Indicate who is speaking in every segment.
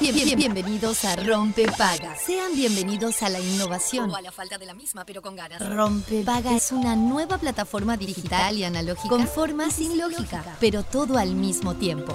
Speaker 1: Bien- bien- bienvenidos a Rompe Paga. Sean bienvenidos a la innovación.
Speaker 2: a la falta de la misma, pero con ganas.
Speaker 1: Rompe Paga es una nueva plataforma digital y analógica con forma sin lógica, pero todo al mismo tiempo.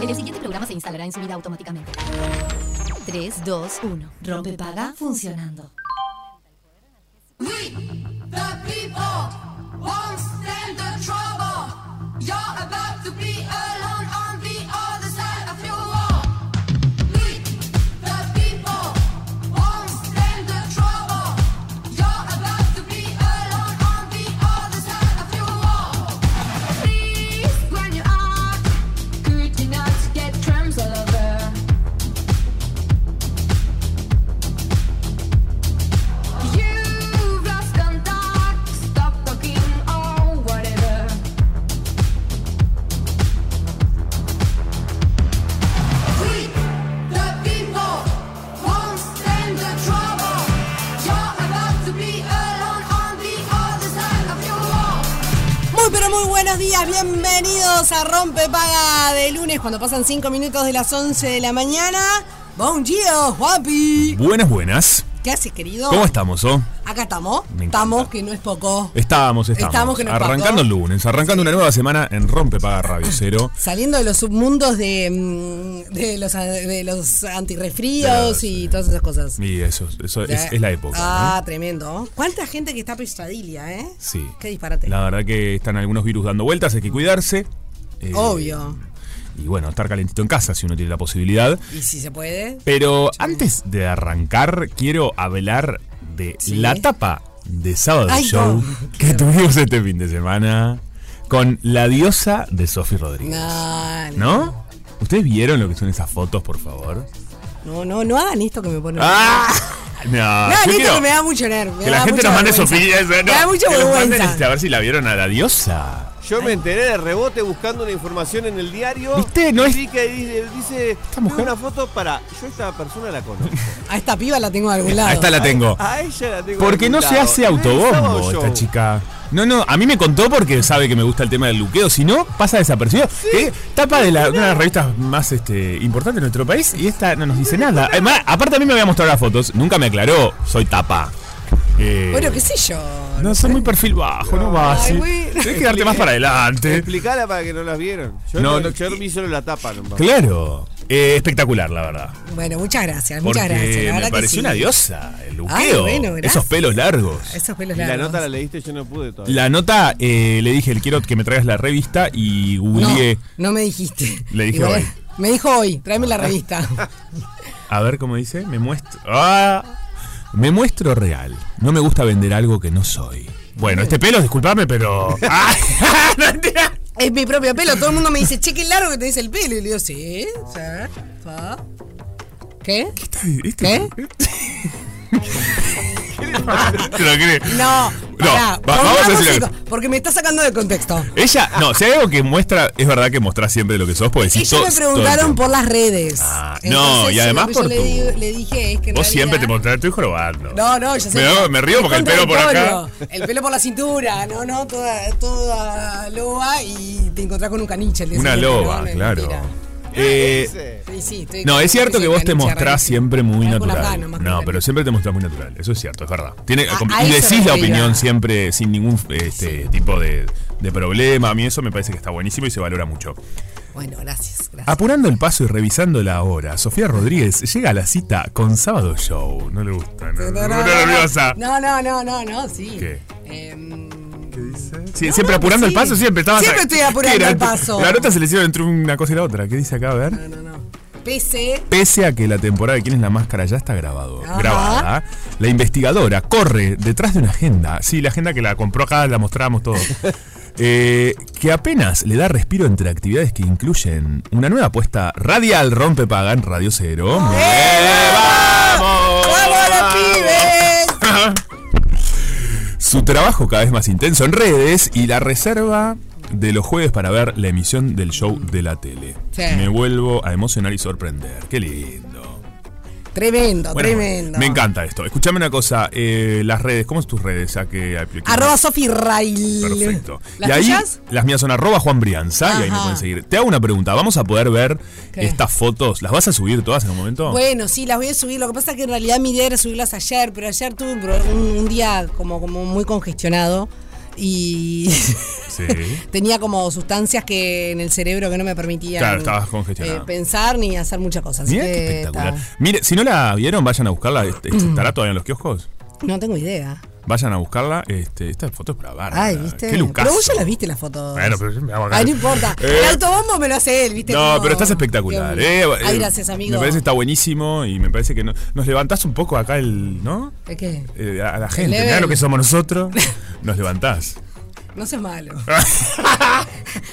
Speaker 1: el siguiente programa se instalará en su vida automáticamente. 3, 2, 1. Rompepaga funcionando.
Speaker 3: We, the people, won't stand the trouble. You're about to be alone on the other side of your wall. We, the people, won't stand the trouble. You're about to be alone on the other side of your wall. Please, when you are, could you not get crumbs all over? You've lost contact. Stop talking or whatever. We, the people, won't stand the trouble. You're about to be alone on the other side of your wall.
Speaker 4: Muy pero muy buenos días, bienvenidos a Rompe Paga de lunes cuando pasan 5 minutos de las 11 de la mañana. Bon día, Juapi.
Speaker 5: Buenas, buenas.
Speaker 4: ¿Qué haces, querido?
Speaker 5: ¿Cómo estamos, oh?
Speaker 4: Acá estamos.
Speaker 5: Me encanta.
Speaker 4: Estamos, que no es poco.
Speaker 5: Estábamos, estábamos.
Speaker 4: Estamos que nos
Speaker 5: arrancando
Speaker 4: pasó.
Speaker 5: el lunes, arrancando una nueva semana en Rompe Paga Radio Cero.
Speaker 4: Saliendo de los submundos de, mm, de los, de los antirrefríos
Speaker 5: De
Speaker 4: y todas esas cosas.
Speaker 5: Y eso, eso
Speaker 4: Eh.
Speaker 5: es, es la época.
Speaker 4: Ah,
Speaker 5: ¿no?
Speaker 4: tremendo. ¿Cuánta gente que está pesadilla, eh?
Speaker 5: Sí.
Speaker 4: Qué disparate.
Speaker 5: La verdad que están algunos virus dando vueltas, hay que cuidarse. Eh,
Speaker 4: Obvio.
Speaker 5: Y bueno, estar calentito en casa si uno tiene la posibilidad.
Speaker 4: Y si se puede.
Speaker 5: Pero antes de arrancar, quiero hablar de
Speaker 4: Sí.
Speaker 5: la tapa de Sábado
Speaker 4: Ay,
Speaker 5: Show
Speaker 4: no.
Speaker 5: que tuvimos este fin de semana con la diosa de Sofi Rodríguez.
Speaker 4: No, no,
Speaker 5: ¿No? ¿Ustedes vieron lo que son esas fotos, por favor?
Speaker 4: no, no, no hagan esto que me pone.
Speaker 5: ¡Ah! No,
Speaker 4: No,
Speaker 5: yo
Speaker 4: esto
Speaker 5: quiero
Speaker 4: que me da mucho nervio. me
Speaker 5: que la
Speaker 4: da
Speaker 5: gente
Speaker 4: mucha
Speaker 5: nos mande
Speaker 4: vergüenza.
Speaker 5: sopillas. No,
Speaker 4: Me da mucha
Speaker 5: que nos manden,
Speaker 4: vergüenza.
Speaker 5: este, a ver si la vieron a la diosa.
Speaker 6: Yo me enteré de rebote buscando una información en el diario.
Speaker 5: ¿Viste? No
Speaker 6: y
Speaker 5: es-
Speaker 6: vi que dice, dice
Speaker 5: Esta mujer-
Speaker 6: "Tengo una foto para. Yo esta persona la conozco.
Speaker 4: A esta piba la tengo de algún lado. Ah,
Speaker 5: Ahí está la tengo.
Speaker 6: A ella la tengo.
Speaker 5: Porque no se
Speaker 6: apuntado.
Speaker 5: hace
Speaker 6: En el sábado
Speaker 5: autobombo
Speaker 6: show.
Speaker 5: esta chica. No, no, a mí me contó porque sabe que me gusta el tema del luqueo, si no, pasa desapercibido. Eh, tapa de la, una de las revistas más este, importantes de nuestro país y esta no nos dice nada. Además, aparte a mí me había mostrado las fotos, nunca me aclaró, soy tapa. Eh,
Speaker 4: Bueno, qué sé yo.
Speaker 5: No, soy muy perfil bajo, no va así.
Speaker 4: bueno.
Speaker 5: Tienes que darte más para adelante.
Speaker 6: Explicala para que no las vieron. Yo,
Speaker 5: No,
Speaker 6: no,
Speaker 5: no-
Speaker 6: yo vi solo la tapa. nomás.
Speaker 5: Claro. Eh, espectacular, la verdad.
Speaker 4: Bueno, muchas gracias,
Speaker 5: Porque
Speaker 4: muchas gracias. La
Speaker 5: me
Speaker 4: verdad que
Speaker 5: pareció
Speaker 4: sí.
Speaker 5: una diosa. El
Speaker 4: Ay,
Speaker 5: luqueo.
Speaker 4: bueno, gracias.
Speaker 5: esos pelos largos.
Speaker 4: Esos pelos
Speaker 6: Y la
Speaker 4: largos.
Speaker 6: nota la leíste, yo no pude todavía.
Speaker 5: La nota eh, le dije, el quiero que me traigas la revista y
Speaker 4: no,
Speaker 5: googleé.
Speaker 4: no me dijiste.
Speaker 5: Le dije
Speaker 4: Igual,
Speaker 5: hoy.
Speaker 4: Me dijo hoy, tráeme la revista.
Speaker 5: A ver cómo dice. Me muestro. ¡Ah! Me muestro real. No me gusta vender algo que no soy. Bueno, este pelo, disculpame, pero. ¡Ah! No entiendo.
Speaker 4: es mi propio pelo. Todo el mundo me dice, che, qué largo que tenés el pelo. Y le digo, sí, sí, fa". ¿Qué? ¿Eh?
Speaker 5: Este- ¿Te lo crees?
Speaker 4: No,
Speaker 5: No,
Speaker 4: pará,
Speaker 5: va- vamos a
Speaker 4: pongamos
Speaker 5: decir
Speaker 4: esto,
Speaker 5: algo.
Speaker 4: Porque me está sacando de contexto.
Speaker 5: Ella, no, si hay algo que muestra, es verdad que mostrás siempre lo que sos, porque decís
Speaker 4: Ellos
Speaker 5: todo-
Speaker 4: me
Speaker 5: todo el
Speaker 4: preguntaron
Speaker 5: tiempo.
Speaker 4: por las redes.
Speaker 5: Ah, no, y
Speaker 4: yo lo
Speaker 5: además
Speaker 4: que yo
Speaker 5: por
Speaker 4: le,
Speaker 5: tu-
Speaker 4: digo- le dije es que en
Speaker 5: Vos siempre te
Speaker 4: realidad-
Speaker 5: mostrás, estoy jorobando.
Speaker 4: No, no, yo sé.
Speaker 5: Me,
Speaker 4: que-
Speaker 5: hago- me río
Speaker 4: es
Speaker 5: porque el pelo por acá.
Speaker 4: contradictorio. El pelo por la cintura, no, no, toda, toda loba y te encontrás con un caniche. al día
Speaker 5: Una
Speaker 4: siguiente,
Speaker 5: loba,
Speaker 4: no, no es
Speaker 5: claro.
Speaker 4: mentira.
Speaker 5: Eh,
Speaker 6: Dice,
Speaker 4: Sí, sí, estoy-
Speaker 5: no, es cierto
Speaker 4: estoy
Speaker 5: que vos te
Speaker 4: caniche,
Speaker 5: mostrás
Speaker 4: rarísimo.
Speaker 5: siempre muy
Speaker 4: Con las
Speaker 5: natural.
Speaker 4: ganas, más que
Speaker 5: No,
Speaker 4: nada.
Speaker 5: pero siempre te mostrás muy natural. Eso es cierto, es verdad. Tiene,
Speaker 4: A-
Speaker 5: com-
Speaker 4: a
Speaker 5: y
Speaker 4: eso
Speaker 5: decís
Speaker 4: me
Speaker 5: la
Speaker 4: refería.
Speaker 5: opinión siempre sin ningún este, tipo de, de problema. A mí eso me parece que está buenísimo y se valora mucho.
Speaker 4: Bueno, gracias, gracias.
Speaker 5: Apurando el paso y revisando la hora, Sofía Rodríguez llega a la cita con Sábado Show. No le gusta, no, no, no, nerviosa.
Speaker 4: No, no, no, no, no, sí.
Speaker 5: ¿Qué?
Speaker 4: Em,
Speaker 5: Sí, siempre
Speaker 4: no,
Speaker 5: apurando
Speaker 4: sí.
Speaker 5: el paso, siempre estaba.
Speaker 4: Siempre estoy apurando
Speaker 5: Era-
Speaker 4: el paso.
Speaker 5: La nota se le hicieron entre una cosa y la otra. ¿Qué dice acá? A ver.
Speaker 4: no, no, no. Pese.
Speaker 5: Pese a que la temporada de ¿Quién es la máscara? ya está grabado,
Speaker 4: Ajá.
Speaker 5: grabada, la investigadora corre detrás de una agenda. Sí, la agenda que la compró acá la mostrábamos todos. eh, que apenas le da respiro entre actividades que incluyen una nueva apuesta radial rompe paga en Radio Cero. Muy bien, ¡Vamos!
Speaker 4: ¡Vamos los pibes!
Speaker 5: Su trabajo cada vez más intenso en redes y la reserva de los jueves para ver la emisión del show de la tele.
Speaker 4: Sí.
Speaker 5: Me vuelvo a emocionar y sorprender. Qué lindo.
Speaker 4: Tremendo,
Speaker 5: Bueno,
Speaker 4: tremendo.
Speaker 5: Me encanta esto. Escuchame una cosa, eh, las redes, ¿cómo es tus redes? ¿A qué aplicas?
Speaker 4: Arroba Sofi Rail.
Speaker 5: Perfecto.
Speaker 4: ¿Las
Speaker 5: y ahí,
Speaker 4: tuyas?
Speaker 5: las mías son arroba Juan Brianza y ahí me
Speaker 4: Ajá.
Speaker 5: pueden seguir. Te hago una pregunta, ¿vamos a poder ver
Speaker 4: ¿Qué?
Speaker 5: estas fotos? ¿Las vas a subir todas en un momento?
Speaker 4: Bueno, sí, las voy a subir. Lo que pasa es que en realidad mi idea era subirlas ayer, pero ayer tuve un, pro- un- un día como, como muy congestionado y
Speaker 5: Sí.
Speaker 4: tenía como sustancias que en el cerebro que no me permitían
Speaker 5: Claro, estabas
Speaker 4: eh,
Speaker 5: congestionado.
Speaker 4: pensar ni hacer muchas cosas. así
Speaker 5: Mirá
Speaker 4: que
Speaker 5: qué espectacular.
Speaker 4: está.
Speaker 5: Mire, si no la vieron, vayan a buscarla. Este, ¿Estará todavía en los kioscos?
Speaker 4: No tengo idea.
Speaker 5: Vayan a buscarla. Este, esta foto es para Bárbara.
Speaker 4: Ay, viste.
Speaker 5: Qué lucazo.
Speaker 4: Pero vos ya las viste las fotos.
Speaker 5: Bueno, pero yo me hago acá.
Speaker 4: Ay, no importa.
Speaker 5: Eh,
Speaker 4: El autobombo me lo hace él, viste.
Speaker 5: No,
Speaker 4: Como-
Speaker 5: pero estás espectacular,
Speaker 4: Qué
Speaker 5: eh.
Speaker 4: bueno. Ay,
Speaker 5: Eh,
Speaker 4: gracias, amigo.
Speaker 5: Me parece que está buenísimo y me parece que no- nos levantás un poco acá el. ¿No?
Speaker 4: ¿De qué?
Speaker 5: Eh, a a la gente.
Speaker 4: level.
Speaker 5: Mirá lo que somos nosotros. Nos levantás.
Speaker 4: No seas malo.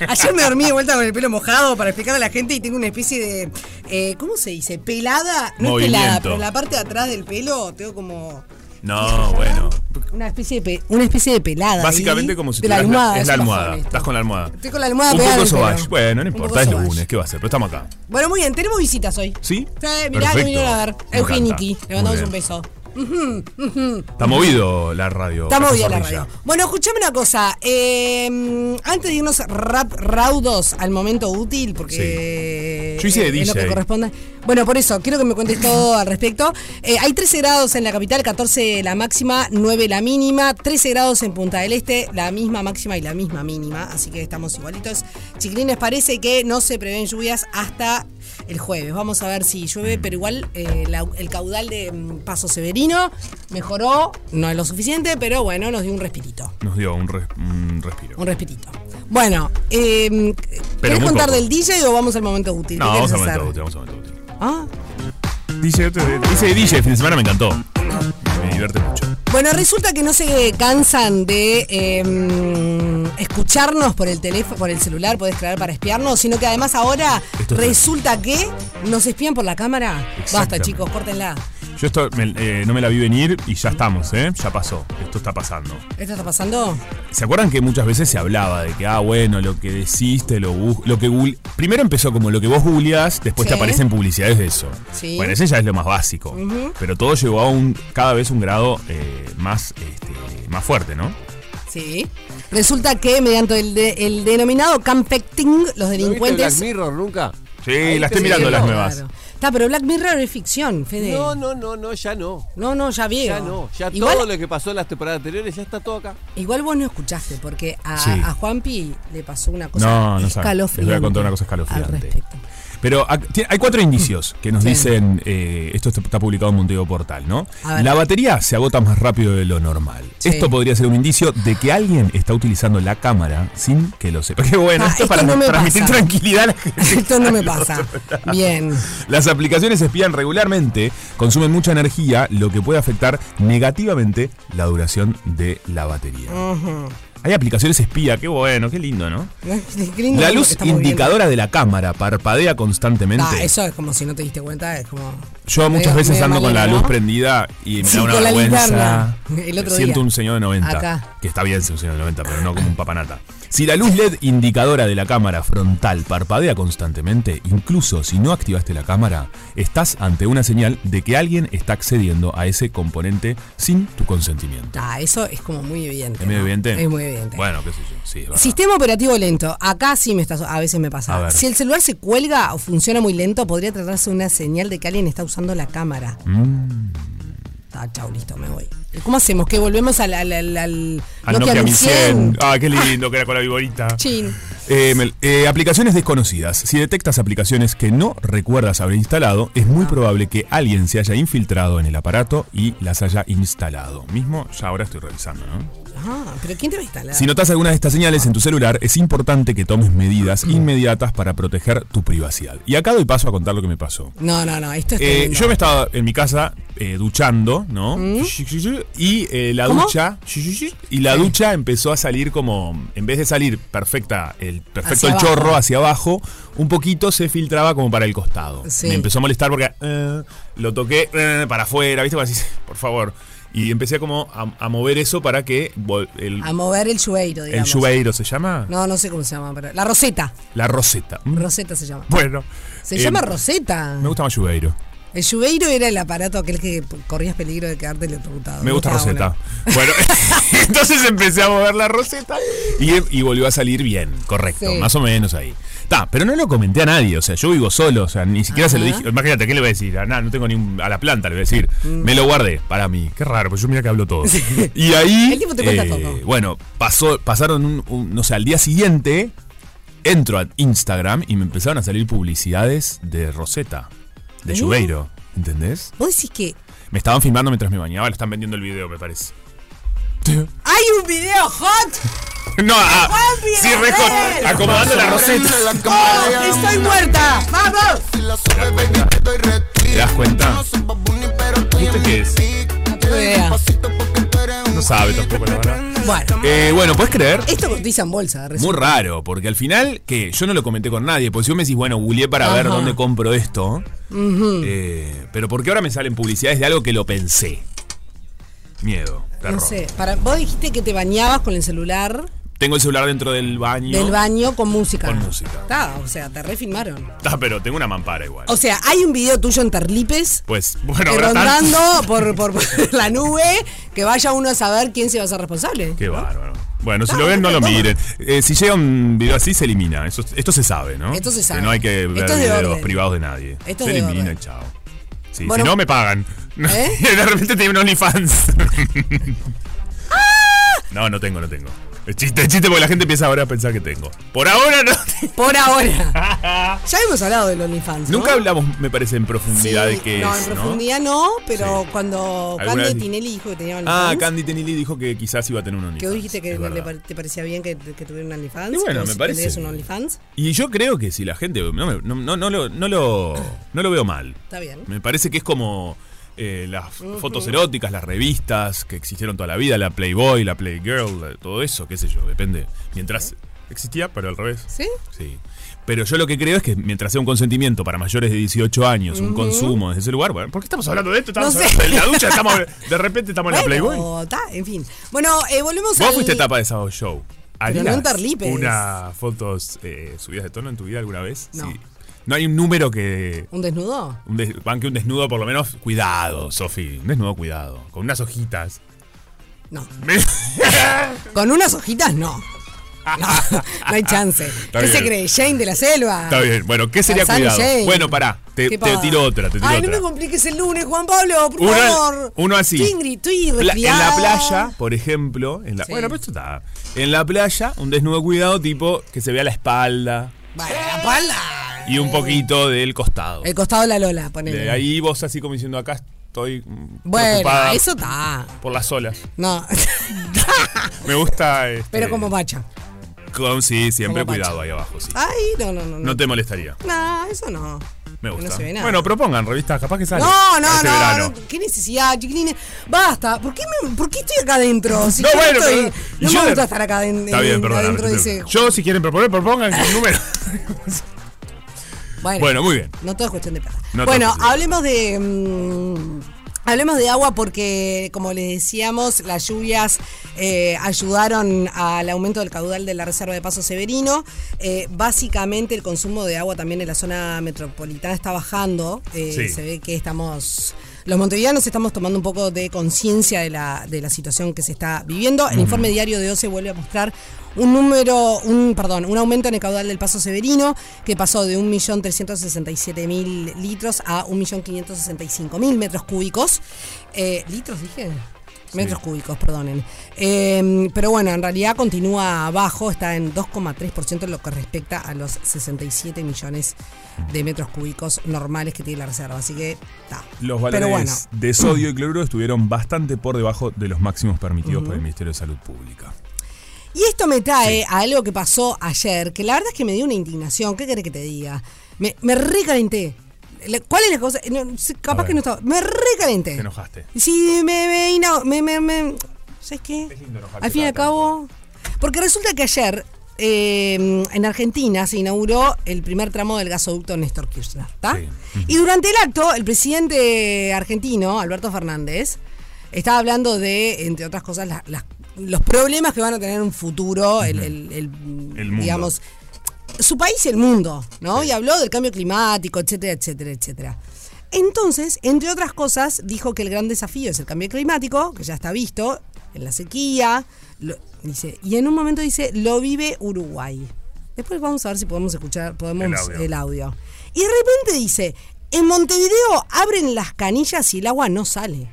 Speaker 4: Ayer me dormí de vuelta con el pelo mojado para explicar a la gente y tengo una especie de. eh, ¿Cómo se dice? Pelada. No es pelada,
Speaker 5: Movimiento.
Speaker 4: pero en la parte de atrás del pelo tengo como.
Speaker 5: No, bueno.
Speaker 4: Una especie de, pe- una especie de pelada.
Speaker 5: Básicamente
Speaker 4: ahí,
Speaker 5: como si
Speaker 4: de la
Speaker 5: tuvieras
Speaker 4: almohada.
Speaker 5: es la
Speaker 4: un
Speaker 5: almohada.
Speaker 4: bajón esto.
Speaker 5: Estás con la almohada.
Speaker 4: Estoy con la almohada
Speaker 5: Un
Speaker 4: pegada
Speaker 5: poco
Speaker 4: al pelo.
Speaker 5: sobage. Bueno, no
Speaker 4: Un poco
Speaker 5: importa, es
Speaker 4: sobage.
Speaker 5: lunes, ¿qué va a hacer? Pero estamos acá.
Speaker 4: Bueno, muy bien, tenemos visitas hoy.
Speaker 5: ¿Sí?
Speaker 4: Sí, mirá,
Speaker 5: Perfecto.
Speaker 4: que vinieron a ver.
Speaker 5: Me
Speaker 4: Eugeniki.
Speaker 5: encanta.
Speaker 4: Le mandamos
Speaker 5: Muy
Speaker 4: un
Speaker 5: bien.
Speaker 4: beso.
Speaker 5: Está movido la radio.
Speaker 4: Estamos
Speaker 5: Casa
Speaker 4: bien la
Speaker 5: Zorrilla.
Speaker 4: radio. Bueno, escuchame una cosa. eh, antes de irnos rap raudos al momento útil, porque
Speaker 5: Sí. Yo hice de
Speaker 4: eh, es lo que
Speaker 5: DJ.
Speaker 4: corresponde. Bueno, por eso, quiero que me cuentes todo al respecto. Eh, hay 13 grados en la capital, 14 la máxima, 9 la mínima, 13 grados en Punta del Este, la misma máxima y la misma mínima, así que estamos igualitos. Chiquilines, parece que no se prevén lluvias hasta el jueves. Vamos a ver si llueve, pero igual eh, la- el caudal de mm, Paso Severino mejoró, no es lo suficiente, pero bueno, nos dio un respirito.
Speaker 5: Nos dio un, res- un respiro.
Speaker 4: Un respirito. Bueno, eh, ¿querés
Speaker 5: muy
Speaker 4: contar
Speaker 5: poco.
Speaker 4: del DJ o vamos al momento útil?
Speaker 5: No,
Speaker 4: ¿Qué
Speaker 5: vamos
Speaker 4: querés
Speaker 5: a momento
Speaker 4: hacer?
Speaker 5: útil, vamos a momento útil.
Speaker 4: Ah.
Speaker 5: Dice, otro- dice DJ, el fin de semana me encantó. Me divierte mucho.
Speaker 4: Bueno, resulta que no se cansan de eh, escucharnos por el teléfono, por el celular, podés crear para espiarnos, sino que además ahora
Speaker 5: Esto es-
Speaker 4: resulta que nos espían por la cámara. Basta,
Speaker 5: Exactamente.
Speaker 4: chicos, córtenla.
Speaker 5: Yo esto me- eh, no me la vi venir y ya estamos, ¿eh? Ya pasó. Esto está pasando.
Speaker 4: ¿Esto está pasando?
Speaker 5: ¿Se acuerdan que muchas veces se hablaba de que, ah, bueno, lo que deciste, lo, bus- lo que Google. Primero empezó como lo que vos googleás, después
Speaker 4: Sí.
Speaker 5: te aparecen publicidades de eso.
Speaker 4: Sí.
Speaker 5: Bueno, ese ya es lo más básico. Pero todo llegó a un cada vez un grado eh, más, este, más fuerte, ¿no?
Speaker 4: Sí. Resulta que mediante el, de- el denominado campecting, los
Speaker 6: ¿No viste Black
Speaker 4: delincuentes.
Speaker 6: Mirror nunca?
Speaker 5: Sí,
Speaker 6: Ahí
Speaker 5: la
Speaker 6: te
Speaker 5: estoy mirando
Speaker 6: siguió.
Speaker 5: las nuevas.
Speaker 4: Claro. Está, pero Black Mirror es ficción, Fede.
Speaker 6: No, no, no, no, ya no.
Speaker 4: No, no, ya veo.
Speaker 6: Ya no. Ya
Speaker 4: igual,
Speaker 6: todo lo que pasó en las temporadas anteriores ya está todo acá.
Speaker 4: igual vos no escuchaste, porque a,
Speaker 5: Sí.
Speaker 4: a Juanpi le pasó una cosa
Speaker 5: No, no saben.
Speaker 4: escalofriante.
Speaker 5: Les voy a contar una cosa
Speaker 4: Al
Speaker 5: escalofriante.
Speaker 4: respecto.
Speaker 5: Pero ac- ti- hay cuatro indicios que nos dicen, eh, esto está- está publicado en Montego Portal, ¿no?
Speaker 4: A ver.
Speaker 5: La batería se agota más rápido de lo normal.
Speaker 4: Sí.
Speaker 5: Esto podría ser un indicio de que alguien está utilizando la cámara sin que lo sepa. Qué bueno,
Speaker 4: Ah,
Speaker 5: esto es
Speaker 4: esto
Speaker 5: para
Speaker 4: no me
Speaker 5: transmitir
Speaker 4: pasa.
Speaker 5: tranquilidad a la gente.
Speaker 4: Esto no me pasa. Bien.
Speaker 5: Las aplicaciones espían regularmente, consumen mucha energía, lo que puede afectar negativamente la duración de la batería. Hay aplicaciones espía, qué bueno, qué lindo, ¿no?
Speaker 4: Qué lindo
Speaker 5: La
Speaker 4: lo que
Speaker 5: luz
Speaker 4: estamos
Speaker 5: indicadora de la cámara parpadea
Speaker 4: viendo.
Speaker 5: constantemente.
Speaker 4: Ah, eso es como si no te diste cuenta, es como.
Speaker 5: Yo muchas
Speaker 4: medio-
Speaker 5: veces
Speaker 4: medio
Speaker 5: ando con la
Speaker 4: malena,
Speaker 5: luz
Speaker 4: ¿no?
Speaker 5: prendida y me
Speaker 4: Sí,
Speaker 5: da una
Speaker 4: con la
Speaker 5: vergüenza.
Speaker 4: linterna. El otro
Speaker 5: Siento
Speaker 4: día.
Speaker 5: un señor de 90.
Speaker 4: Acá.
Speaker 5: Que está bien ser un señor de 90, pero no como un papanata. Si la luz LED indicadora de la cámara frontal parpadea constantemente, incluso si no activaste la cámara, estás ante una señal de que alguien está accediendo a ese componente sin tu consentimiento.
Speaker 4: Ah, eso es como muy evidente.
Speaker 5: ¿Es medio
Speaker 4: ¿no?
Speaker 5: evidente?
Speaker 4: Es muy evidente.
Speaker 5: Bueno, qué sé yo. Sí, es verdad.
Speaker 4: Sistema operativo lento. Acá sí me está, a veces me
Speaker 5: A
Speaker 4: pasa.
Speaker 5: ver.
Speaker 4: Si el celular se cuelga o funciona muy lento, podría tratarse de una señal de que alguien está usando la cámara.
Speaker 5: Mm.
Speaker 4: Está, chau, listo, me voy. ¿Cómo hacemos? ¿Que volvemos al, al, al, al
Speaker 5: Al
Speaker 4: Nokia
Speaker 5: Nokia
Speaker 4: 1100?
Speaker 5: Ah, 1100. Ah, qué lindo que era con la viborita.
Speaker 4: Chin.
Speaker 5: Eh, Mel, eh, aplicaciones desconocidas. Si detectas aplicaciones que no recuerdas haber instalado, es muy probable que alguien se haya infiltrado en el aparato y las haya instalado. Mismo ya ahora estoy revisando, ¿no?
Speaker 4: Ah, pero ¿quién te va a instalar?
Speaker 5: Si notas alguna de estas señales en tu celular, es importante que tomes medidas inmediatas para proteger tu privacidad. Y acá doy paso a contar lo que me pasó.
Speaker 4: No, no, no, esto Este es
Speaker 5: Eh,
Speaker 4: tremendo. ¿Mm?
Speaker 5: yo me estaba en mi casa eh, duchando, ¿no? Y eh, la
Speaker 4: ¿Cómo?
Speaker 5: ducha. Y la ducha empezó a salir como. En vez de salir perfecta, el
Speaker 4: Hacia
Speaker 5: perfecto el chorro
Speaker 4: abajo.
Speaker 5: hacia abajo, un poquito se filtraba como para el costado.
Speaker 4: Sí.
Speaker 5: Me empezó a molestar porque eh, lo toqué eh, para afuera, ¿viste? Como así, por favor. Y empecé como a, a mover eso para que vol- el,
Speaker 4: A mover el chubeiro,
Speaker 5: el
Speaker 4: digamos.
Speaker 5: chubeiro se llama.
Speaker 4: No, no sé cómo se llama, pero. La roseta.
Speaker 5: La roseta. Mm.
Speaker 4: Roseta se llama.
Speaker 5: Bueno.
Speaker 4: Se
Speaker 5: eh,
Speaker 4: llama roseta.
Speaker 5: Me gusta más chubeiro.
Speaker 4: El chubeiro era el aparato aquel que corrías peligro de quedarte electrocutado.
Speaker 5: Me gusta
Speaker 4: Estaba
Speaker 5: Rosetta. Bueno, entonces empecé a mover la Rosetta y, y volvió a salir bien, correcto,
Speaker 4: Sí.
Speaker 5: más o menos ahí. Ta, pero no lo comenté a nadie, o sea, yo vivo solo, o sea, ni siquiera se lo dije. Imagínate, ¿qué le voy a decir? A, nada, no tengo ni un- a la planta, le voy a decir.
Speaker 4: Mm.
Speaker 5: Me lo guardé para mí. Qué raro, pues yo mira que hablo todo. Y ahí. eh,
Speaker 4: El tipo te cuenta todo.
Speaker 5: Bueno, pasó, pasaron, un, un- no sé, al día siguiente. Entro a Instagram y me empezaron a salir publicidades de Rosetta, de Jubeiro, ¿entendés?
Speaker 4: bueno. Vos decís que.
Speaker 5: Me estaban filmando mientras me bañaba, le están vendiendo el video, me parece.
Speaker 4: ¡Hay un video hot!
Speaker 5: No, ah. a,
Speaker 4: Juanpi,
Speaker 5: sí,
Speaker 4: Gabriel.
Speaker 5: reco- acomodando la roseta.
Speaker 4: ¡Oh, ¡Estoy muerta! ¡Vamos!
Speaker 5: ¿Te das cuenta? ¿Viste qué es?
Speaker 4: No tengo idea.
Speaker 5: No sabe tampoco la verdad.
Speaker 4: Bueno,
Speaker 5: Eh, bueno, ¿puedes creer?
Speaker 4: esto cotiza en bolsa. resulta.
Speaker 5: Muy raro, porque al final, que yo no lo comenté con nadie, porque si vos me decís, bueno, googleé para ver
Speaker 4: Ajá. Mm.
Speaker 5: dónde compro esto, eh, pero porque ahora me salen publicidades de algo que lo pensé. Miedo,
Speaker 4: No
Speaker 5: terror.
Speaker 4: sé, para, vos dijiste que te bañabas con el celular
Speaker 5: Tengo el celular dentro del baño.
Speaker 4: del baño con música.
Speaker 5: Con música.
Speaker 4: Está, o sea, te refilmaron.
Speaker 5: Ah, pero tengo una mampara igual.
Speaker 4: O sea, hay un video tuyo en Tarlipes
Speaker 5: pues, bueno,
Speaker 4: eh,
Speaker 5: ahora tan-
Speaker 4: rondando por, por- por la nube que vaya uno a saber quién se va a ser responsable.
Speaker 5: Qué bárbaro. Bueno, si
Speaker 4: No,
Speaker 5: lo ven, no lo
Speaker 4: toma.
Speaker 5: miren. Eh, si llega un video así, se elimina. Eso- esto se sabe, ¿no?
Speaker 4: Esto se sabe.
Speaker 5: Que no hay que ver
Speaker 4: Esto es de
Speaker 5: videos
Speaker 4: orden.
Speaker 5: privados de nadie.
Speaker 4: Esto
Speaker 5: se
Speaker 4: es de
Speaker 5: elimina,
Speaker 4: orden.
Speaker 5: y chao. Sí,
Speaker 4: Bueno.
Speaker 5: si no, me pagan.
Speaker 4: ¿Eh?
Speaker 5: de repente tengo un OnlyFans. no, no tengo, no tengo. Es chiste, es chiste porque la gente empieza ahora a pensar que tengo. Por ahora no tengo.
Speaker 4: Por ahora. ya hemos hablado del OnlyFans. ¿no?
Speaker 5: Nunca hablamos, me parece, en
Speaker 4: Sí,
Speaker 5: profundidad de qué
Speaker 4: no,
Speaker 5: es.
Speaker 4: en profundidad no, pero
Speaker 5: Sí.
Speaker 4: cuando
Speaker 5: ¿Alguna
Speaker 4: Candy
Speaker 5: vez-
Speaker 4: Tinelli dijo que tenía OnlyFans,
Speaker 5: Ah, Candy Tenili dijo que quizás iba a tener un OnlyFans.
Speaker 4: que vos dijiste que
Speaker 5: es
Speaker 4: le
Speaker 5: verdad.
Speaker 4: pare- te parecía bien que, que tuviera un OnlyFans.
Speaker 5: Y bueno,
Speaker 4: que
Speaker 5: me
Speaker 4: vos
Speaker 5: parece
Speaker 4: tendrías un
Speaker 5: bien.
Speaker 4: OnlyFans.
Speaker 5: Y yo creo que si la gente. No, me- no, no, no lo, no, lo, no lo veo mal.
Speaker 4: Está bien.
Speaker 5: Me parece que es como eh, las fotos eróticas, las revistas que existieron toda la vida, la Playboy, la Playgirl, la- todo eso, qué sé yo, depende. Mientras existía, pero al revés.
Speaker 4: ¿Sí?
Speaker 5: Sí. Pero yo lo que creo es que mientras sea un consentimiento para mayores de 18 años, un consumo desde ese lugar, bueno, ¿por qué estamos hablando de esto? Estamos
Speaker 4: No sé.
Speaker 5: hablando de la ducha, estamos, de repente estamos en la
Speaker 4: Bueno,
Speaker 5: Playboy.
Speaker 4: ta, en fin. Bueno, eh, volvemos
Speaker 5: Vos
Speaker 4: al-
Speaker 5: fuiste etapa de Sábado Show.
Speaker 4: Pero no en Tarlipes.
Speaker 5: ¿Una fotos eh, subidas de tono en tu vida alguna vez?
Speaker 4: No.
Speaker 5: ¿No hay un número que
Speaker 4: ¿Un desnudo?
Speaker 5: un des- banque un desnudo por lo menos, cuidado, Sofi, un desnudo cuidado, con unas hojitas.
Speaker 4: No. Con unas hojitas, no. No, no hay chance. ¿Qué
Speaker 5: bien.
Speaker 4: se cree? ¿Jane de la selva?
Speaker 5: Está bien, bueno, ¿qué sería
Speaker 4: Calzado
Speaker 5: cuidado?
Speaker 4: Ah. Jane.
Speaker 5: Bueno, pará, te,
Speaker 4: ¿Qué
Speaker 5: te
Speaker 4: pasa?
Speaker 5: tiro otra, te tiro
Speaker 4: Ay, no
Speaker 5: otra.
Speaker 4: me compliques el lunes, Juan Pablo, por
Speaker 5: Uno-
Speaker 4: favor.
Speaker 5: uno así.
Speaker 4: Tingri, tui,
Speaker 5: Pla- en la
Speaker 4: resfriada.
Speaker 5: playa, por ejemplo, en la,
Speaker 4: Sí.
Speaker 5: bueno, pero esto está. En la playa, un desnudo cuidado tipo que se vea la espalda
Speaker 4: Vale, la pala.
Speaker 5: y un poquito del costado.
Speaker 4: El costado de la Lola,
Speaker 5: De
Speaker 4: ponele.
Speaker 5: ahí vos así como diciendo acá estoy mm,
Speaker 4: bueno,
Speaker 5: preocupada
Speaker 4: eso está.
Speaker 5: por las olas.
Speaker 4: No.
Speaker 5: Me gusta este,
Speaker 4: Pero como macha.
Speaker 5: con- sí, siempre
Speaker 4: como
Speaker 5: cuidado
Speaker 4: macho.
Speaker 5: ahí abajo, sí.
Speaker 4: Ay, no, no, no. No,
Speaker 5: No te molestaría.
Speaker 4: No, eso no.
Speaker 5: Me
Speaker 4: Que
Speaker 5: gusta.
Speaker 4: No se ve nada.
Speaker 5: Bueno, propongan revistas, capaz que sale.
Speaker 4: No,
Speaker 5: para
Speaker 4: no,
Speaker 5: este
Speaker 4: no,
Speaker 5: verano.
Speaker 4: no. ¿Qué necesidad, chiquilines? Basta. ¿Por qué, me- por qué estoy acá adentro? Si
Speaker 5: No,
Speaker 4: yo no
Speaker 5: bueno,
Speaker 4: estoy-
Speaker 5: pero- y
Speaker 4: no
Speaker 5: yo
Speaker 4: me
Speaker 5: de-
Speaker 4: gusta estar acá aden-
Speaker 5: Está bien,
Speaker 4: en-
Speaker 5: perdóname,
Speaker 4: adentro de
Speaker 5: te-
Speaker 4: ese.
Speaker 5: Yo, si quieren proponer, propongan el número. Bueno, muy bien.
Speaker 4: No todo es cuestión de plata.
Speaker 5: No todo es
Speaker 4: bueno,
Speaker 5: cuestión de
Speaker 4: hablemos de. mm, Hablemos de agua porque, como les decíamos, las lluvias eh, ayudaron al aumento del caudal de la reserva de Paso Severino. Eh, básicamente, el consumo de agua también en la zona metropolitana está bajando. Eh,
Speaker 5: Sí.
Speaker 4: Se ve que estamos. Los montevideanos estamos tomando un poco de conciencia de la, de la situación que se está viviendo. El informe diario de OCE vuelve a mostrar un número, un perdón, un aumento en el caudal del Paso Severino que pasó de 1.367.000 litros a 1.565.000 metros cúbicos. Eh, ¿Litros dije? Metros cúbicos, perdonen. Eh, pero bueno, en realidad continúa abajo, está en 2,3% en lo que respecta a los 67 millones de metros cúbicos normales que tiene la reserva. Así que está.
Speaker 5: Los valores
Speaker 4: Pero bueno,
Speaker 5: de sodio y cloruro estuvieron bastante por debajo de los máximos permitidos por el Ministerio de Salud Pública.
Speaker 4: Y esto me trae a algo que pasó ayer, que la verdad es que me dio una indignación. ¿Qué querés que te diga? Me, me recalenté. La- ¿Cuál es la cosa? No, sé, capaz
Speaker 5: ver.
Speaker 4: que no estaba. Me recalenté.
Speaker 5: Te enojaste.
Speaker 4: Sí, me. me, ina- me, me, me- ¿Sabes qué?
Speaker 5: Es lindo enojarte
Speaker 4: Al fin y al
Speaker 5: cada
Speaker 4: cabo. Porque resulta que ayer. eh, en Argentina se inauguró el primer tramo del gasoducto Néstor Kirchner. ¿tá?
Speaker 5: Sí.
Speaker 4: Y durante el acto, el presidente argentino, Alberto Fernández, estaba hablando de, entre otras cosas, la- las- los problemas que van a tener en un futuro, el, el- el,
Speaker 5: El mundo.
Speaker 4: digamos, su país y el mundo, ¿no? Y habló del cambio climático, etcétera, etcétera, etcétera. Entonces, entre otras cosas, dijo que el gran desafío es el cambio climático, que ya está visto, en la sequía, lo- dice, y en un momento dice, lo vive Uruguay. Después vamos a ver si podemos escuchar, podemos
Speaker 5: El audio.
Speaker 4: el audio. Y de repente dice, en Montevideo abren las canillas y el agua no sale.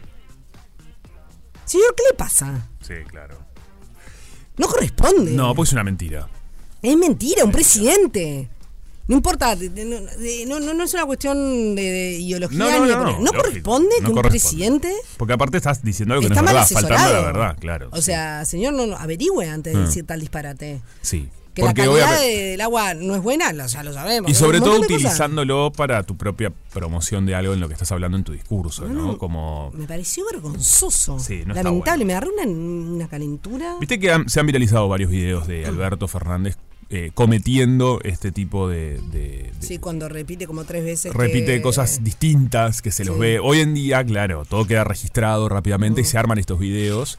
Speaker 4: Señor, ¿qué le pasa?
Speaker 5: Sí, claro.
Speaker 4: No corresponde.
Speaker 5: No, pues es una mentira.
Speaker 4: Es mentira, un presidente. No importa, de- de- no, de- no, no- no es una cuestión de, de ideología
Speaker 5: No, no,
Speaker 4: ni de-
Speaker 5: no, no, lógico,
Speaker 4: corresponde que
Speaker 5: no
Speaker 4: un
Speaker 5: corresponde.
Speaker 4: presidente
Speaker 5: Porque aparte estás diciendo algo que
Speaker 4: está
Speaker 5: no es
Speaker 4: mal
Speaker 5: verdad,
Speaker 4: asesorado.
Speaker 5: faltando a la verdad, claro.
Speaker 4: O sea, señor, no, no, averigüe antes de decir tal disparate.
Speaker 5: sí.
Speaker 4: Que
Speaker 5: Hmm. Porque
Speaker 4: la
Speaker 5: voy a-
Speaker 4: calidad de- del agua no es buena, lo- ya lo sabemos.
Speaker 5: Y sobre
Speaker 4: Un
Speaker 5: todo
Speaker 4: montón de cosas.
Speaker 5: utilizándolo para tu propia promoción de algo en lo que estás hablando en tu discurso, ¿no? Como
Speaker 4: Mm, Me pareció vergonzoso.
Speaker 5: Sí, no está
Speaker 4: Lamentable,
Speaker 5: bueno.
Speaker 4: me agarró una, una calentura.
Speaker 5: Viste que han- se han viralizado varios videos
Speaker 4: Mm.
Speaker 5: de Alberto Fernández eh, cometiendo este tipo de... de- de-
Speaker 4: Sí, cuando repite como tres veces.
Speaker 5: repite
Speaker 4: que-
Speaker 5: cosas distintas que se los
Speaker 4: Sí. Mm.
Speaker 5: ve. Hoy en día, claro, todo queda registrado rápidamente y se arman estos videos,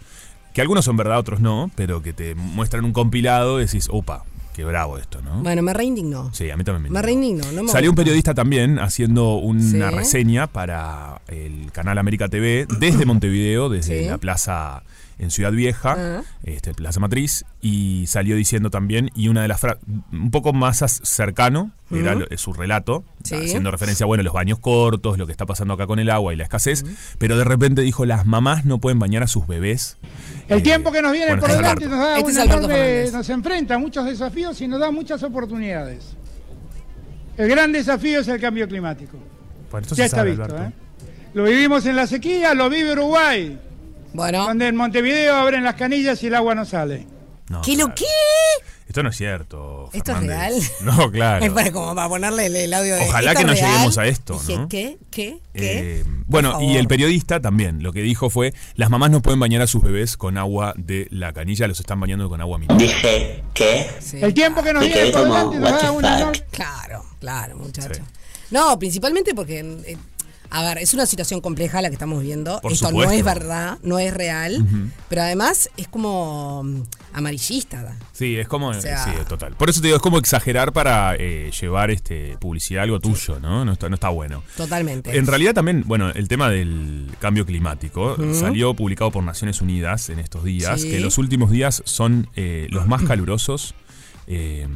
Speaker 5: que algunos son verdad, otros no, pero que te muestran un compilado y decís, opa, qué bravo esto, ¿no?
Speaker 4: Bueno, me reindignó.
Speaker 5: Sí, a mí también
Speaker 4: Me
Speaker 5: indignó.
Speaker 4: reindigno, no me
Speaker 5: Salió un
Speaker 4: gusta.
Speaker 5: periodista también haciendo una
Speaker 4: Sí.
Speaker 5: reseña para el canal América TV desde Montevideo, desde
Speaker 4: Sí. Ah.
Speaker 5: la plaza en Ciudad Vieja, este, Plaza Matriz, y salió diciendo también, y una de las frases, un poco más as- cercano, era lo- su relato,
Speaker 4: Sí.
Speaker 5: haciendo referencia, bueno, los baños cortos, lo que está pasando acá con el agua y la escasez, pero de repente dijo, las mamás no pueden bañar a sus bebés.
Speaker 7: El
Speaker 5: Eh,
Speaker 7: tiempo que nos viene
Speaker 5: bueno,
Speaker 7: por
Speaker 5: este es
Speaker 7: delante
Speaker 5: Alberto.
Speaker 7: nos da
Speaker 4: Este es
Speaker 7: una
Speaker 4: Alberto
Speaker 7: enorme-
Speaker 4: Fernández.
Speaker 7: nos enfrenta a muchos desafíos y nos da muchas oportunidades. El gran desafío es el cambio climático.
Speaker 5: Bueno, esto se
Speaker 7: Ya está
Speaker 5: sabe,
Speaker 7: visto,
Speaker 5: Alberto.
Speaker 7: ¿eh? Lo vivimos en la sequía, lo vive Uruguay,
Speaker 4: Bueno,
Speaker 7: donde en Montevideo abren las canillas y el agua no sale.
Speaker 5: No,
Speaker 4: ¿qué lo
Speaker 5: claro.
Speaker 4: qué?
Speaker 5: Esto no es cierto.
Speaker 4: ¿Esto es
Speaker 5: Fernández. No, claro.
Speaker 4: Es para, como para ponerle el, el audio de
Speaker 5: Ojalá
Speaker 4: ¿esto
Speaker 5: que no
Speaker 4: es real?
Speaker 5: lleguemos a esto,
Speaker 4: Dije,
Speaker 5: ¿no?
Speaker 4: ¿Qué? ¿Qué? ¿Qué?
Speaker 5: Eh, bueno,
Speaker 4: Por
Speaker 5: y
Speaker 4: favor.
Speaker 5: el periodista también lo que dijo fue: las mamás no pueden bañar a sus bebés con agua de la canilla, los están bañando con agua mineral.
Speaker 8: Dije que
Speaker 4: Sí.
Speaker 7: El tiempo que nos
Speaker 8: Me
Speaker 7: viene
Speaker 8: quedé
Speaker 7: por
Speaker 8: como,
Speaker 7: delante nos da
Speaker 8: what the
Speaker 7: una
Speaker 8: fuck.
Speaker 7: enorme...
Speaker 4: Ah, Claro, claro, muchacho.
Speaker 5: Sí.
Speaker 4: No, principalmente porque. eh, a ver, es una situación compleja la que estamos viviendo.
Speaker 5: Por
Speaker 4: Esto no
Speaker 5: supuesto.
Speaker 4: es verdad, no es real, pero además es como mm, amarillista.
Speaker 5: Sí, es como.
Speaker 4: sea-
Speaker 5: sí, total. Por eso te digo, es como exagerar para eh, llevar este publicidad a algo tuyo, ¿no? No está, no está bueno.
Speaker 4: Totalmente.
Speaker 5: En realidad también, bueno, el tema del cambio climático salió publicado por Naciones Unidas en estos días,
Speaker 4: Sí.
Speaker 5: que los últimos días son eh, los más calurosos. eh,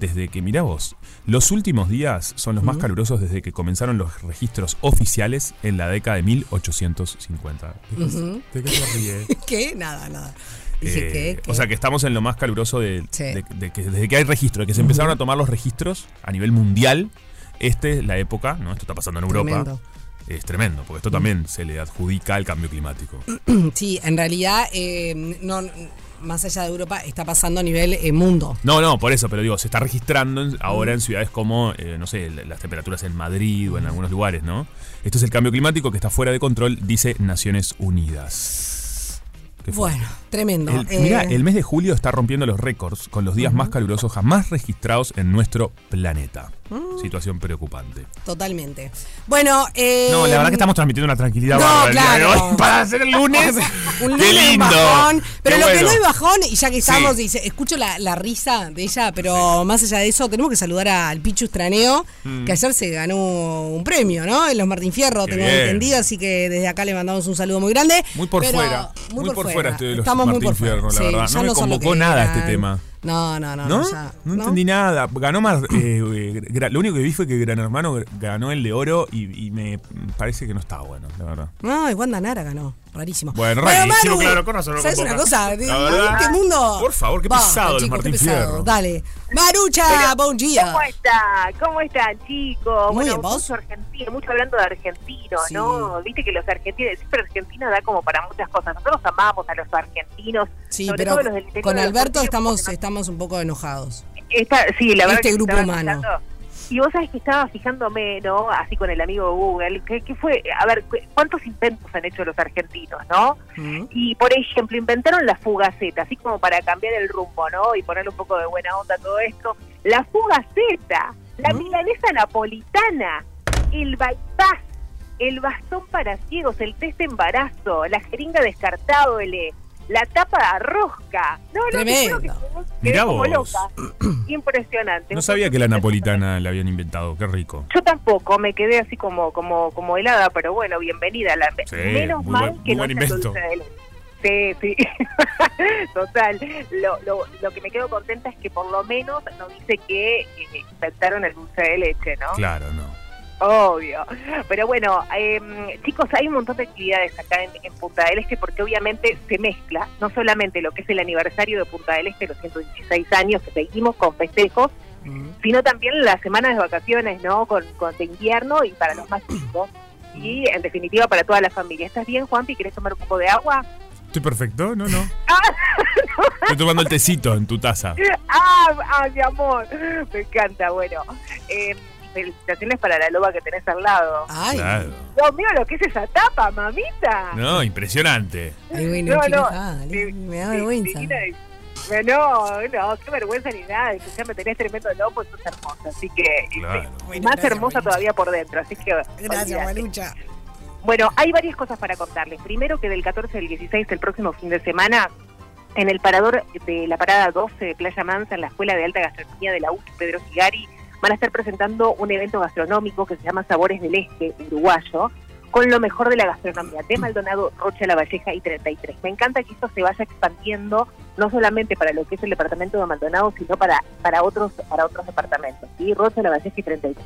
Speaker 5: desde que, mirá vos, los últimos días son los más calurosos desde que comenzaron los registros oficiales en la década de 1850. ¿De qué te ríes?
Speaker 4: ¿Qué? Nada, nada.
Speaker 5: Eh,
Speaker 4: Dije, ¿qué? ¿Qué?
Speaker 5: O sea que estamos en lo más caluroso de,
Speaker 4: Sí.
Speaker 5: de- de que, desde que hay registro, de que se empezaron a tomar los registros a nivel mundial. Esta es la época, ¿no? Esto está pasando en Europa.
Speaker 4: Tremendo.
Speaker 5: Es tremendo, porque esto también se le adjudica al cambio climático.
Speaker 4: Sí, en realidad, eh, no, más allá de Europa, está pasando a nivel eh, mundo.
Speaker 5: No, no, por eso, pero digo, se está registrando en- ahora en ciudades como, eh, no sé, la- las temperaturas en Madrid o en algunos lugares, ¿no? Esto es el cambio climático que está fuera de control, dice Naciones Unidas. Qué fuerte.
Speaker 4: Bueno, tremendo.
Speaker 5: El,
Speaker 4: Eh,
Speaker 5: mirá, el mes de julio está rompiendo los récords con los días más calurosos jamás registrados en nuestro planeta.
Speaker 4: Mm.
Speaker 5: Situación preocupante.
Speaker 4: Totalmente. Bueno, eh,
Speaker 5: No, la verdad que estamos transmitiendo una tranquilidad
Speaker 4: No,
Speaker 5: bárbara el día de
Speaker 4: claro.
Speaker 5: hoy para hacer el lunes.
Speaker 4: Un
Speaker 5: ¡Qué
Speaker 4: lunes
Speaker 5: lindo!
Speaker 4: bajón. Pero
Speaker 5: Qué
Speaker 4: lo que
Speaker 5: bueno.
Speaker 4: no es bajón, y ya que estamos,
Speaker 5: Sí.
Speaker 4: dice, escucho la, la risa de ella, pero más allá de eso, tenemos que saludar al Pichu Straneo, que ayer se ganó un premio, ¿no? En los Martín Fierro,
Speaker 5: Mm. Qué
Speaker 4: tengo
Speaker 5: bien.
Speaker 4: entendido, así que desde acá le mandamos un saludo muy grande.
Speaker 5: Muy por
Speaker 4: Pero
Speaker 5: fuera, muy por fuera estoy de los
Speaker 4: Estamos muy
Speaker 5: Martín
Speaker 4: por fuera.
Speaker 5: Fierro, la
Speaker 4: sí,
Speaker 5: verdad.
Speaker 4: ya
Speaker 5: No me
Speaker 4: son lo
Speaker 5: convocó
Speaker 4: que
Speaker 5: nada
Speaker 4: eran.
Speaker 5: este tema.
Speaker 4: No, no, no.
Speaker 5: ¿No?
Speaker 4: no, ya-
Speaker 5: No
Speaker 4: ¿no?
Speaker 5: entendí nada. Ganó más. eh, eh, gra- lo único que vi fue que Gran Hermano ganó el de oro y, y me parece que no está bueno, la verdad.
Speaker 4: No, y Wanda Nara ganó. Rarísimo.
Speaker 5: Bueno, rarísimo,
Speaker 4: Manu,
Speaker 5: claro, con razón no lo
Speaker 4: ¿Sabes una
Speaker 5: convocan.
Speaker 4: cosa?
Speaker 5: La
Speaker 4: De-
Speaker 5: verdad.
Speaker 4: este mundo.
Speaker 5: Por favor, qué
Speaker 4: Basta,
Speaker 5: pesado el
Speaker 4: chicos,
Speaker 5: Martín
Speaker 4: qué pesado.
Speaker 5: Fierro.
Speaker 4: Dale. Marucha, buen día.
Speaker 8: ¿Cómo está? ¿Cómo está, chicos?
Speaker 4: Muy
Speaker 8: bueno,
Speaker 4: bien, ¿vos?
Speaker 8: mucho argentino, mucho hablando de argentinos,
Speaker 4: Sí.
Speaker 8: ¿no? Viste que los argentinos, siempre Argentina da como para muchas cosas. Nosotros amamos a los argentinos.
Speaker 4: Sí,
Speaker 8: sobre
Speaker 4: pero
Speaker 8: todo los del interior
Speaker 4: con
Speaker 8: de los
Speaker 4: Alberto
Speaker 8: argentinos,
Speaker 4: estamos,
Speaker 8: porque
Speaker 4: estamos un poco enojados.
Speaker 8: nos- está- sí, la verdad
Speaker 4: este
Speaker 8: que
Speaker 4: grupo
Speaker 8: estaba
Speaker 4: humano.
Speaker 8: fijando. Y vos sabés que estaba fijándome, ¿no? Así con el amigo Google, que, que fue, a ver, cu- ¿cuántos inventos han hecho los argentinos, no?
Speaker 4: Mm.
Speaker 8: Y, por ejemplo, inventaron la fugaceta, así como para cambiar el rumbo, ¿no? Y ponerle un poco de buena onda a todo esto. La fugaceta, la milanesa napolitana, el bypass, el bastón para ciegos, el test de embarazo, la jeringa descartable, la tapa de rosca. No, no, te juro que
Speaker 4: Tremendo.
Speaker 8: quedé- quedé
Speaker 5: Mirá
Speaker 8: como
Speaker 5: vos.
Speaker 8: loca. Impresionante.
Speaker 5: No sabía que la napolitana la habían inventado, qué rico.
Speaker 8: Yo tampoco, me quedé así como como como helada, pero bueno, bienvenida. La,
Speaker 5: Sí,
Speaker 8: menos
Speaker 5: muy
Speaker 8: mal
Speaker 5: buen- muy
Speaker 8: que no
Speaker 5: buen
Speaker 8: sea
Speaker 5: invento.
Speaker 8: dulce de leche. Sí, sí. Total. Lo, lo, lo que me quedo contenta es que por lo menos nos dice que eh, inventaron el dulce de leche, ¿no?
Speaker 5: Claro, no.
Speaker 8: Obvio. Pero bueno, eh, chicos, hay un montón de actividades acá en, en Punta del Este porque obviamente se mezcla no solamente lo que es el aniversario de Punta del Este, los 116 años que seguimos con festejos,
Speaker 4: ¿Mm?
Speaker 8: sino también las semanas de vacaciones, ¿no? Con, con de invierno y para los más chicos. Y en definitiva para toda la familia. ¿Estás bien, Juanpi? ¿Querés tomar un poco de agua?
Speaker 5: ¿Estoy perfecto? No, no. Estoy tomando el tecito en tu taza.
Speaker 8: ¡Ah, ah, mi amor! Me encanta, bueno. Eh, felicitaciones para la loba que tenés al lado.
Speaker 4: Ay,
Speaker 5: Claro.
Speaker 8: Dios mío, lo que es esa tapa, mamita.
Speaker 5: No, impresionante.
Speaker 4: ay, bueno,
Speaker 8: No,
Speaker 4: chicos,
Speaker 8: no,
Speaker 4: dale,
Speaker 8: di-
Speaker 4: me da
Speaker 8: di-
Speaker 4: vergüenza.
Speaker 8: divina de- No, no, qué vergüenza ni nada. Escuchame, tenés tremendo lobo, sos hermosa. Así que.
Speaker 5: Claro.
Speaker 8: y
Speaker 4: Bueno,
Speaker 8: Más
Speaker 4: gracias,
Speaker 8: hermosa
Speaker 4: Marucha.
Speaker 8: todavía por dentro, así que.
Speaker 4: Gracias,
Speaker 8: olvidate.
Speaker 4: Marucha.
Speaker 8: Bueno, hay varias cosas para contarles. Primero que del 14 al 16 del próximo fin de semana, en el parador de la parada 12 de Playa Mansa, en la Escuela de Alta Gastronomía de la UCI Pedro Figari, van a estar presentando un evento gastronómico que se llama Sabores del Este Uruguayo, con lo mejor de la gastronomía de Maldonado, Rocha, La Valleja y 33. Me encanta que esto se vaya expandiendo no solamente para lo que es el departamento de Maldonado, sino para, para, otros, para otros departamentos, ¿sí? Rocha, La Valleja y 33.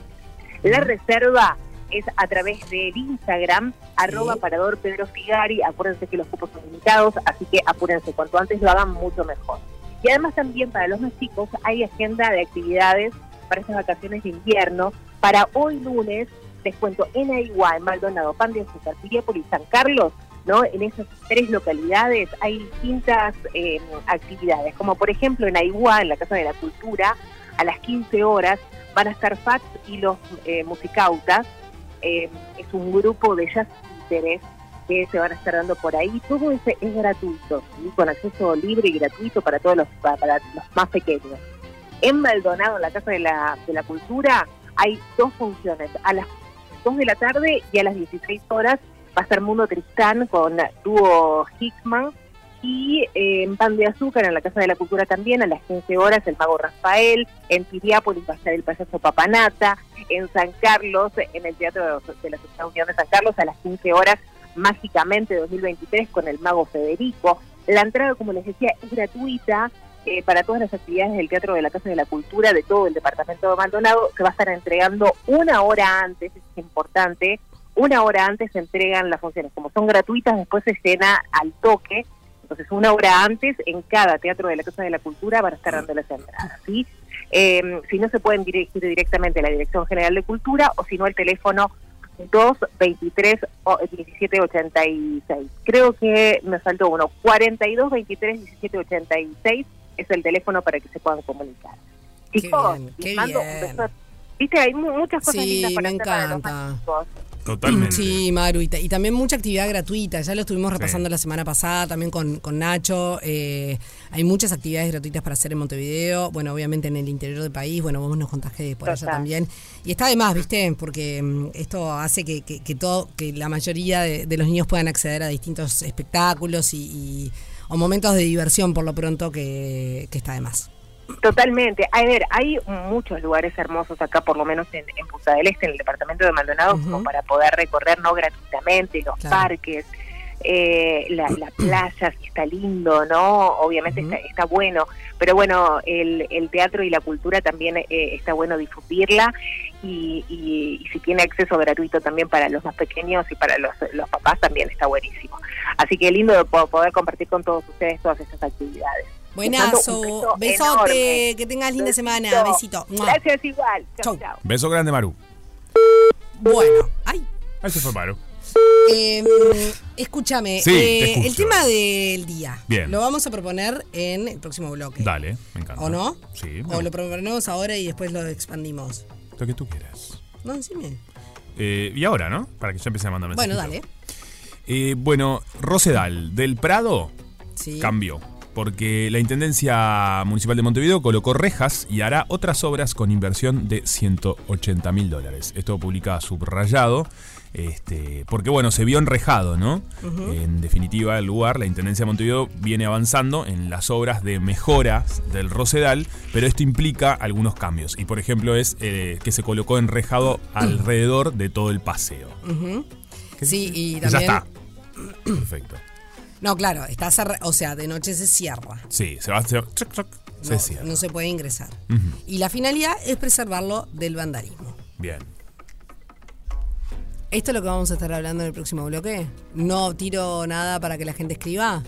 Speaker 8: La reserva es a través del Instagram, arroba parador Pedro Figari. Acuérdense que los cupos son limitados, así que apúrense, cuanto antes lo hagan mucho mejor. Y además también para los más chicos hay agenda de actividades para estas vacaciones de invierno. Para hoy lunes, descuento en Aiguá, en Maldonado, Pan de Azúcar, Piriápolis, San Carlos, ¿no? En esas tres localidades hay distintas eh, actividades, como por ejemplo en Aiguá, en la Casa de la Cultura, a las 15 horas van a estar Fats y los eh, Musicautas. Eh, es un grupo de jazz interés que se van a estar dando por ahí. Todo es, es gratuito, ¿sí? con acceso libre y gratuito para todos los, pa- para, los más pequeños. En Maldonado, en la Casa de la, de la Cultura, hay dos funciones, a las 2 de la tarde y a las 16 horas va a estar Mundo Tristán con dúo Hickman y eh, en Pan de Azúcar, en la Casa de la Cultura también, a las 15 horas, el Mago Rafael, en Piriápolis va a estar el payaso Papanata, en San Carlos, en el Teatro de, los- de la Sociedad Unión de San Carlos, a las 15 horas, mágicamente 2023, con el Mago Federico. La entrada, como les decía, es gratuita eh, para todas las actividades del Teatro de la Casa de la Cultura de todo el Departamento de Maldonado. Se va a estar entregando una hora antes, es importante, una hora antes se entregan las funciones. Como son gratuitas, después se llena al toque. Entonces, una hora antes, en cada teatro de la Casa de la Cultura van a estar dando las entradas, ¿sí? Eh, si no, se pueden dirigir directamente a la Dirección General de Cultura o si no, el teléfono 223-1786. Creo que me faltó uno. 42-23-1786 es el teléfono para que se puedan comunicar.
Speaker 4: Qué
Speaker 8: Chicos,
Speaker 4: bien, qué
Speaker 8: les mando un
Speaker 4: bien.
Speaker 8: beso. Viste, hay mu- muchas cosas
Speaker 4: Sí,
Speaker 8: lindas para
Speaker 4: me
Speaker 8: hacer para los
Speaker 4: encanta.
Speaker 8: más chicos.
Speaker 5: Totalmente.
Speaker 4: Sí, Maru, y, ta- y también mucha actividad gratuita, ya lo estuvimos repasando la semana pasada también con, con Nacho, eh, hay muchas actividades gratuitas para hacer en Montevideo, bueno, obviamente en el interior del país, bueno, vos nos contás que por allá
Speaker 8: Total.
Speaker 4: también, y está de más, ¿viste? Porque mm, esto hace que, que, que todo, que la mayoría de, de los niños puedan acceder a distintos espectáculos y, y- o momentos de diversión por lo pronto que, que está de más.
Speaker 8: Totalmente. A ver, hay muchos lugares hermosos acá, por lo menos en, en Punta del Este, en el departamento de Maldonado, como para poder recorrer no gratuitamente, los
Speaker 4: Claro.
Speaker 8: parques, eh, la, la playa, si está lindo, ¿no? Obviamente está, está bueno, pero bueno, el, el teatro y la cultura también eh, está bueno difundirla y, y- y si tiene acceso gratuito también para los más pequeños y para los, los papás también está buenísimo. Así que lindo de po- poder compartir con todos ustedes todas estas actividades. Les mando un
Speaker 4: Buenazo.
Speaker 8: beso
Speaker 4: Besote.
Speaker 8: enorme.
Speaker 4: Que tengas linda semana.
Speaker 8: Besito.
Speaker 4: Besito. Mua.
Speaker 8: Gracias igual.
Speaker 4: Chau.
Speaker 8: Chau, chau.
Speaker 5: Beso grande, Maru.
Speaker 4: Bueno. Ay.
Speaker 5: Ahí se fue Maru.
Speaker 4: Eh, escúchame,
Speaker 5: Sí, te
Speaker 4: eh,
Speaker 5: escucho.
Speaker 4: el tema del día
Speaker 5: Bien.
Speaker 4: lo vamos a proponer en el próximo bloque.
Speaker 5: Dale, me encanta.
Speaker 4: ¿O no?
Speaker 5: Sí.
Speaker 4: O
Speaker 5: me
Speaker 4: lo
Speaker 5: gusta.
Speaker 4: proponemos ahora y después lo expandimos.
Speaker 5: Lo que tú quieras.
Speaker 4: No, decime.
Speaker 5: Eh, y ahora, ¿no? Para que ya empiece a mandar
Speaker 4: Bueno,
Speaker 5: mensajes.
Speaker 4: dale.
Speaker 5: Eh, bueno, Rosedal, del Prado,
Speaker 4: Sí.
Speaker 5: cambió. Porque la Intendencia Municipal de Montevideo colocó rejas y hará otras obras con inversión de 180 mil dólares. Esto publica subrayado. Este, porque bueno, se vio enrejado, ¿no? En definitiva, el lugar, la Intendencia de Montevideo viene avanzando en las obras de mejoras del Rosedal, pero esto implica algunos cambios. Y por ejemplo es eh, que se colocó enrejado alrededor de todo el paseo.
Speaker 4: Sí, y
Speaker 5: Ya
Speaker 4: también.
Speaker 5: está. Perfecto.
Speaker 4: No, claro, está cerra- o sea, de noche se cierra.
Speaker 5: Sí, se va, se va- choc, choc, se
Speaker 4: no,
Speaker 5: cierra.
Speaker 4: no se puede ingresar.
Speaker 5: Ujú.
Speaker 4: Y la finalidad es preservarlo del vandalismo.
Speaker 5: Bien.
Speaker 4: ¿Esto es lo que vamos a estar hablando en el próximo bloque? ¿No tiro nada para que la gente escriba?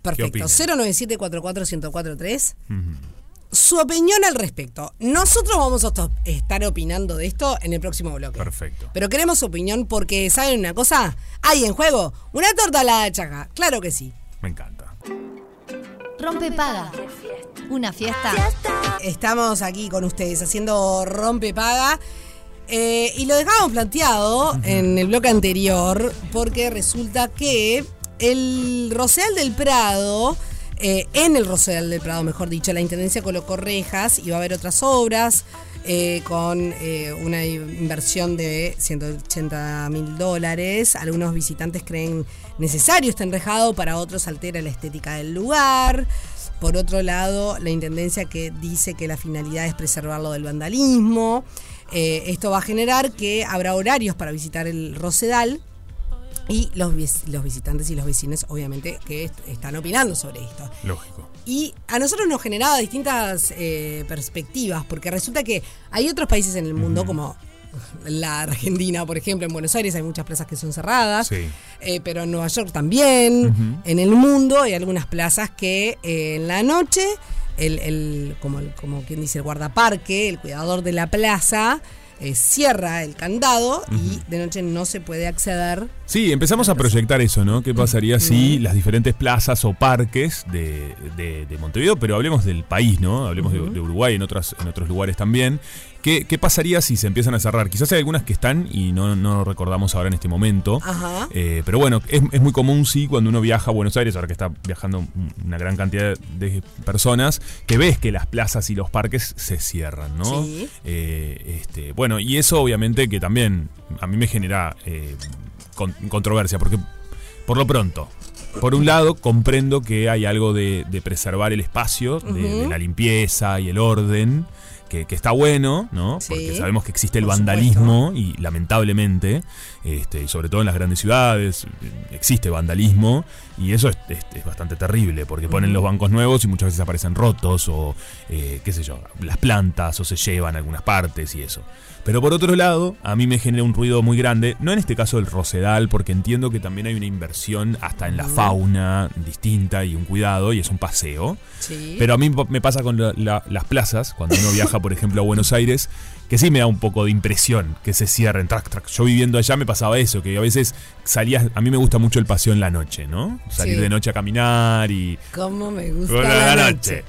Speaker 4: Perfecto.
Speaker 5: opina?
Speaker 4: 097-44-1043. Su opinión al respecto. Nosotros vamos a to- estar opinando de esto en el próximo bloque.
Speaker 5: Perfecto.
Speaker 4: Pero queremos su opinión porque, ¿saben una cosa? Hay en juego una torta a la chaca. Claro que sí.
Speaker 5: Me encanta.
Speaker 1: Rompe paga. Una fiesta.
Speaker 4: Estamos aquí con ustedes haciendo rompe paga. Eh, y lo dejamos planteado en el bloque anterior porque resulta que el Rosedal del Prado, eh, en el Rosedal del Prado, mejor dicho, la Intendencia colocó rejas y va a haber otras obras eh, con eh, una inversión de 180 mil dólares. Algunos visitantes creen necesario este enrejado, para otros altera la estética del lugar. Por otro lado, la Intendencia que dice que la finalidad es preservarlo del vandalismo. Eh, esto va a generar que habrá horarios para visitar el Rosedal y los, vis- los visitantes y los vecinos obviamente que est- están opinando sobre esto.
Speaker 5: Lógico.
Speaker 4: Y a nosotros nos generaba distintas eh, perspectivas, porque resulta que hay otros países en el mundo, como la Argentina, por ejemplo, en Buenos Aires hay muchas plazas que son cerradas,
Speaker 5: Sí.
Speaker 4: eh, pero en Nueva York también, en el mundo hay algunas plazas que eh, en la noche, el, el- como, el- como quien dice, el guardaparque, el cuidador de la plaza, eh, cierra el candado y de noche no se puede acceder.
Speaker 5: Sí, empezamos a proyectar eso, ¿no? ¿Qué pasaría si las diferentes plazas o parques de, de- de Montevideo, pero hablemos del país, ¿no? Hablemos de- de, Uruguay en, otras, en otros lugares también. ¿Qué, qué pasaría si se empiezan a cerrar? Quizás hay algunas que están y no, no recordamos ahora en este momento.
Speaker 4: Ajá.
Speaker 5: Eh, pero bueno, es, es muy común, sí, cuando uno viaja a Buenos Aires, ahora que está viajando una gran cantidad de personas, que ves que las plazas y los parques se cierran, ¿no?
Speaker 4: Sí.
Speaker 5: Eh, este, bueno, y eso obviamente que también a mí me genera eh, con- controversia, porque por lo pronto, por un lado comprendo que hay algo de, de preservar el espacio, de, de la limpieza y el orden, que, que está bueno, ¿no?
Speaker 4: Sí.
Speaker 5: Porque sabemos que existe el
Speaker 4: Por supuesto.
Speaker 5: vandalismo y lamentablemente, este, y sobre todo en las grandes ciudades, eh, existe vandalismo y eso es, es- es bastante terrible porque ponen los bancos nuevos y muchas veces aparecen rotos o eh, qué sé yo, las plantas o se llevan a algunas partes y eso. Pero por otro lado, a mí me genera un ruido muy grande, no en este caso el rosedal, porque entiendo que también hay una inversión hasta en
Speaker 4: Mm.
Speaker 5: la fauna distinta y un cuidado y es un paseo.
Speaker 4: Sí.
Speaker 5: Pero a mí po- me pasa con la- la- las plazas, cuando uno viaja, por ejemplo, a Buenos Aires, que sí me da un poco de impresión que se cierren. Trac, trac. Yo viviendo allá me pasaba eso, que a veces salías. A mí me gusta mucho el paseo en la noche, ¿no? Salir
Speaker 4: Sí.
Speaker 5: de noche a caminar y.
Speaker 4: ¿Cómo me gusta
Speaker 5: Hola,
Speaker 4: la, noche?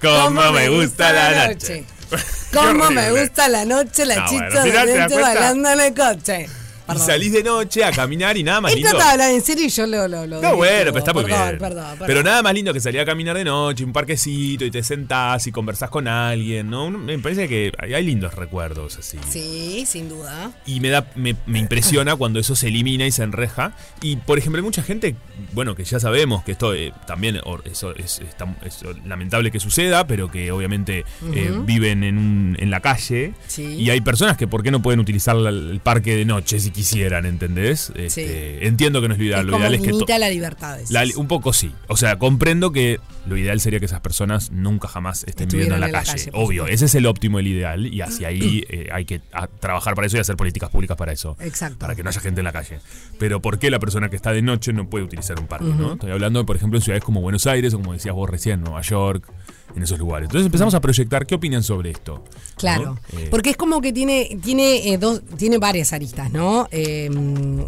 Speaker 5: ¿Cómo me gusta la noche?
Speaker 4: ¿Cómo
Speaker 5: Qué
Speaker 4: me
Speaker 5: horrible.
Speaker 4: gusta la noche la
Speaker 5: Ah, bueno,
Speaker 4: chicha
Speaker 5: si no
Speaker 4: de
Speaker 5: te das
Speaker 4: dentro
Speaker 5: cuenta.
Speaker 4: bailando en el coche?
Speaker 5: Y
Speaker 4: Perdón.
Speaker 5: salís de noche a caminar y nada más
Speaker 4: Él
Speaker 5: lindo.
Speaker 4: trata de hablar en serio y yo lo... lo, lo
Speaker 5: No, bueno,
Speaker 4: dirijo.
Speaker 5: pero está muy
Speaker 4: Perdón,
Speaker 5: bien.
Speaker 4: Perdón, perdón.
Speaker 5: Pero nada más lindo que salir a caminar de noche, un parquecito y te sentás y conversás con alguien, ¿no? Uno- Me parece que hay hay lindos recuerdos así.
Speaker 4: Sí, sin duda.
Speaker 5: Y me, da, me, me impresiona cuando eso se elimina y se enreja. Y, por ejemplo, hay mucha gente, bueno, que ya sabemos que esto eh, también o- eso es, está- es lamentable que suceda, pero que obviamente eh, viven en, un- en la calle.
Speaker 4: Sí.
Speaker 5: Y hay personas que, ¿por qué no pueden utilizar la- el parque de noche si quisieran, ¿entendés? Este, Entiendo que no es lo
Speaker 4: Es
Speaker 5: ideal. Lo
Speaker 4: como
Speaker 5: ideal es que. to-
Speaker 4: limita la libertad. decís.
Speaker 5: la- un poco sí. O sea, comprendo que lo ideal sería que esas personas nunca jamás estén viviendo en la, calle.
Speaker 4: por
Speaker 5: Obvio,
Speaker 4: supuesto. Mm.
Speaker 5: ese es el óptimo, el ideal. Y hacia ahí eh, hay que a- trabajar para eso y hacer políticas públicas para eso.
Speaker 4: Exacto.
Speaker 5: Para que no haya gente en la calle. Pero ¿por qué la persona que está de noche no puede utilizar un parque? ¿no?
Speaker 4: Ujú.
Speaker 5: Estoy hablando, por ejemplo, en ciudades como Buenos Aires o como decías vos recién, Nueva York, en esos lugares. Entonces empezamos a proyectar qué opinan sobre esto.
Speaker 4: Claro,
Speaker 5: ¿no? Eh,
Speaker 4: porque es como que tiene tiene eh, dos tiene varias aristas, ¿no? Eh, en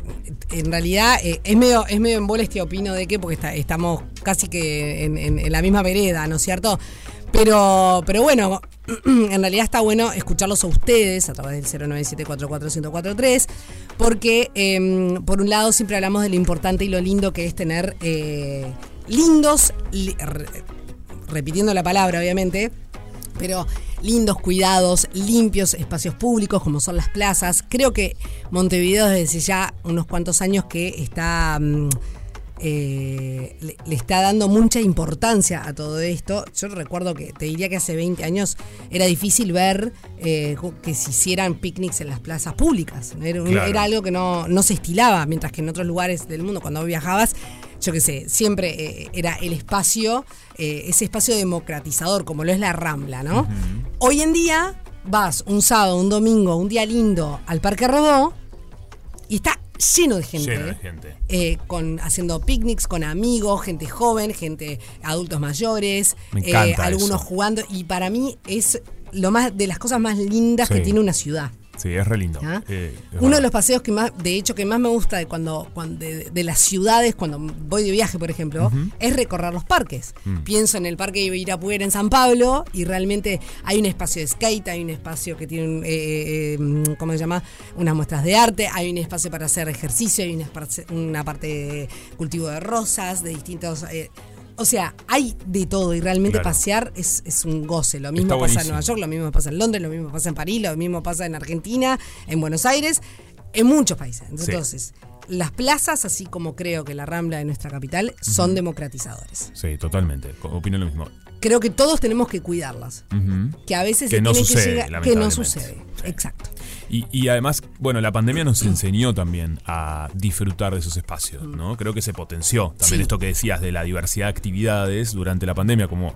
Speaker 4: realidad eh, es medio es medio en bola este opino de que porque está- estamos casi que en, en- en la misma vereda, ¿no es cierto? Pero pero bueno, en realidad está bueno escucharlos a ustedes a través del 097441043 porque eh, por un lado siempre hablamos de lo importante y lo lindo que es tener eh, lindos li- re- repitiendo la palabra obviamente pero lindos cuidados, limpios espacios públicos como son las plazas. Creo que Montevideo desde ya unos cuantos años que está... mm, eh, le, le está dando mucha importancia a todo esto. Yo recuerdo que te diría que hace 20 años era difícil ver eh, ju- que se hicieran picnics en las plazas públicas. Era, un-
Speaker 5: Claro.
Speaker 4: era algo que no, no se estilaba, mientras que en otros lugares del mundo, cuando viajabas, yo qué sé, siempre eh, era el espacio, eh, ese espacio democratizador, como lo es la Rambla, ¿no? Hoy en día vas un sábado, un domingo, un día lindo al Parque Rodó y está lleno de gente.
Speaker 5: lleno de
Speaker 4: ¿eh?
Speaker 5: gente.
Speaker 4: eh, con, haciendo picnics con amigos, gente joven, gente adultos mayores, eh,
Speaker 5: Me encanta
Speaker 4: algunos
Speaker 5: eso.
Speaker 4: jugando. Y para mí es lo más de las cosas más lindas que
Speaker 5: Sí.
Speaker 4: tiene una ciudad.
Speaker 5: Sí, es re lindo.
Speaker 4: ¿Ah?
Speaker 5: Eh, es
Speaker 4: Uno de
Speaker 5: verdad.
Speaker 4: los paseos que más, de hecho, que más me gusta de cuando, cuando- de, de las ciudades, cuando voy de viaje, por ejemplo, es recorrer los parques.
Speaker 5: Mm.
Speaker 4: Pienso en el parque de Ibirapuera en San Pablo y realmente hay un espacio de skate, hay un espacio que tiene, un, eh, eh, mm, ¿cómo se llama? Unas muestras de arte, hay un espacio para hacer ejercicio, hay una, esparce- una parte de cultivo de rosas, de distintos. eh, o sea, hay de todo y realmente
Speaker 5: Claro.
Speaker 4: pasear es, es un goce. Lo mismo
Speaker 5: Está
Speaker 4: pasa en
Speaker 5: buenísimo.
Speaker 4: Nueva York, lo mismo pasa en Londres, lo mismo pasa en París, lo mismo pasa en Argentina, en Buenos Aires, en muchos países. Entonces, las plazas, así como creo que la Rambla de nuestra capital, son democratizadores.
Speaker 5: Sí, totalmente. Co- Opino lo mismo.
Speaker 4: Creo que todos tenemos que cuidarlas.
Speaker 5: Ujú.
Speaker 4: Que a veces
Speaker 5: Que
Speaker 4: se
Speaker 5: no
Speaker 4: tiene
Speaker 5: sucede,
Speaker 4: que llegar- que no
Speaker 5: lamentablemente.
Speaker 4: sucede. Exacto.
Speaker 5: Y, y además, bueno, la pandemia nos enseñó también a disfrutar de esos espacios, ¿no? Creo que se potenció también
Speaker 4: Sí.
Speaker 5: esto que decías de la diversidad de actividades durante la pandemia, como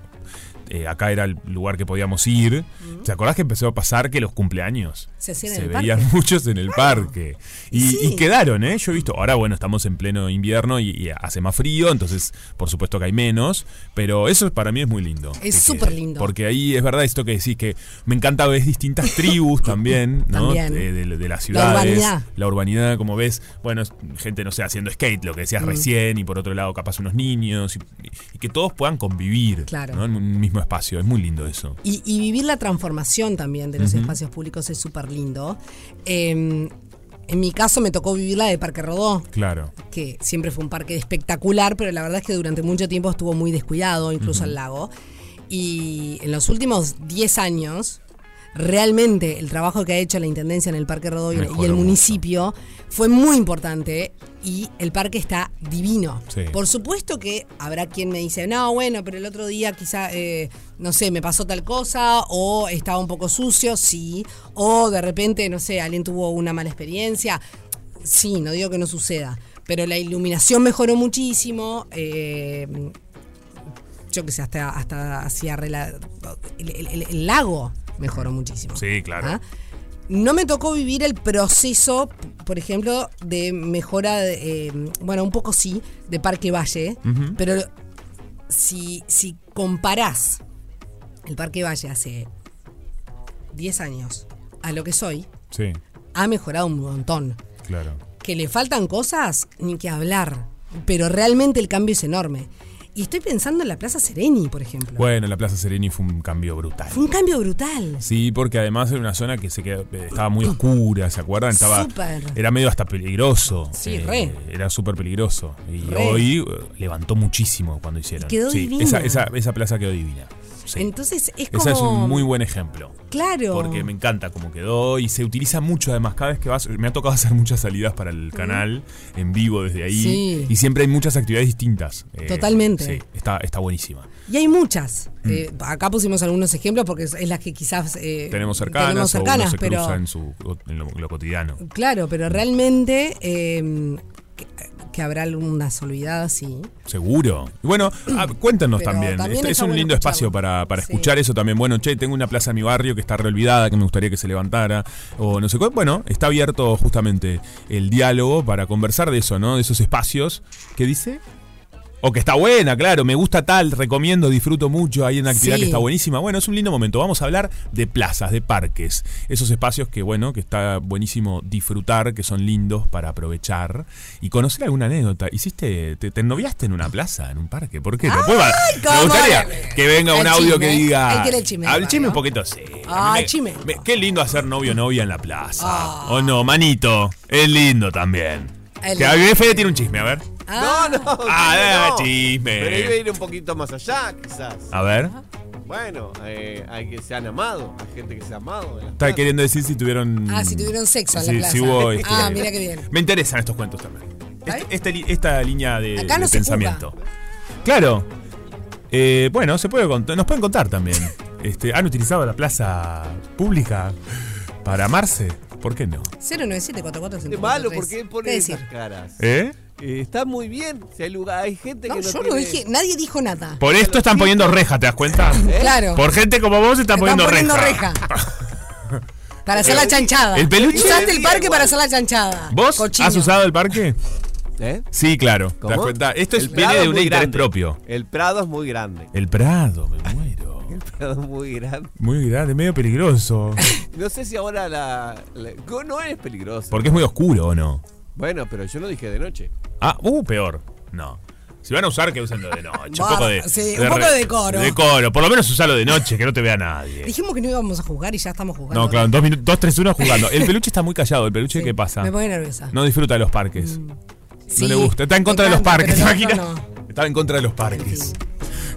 Speaker 5: eh, acá era el lugar que podíamos ir. ¿Te acordás que empezó a pasar que los cumpleaños
Speaker 4: Se hacían en
Speaker 5: se
Speaker 4: el
Speaker 5: veían
Speaker 4: parque?
Speaker 5: muchos en el parque? Y,
Speaker 4: Sí.
Speaker 5: y quedaron, ¿eh? Yo he visto, ahora bueno, estamos en pleno invierno y, y hace más frío, entonces por supuesto que hay menos, pero eso para mí es muy lindo. que quede,
Speaker 4: súper lindo.
Speaker 5: Porque ahí es verdad esto que decís, que me encanta ver distintas tribus también, ¿no? Eh,
Speaker 4: También.
Speaker 5: De, de- de las ciudades.
Speaker 4: urbanidad.
Speaker 5: La urbanidad, como ves, bueno, es gente, no sé, haciendo skate, lo que
Speaker 4: Mm.
Speaker 5: decías recién, y por otro lado, capaz unos niños, y, y que todos puedan convivir
Speaker 4: Claro.
Speaker 5: ¿no? en un mismo espacio. Es muy lindo eso.
Speaker 4: Y, y vivir la transformación también de los espacios públicos es súper lindo. Eh, en mi caso me tocó vivir la de Parque Rodó,
Speaker 5: Claro.
Speaker 4: que siempre fue un parque espectacular, pero la verdad es que durante mucho tiempo estuvo muy descuidado, incluso el lago. Y en los últimos 10 años, realmente el trabajo que ha hecho la Intendencia en el Parque Rodó y- y
Speaker 5: Mejoró
Speaker 4: el
Speaker 5: mucho.
Speaker 4: municipio fue muy importante y el parque está divino.
Speaker 5: Sí.
Speaker 4: Por supuesto que habrá quien me dice, no, bueno, pero el otro día quizá, eh, no sé, me pasó tal cosa o estaba un poco sucio, sí, o de repente, no sé, alguien tuvo una mala experiencia. Sí, no digo que no suceda, pero la iluminación mejoró muchísimo. eh, yo que sé, hasta, hasta hacia rela- el, el- el- el lago mejoró muchísimo.
Speaker 5: Sí, claro.
Speaker 4: ¿Ah? No me tocó vivir el proceso, p- por ejemplo, de mejora, de, eh, bueno, un poco sí, de Parque Valle, pero si, si comparás el Parque Valle hace 10 años a lo que soy,
Speaker 5: Sí,
Speaker 4: ha mejorado un montón.
Speaker 5: claro.
Speaker 4: Que le faltan cosas, ni que hablar, pero realmente el cambio es enorme. Y estoy pensando en la Plaza Sereni, por ejemplo.
Speaker 5: Bueno, la Plaza Sereni fue un cambio brutal.
Speaker 4: Fue un cambio brutal.
Speaker 5: Sí, porque además era una zona que se quedó- eh, estaba muy oscura, ¿se acuerdan? Estaba,
Speaker 4: Súper.
Speaker 5: Era medio hasta peligroso. Eh,
Speaker 4: Sí, re.
Speaker 5: Era súper peligroso. Y
Speaker 4: Re.
Speaker 5: hoy eh, levantó muchísimo cuando hicieron.
Speaker 4: Y quedó
Speaker 5: Sí,
Speaker 4: divina.
Speaker 5: Esa, esa- esa plaza quedó divina. Sí.
Speaker 4: Entonces es como.
Speaker 5: Ese es un muy buen ejemplo.
Speaker 4: Claro.
Speaker 5: Porque me encanta cómo quedó y se utiliza mucho además. Cada vez que vas, me ha tocado hacer muchas salidas para el canal en vivo desde ahí.
Speaker 4: Mm. Sí.
Speaker 5: Y siempre hay muchas actividades distintas. Eh,
Speaker 4: Totalmente.
Speaker 5: Sí, está, está buenísima.
Speaker 4: Y hay muchas. Eh, acá pusimos algunos ejemplos porque es, es las que quizás. eh,
Speaker 5: Tenemos cercanas,
Speaker 4: tenemos
Speaker 5: o uno
Speaker 4: cercanas,
Speaker 5: se
Speaker 4: pero.
Speaker 5: cruza en, su, en lo, lo cotidiano.
Speaker 4: Claro, pero realmente. eh, que, que habrá algunas olvidadas, sí.
Speaker 5: Seguro. Y bueno, ah, cuéntanos
Speaker 4: Pero
Speaker 5: también.
Speaker 4: también
Speaker 5: Este es
Speaker 4: está
Speaker 5: un
Speaker 4: bueno
Speaker 5: lindo espacio
Speaker 4: escucharlo.
Speaker 5: para, para
Speaker 4: Sí.
Speaker 5: escuchar eso también. Bueno, che, tengo una plaza en mi barrio que está reolvidada, que me gustaría que se levantara. O no sé cuál. Bueno, está abierto justamente el diálogo para conversar de eso, ¿no? De esos espacios. ¿Qué dice? O que está buena, claro, me gusta tal, recomiendo, disfruto mucho, hay una actividad
Speaker 4: Sí.
Speaker 5: que está buenísima. Bueno, es un lindo momento. Vamos a hablar de plazas, de parques, esos espacios que, bueno, que está buenísimo disfrutar, que son lindos para aprovechar y conocer alguna anécdota. ¿Hiciste, te, te noviaste en una plaza, en un parque? ¿Por qué? Después va-
Speaker 4: cómo
Speaker 5: me gustaría
Speaker 4: no.
Speaker 5: que venga un
Speaker 4: El
Speaker 5: audio
Speaker 4: chisme,
Speaker 5: que diga.
Speaker 4: hay que ir al chisme,
Speaker 5: Al
Speaker 4: ¿no?
Speaker 5: chisme un poquito, sí.
Speaker 4: Ah,
Speaker 5: Eh, A mí me-
Speaker 4: chisme.
Speaker 5: me- qué lindo hacer novio o novia en la plaza. ¿O no, manito? Es lindo también.
Speaker 4: Es
Speaker 5: Que a
Speaker 4: lindo.
Speaker 5: mí Fede tiene un chisme, a ver.
Speaker 4: Ah,
Speaker 6: no, no.
Speaker 5: Ah,
Speaker 6: no.
Speaker 5: chisme.
Speaker 6: Pero iba a ir un poquito más allá, quizás.
Speaker 5: A ver.
Speaker 6: Bueno, eh, hay que se han amado, hay gente que se ha amado. en las
Speaker 5: Estaba
Speaker 6: plazas.
Speaker 5: queriendo decir si tuvieron.
Speaker 4: Ah, si tuvieron sexo en la
Speaker 5: Sí,
Speaker 4: plaza.
Speaker 5: si hubo, este,
Speaker 4: Ah, mira qué bien.
Speaker 5: Me interesan estos cuentos también.
Speaker 4: ¿Está
Speaker 5: Este- esta li- esta línea de,
Speaker 4: Acá
Speaker 5: de
Speaker 4: no se
Speaker 5: pensamiento. Claro. Eh, bueno, se puede cont- nos pueden contar también. Este, ¿Han utilizado la plaza pública para amarse? ¿Por qué no?
Speaker 4: 097
Speaker 6: Es malo, porque él pone esas caras.
Speaker 5: ¿Eh?
Speaker 6: Eh,
Speaker 4: Este,
Speaker 6: está muy bien. Si hay, lugar, hay gente
Speaker 4: No,
Speaker 6: que no
Speaker 4: yo no
Speaker 6: tiene-
Speaker 4: dije, nadie dijo nada.
Speaker 5: Por esto están poniendo reja, ¿te das cuenta?
Speaker 4: Claro.
Speaker 5: Por gente como vos están
Speaker 4: Están
Speaker 5: poniendo,
Speaker 4: poniendo
Speaker 5: reja.
Speaker 4: Para hacer la chanchada.
Speaker 5: El peluche-
Speaker 4: Usaste el parque para hacer la chanchada.
Speaker 5: ¿Vos
Speaker 4: Cochino.
Speaker 5: has usado el parque?
Speaker 6: ¿Eh?
Speaker 5: Sí, claro. ¿Te das
Speaker 6: ¿Cómo?
Speaker 5: cuenta? Esto es-
Speaker 6: El
Speaker 5: viene
Speaker 6: Prado
Speaker 5: de
Speaker 6: es
Speaker 5: un
Speaker 6: muy
Speaker 5: interés
Speaker 6: grande.
Speaker 5: propio.
Speaker 6: El Prado es muy grande.
Speaker 5: El Prado, me muero.
Speaker 6: El Prado es muy grande.
Speaker 5: Muy grande, medio peligroso.
Speaker 6: No sé si ahora la. la- no, no es peligroso.
Speaker 5: Porque es muy oscuro o no.
Speaker 6: Bueno, pero yo lo dije de noche.
Speaker 5: Ah, uh, peor. No. Si van a usar, que usen lo de noche. un
Speaker 4: Barra,
Speaker 5: poco de.
Speaker 4: sí, un poco de decoro.
Speaker 5: Decoro. Por lo menos usalo de noche, que no te vea nadie.
Speaker 4: Dijimos que no íbamos a jugar y ya estamos jugando.
Speaker 5: No, claro, en dos, minu- dos, tres, uno jugando. El peluche está muy callado. ¿El peluche qué pasa?
Speaker 4: Me pone nerviosa. Mm.
Speaker 5: No disfruta de los parques.
Speaker 4: Sí,
Speaker 5: no le gusta. Está en
Speaker 4: me
Speaker 5: contra de los
Speaker 4: encanta,
Speaker 5: parques, ¿te
Speaker 4: pero
Speaker 5: imaginas?
Speaker 4: no,
Speaker 5: Estaba en contra de los parques.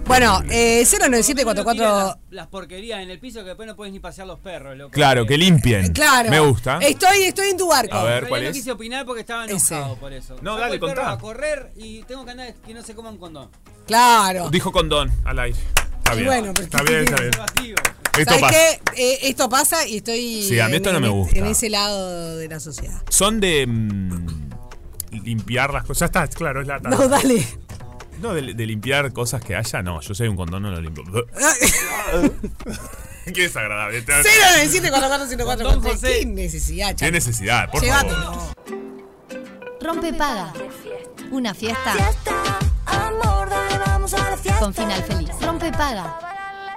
Speaker 4: Bueno, eh, 097
Speaker 9: Uno tira
Speaker 4: 44
Speaker 9: la- Las porquerías en el piso que después no puedes ni pasear los perros, loco.
Speaker 5: Claro, que limpien.
Speaker 4: Eh, Claro.
Speaker 5: Me gusta.
Speaker 4: Estoy, estoy en tu barco.
Speaker 5: A ver,
Speaker 9: Pero
Speaker 5: ¿cuál
Speaker 9: yo no
Speaker 5: es?
Speaker 9: quise opinar porque estaba
Speaker 4: Ese.
Speaker 9: enojado por eso.
Speaker 5: No,
Speaker 9: Saco
Speaker 5: dale,
Speaker 9: el perro
Speaker 5: contá.
Speaker 9: a correr y tengo que andar que no se coma un condón.
Speaker 4: Claro.
Speaker 5: Dijo condón al aire. Está
Speaker 4: Y
Speaker 5: bien.
Speaker 4: bueno, pero
Speaker 5: está
Speaker 4: ¿qué
Speaker 5: bien,
Speaker 4: tiene?
Speaker 5: está bien.
Speaker 9: Lo activo.
Speaker 5: Esto
Speaker 4: ¿Sabes
Speaker 5: pasa.
Speaker 4: qué? Eh, esto pasa y estoy.
Speaker 5: Sí, a mí esto
Speaker 4: en-
Speaker 5: no me
Speaker 4: en-
Speaker 5: gusta.
Speaker 4: En ese lado de la sociedad.
Speaker 5: Son de mm, limpiar las cosas. Ya está, claro, es la
Speaker 4: No, dale.
Speaker 5: No, de, de limpiar cosas que haya, no. Yo soy un condón, no lo limpio. Qué desagradable.
Speaker 4: 097 44
Speaker 9: Don
Speaker 4: 104
Speaker 9: José.
Speaker 4: Qué necesidad,
Speaker 5: Qué
Speaker 4: chaval.
Speaker 5: necesidad, por favor.
Speaker 4: Llévatelo.
Speaker 1: Rompe paga. Una fiesta
Speaker 10: Fiesta, amor, dale, vamos a la fiesta.
Speaker 1: con final feliz. Rompe paga.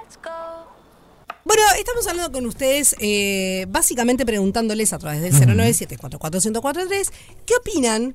Speaker 10: Let's go.
Speaker 4: Bueno, estamos hablando con ustedes, eh, básicamente preguntándoles a través del 097 44143 qué opinan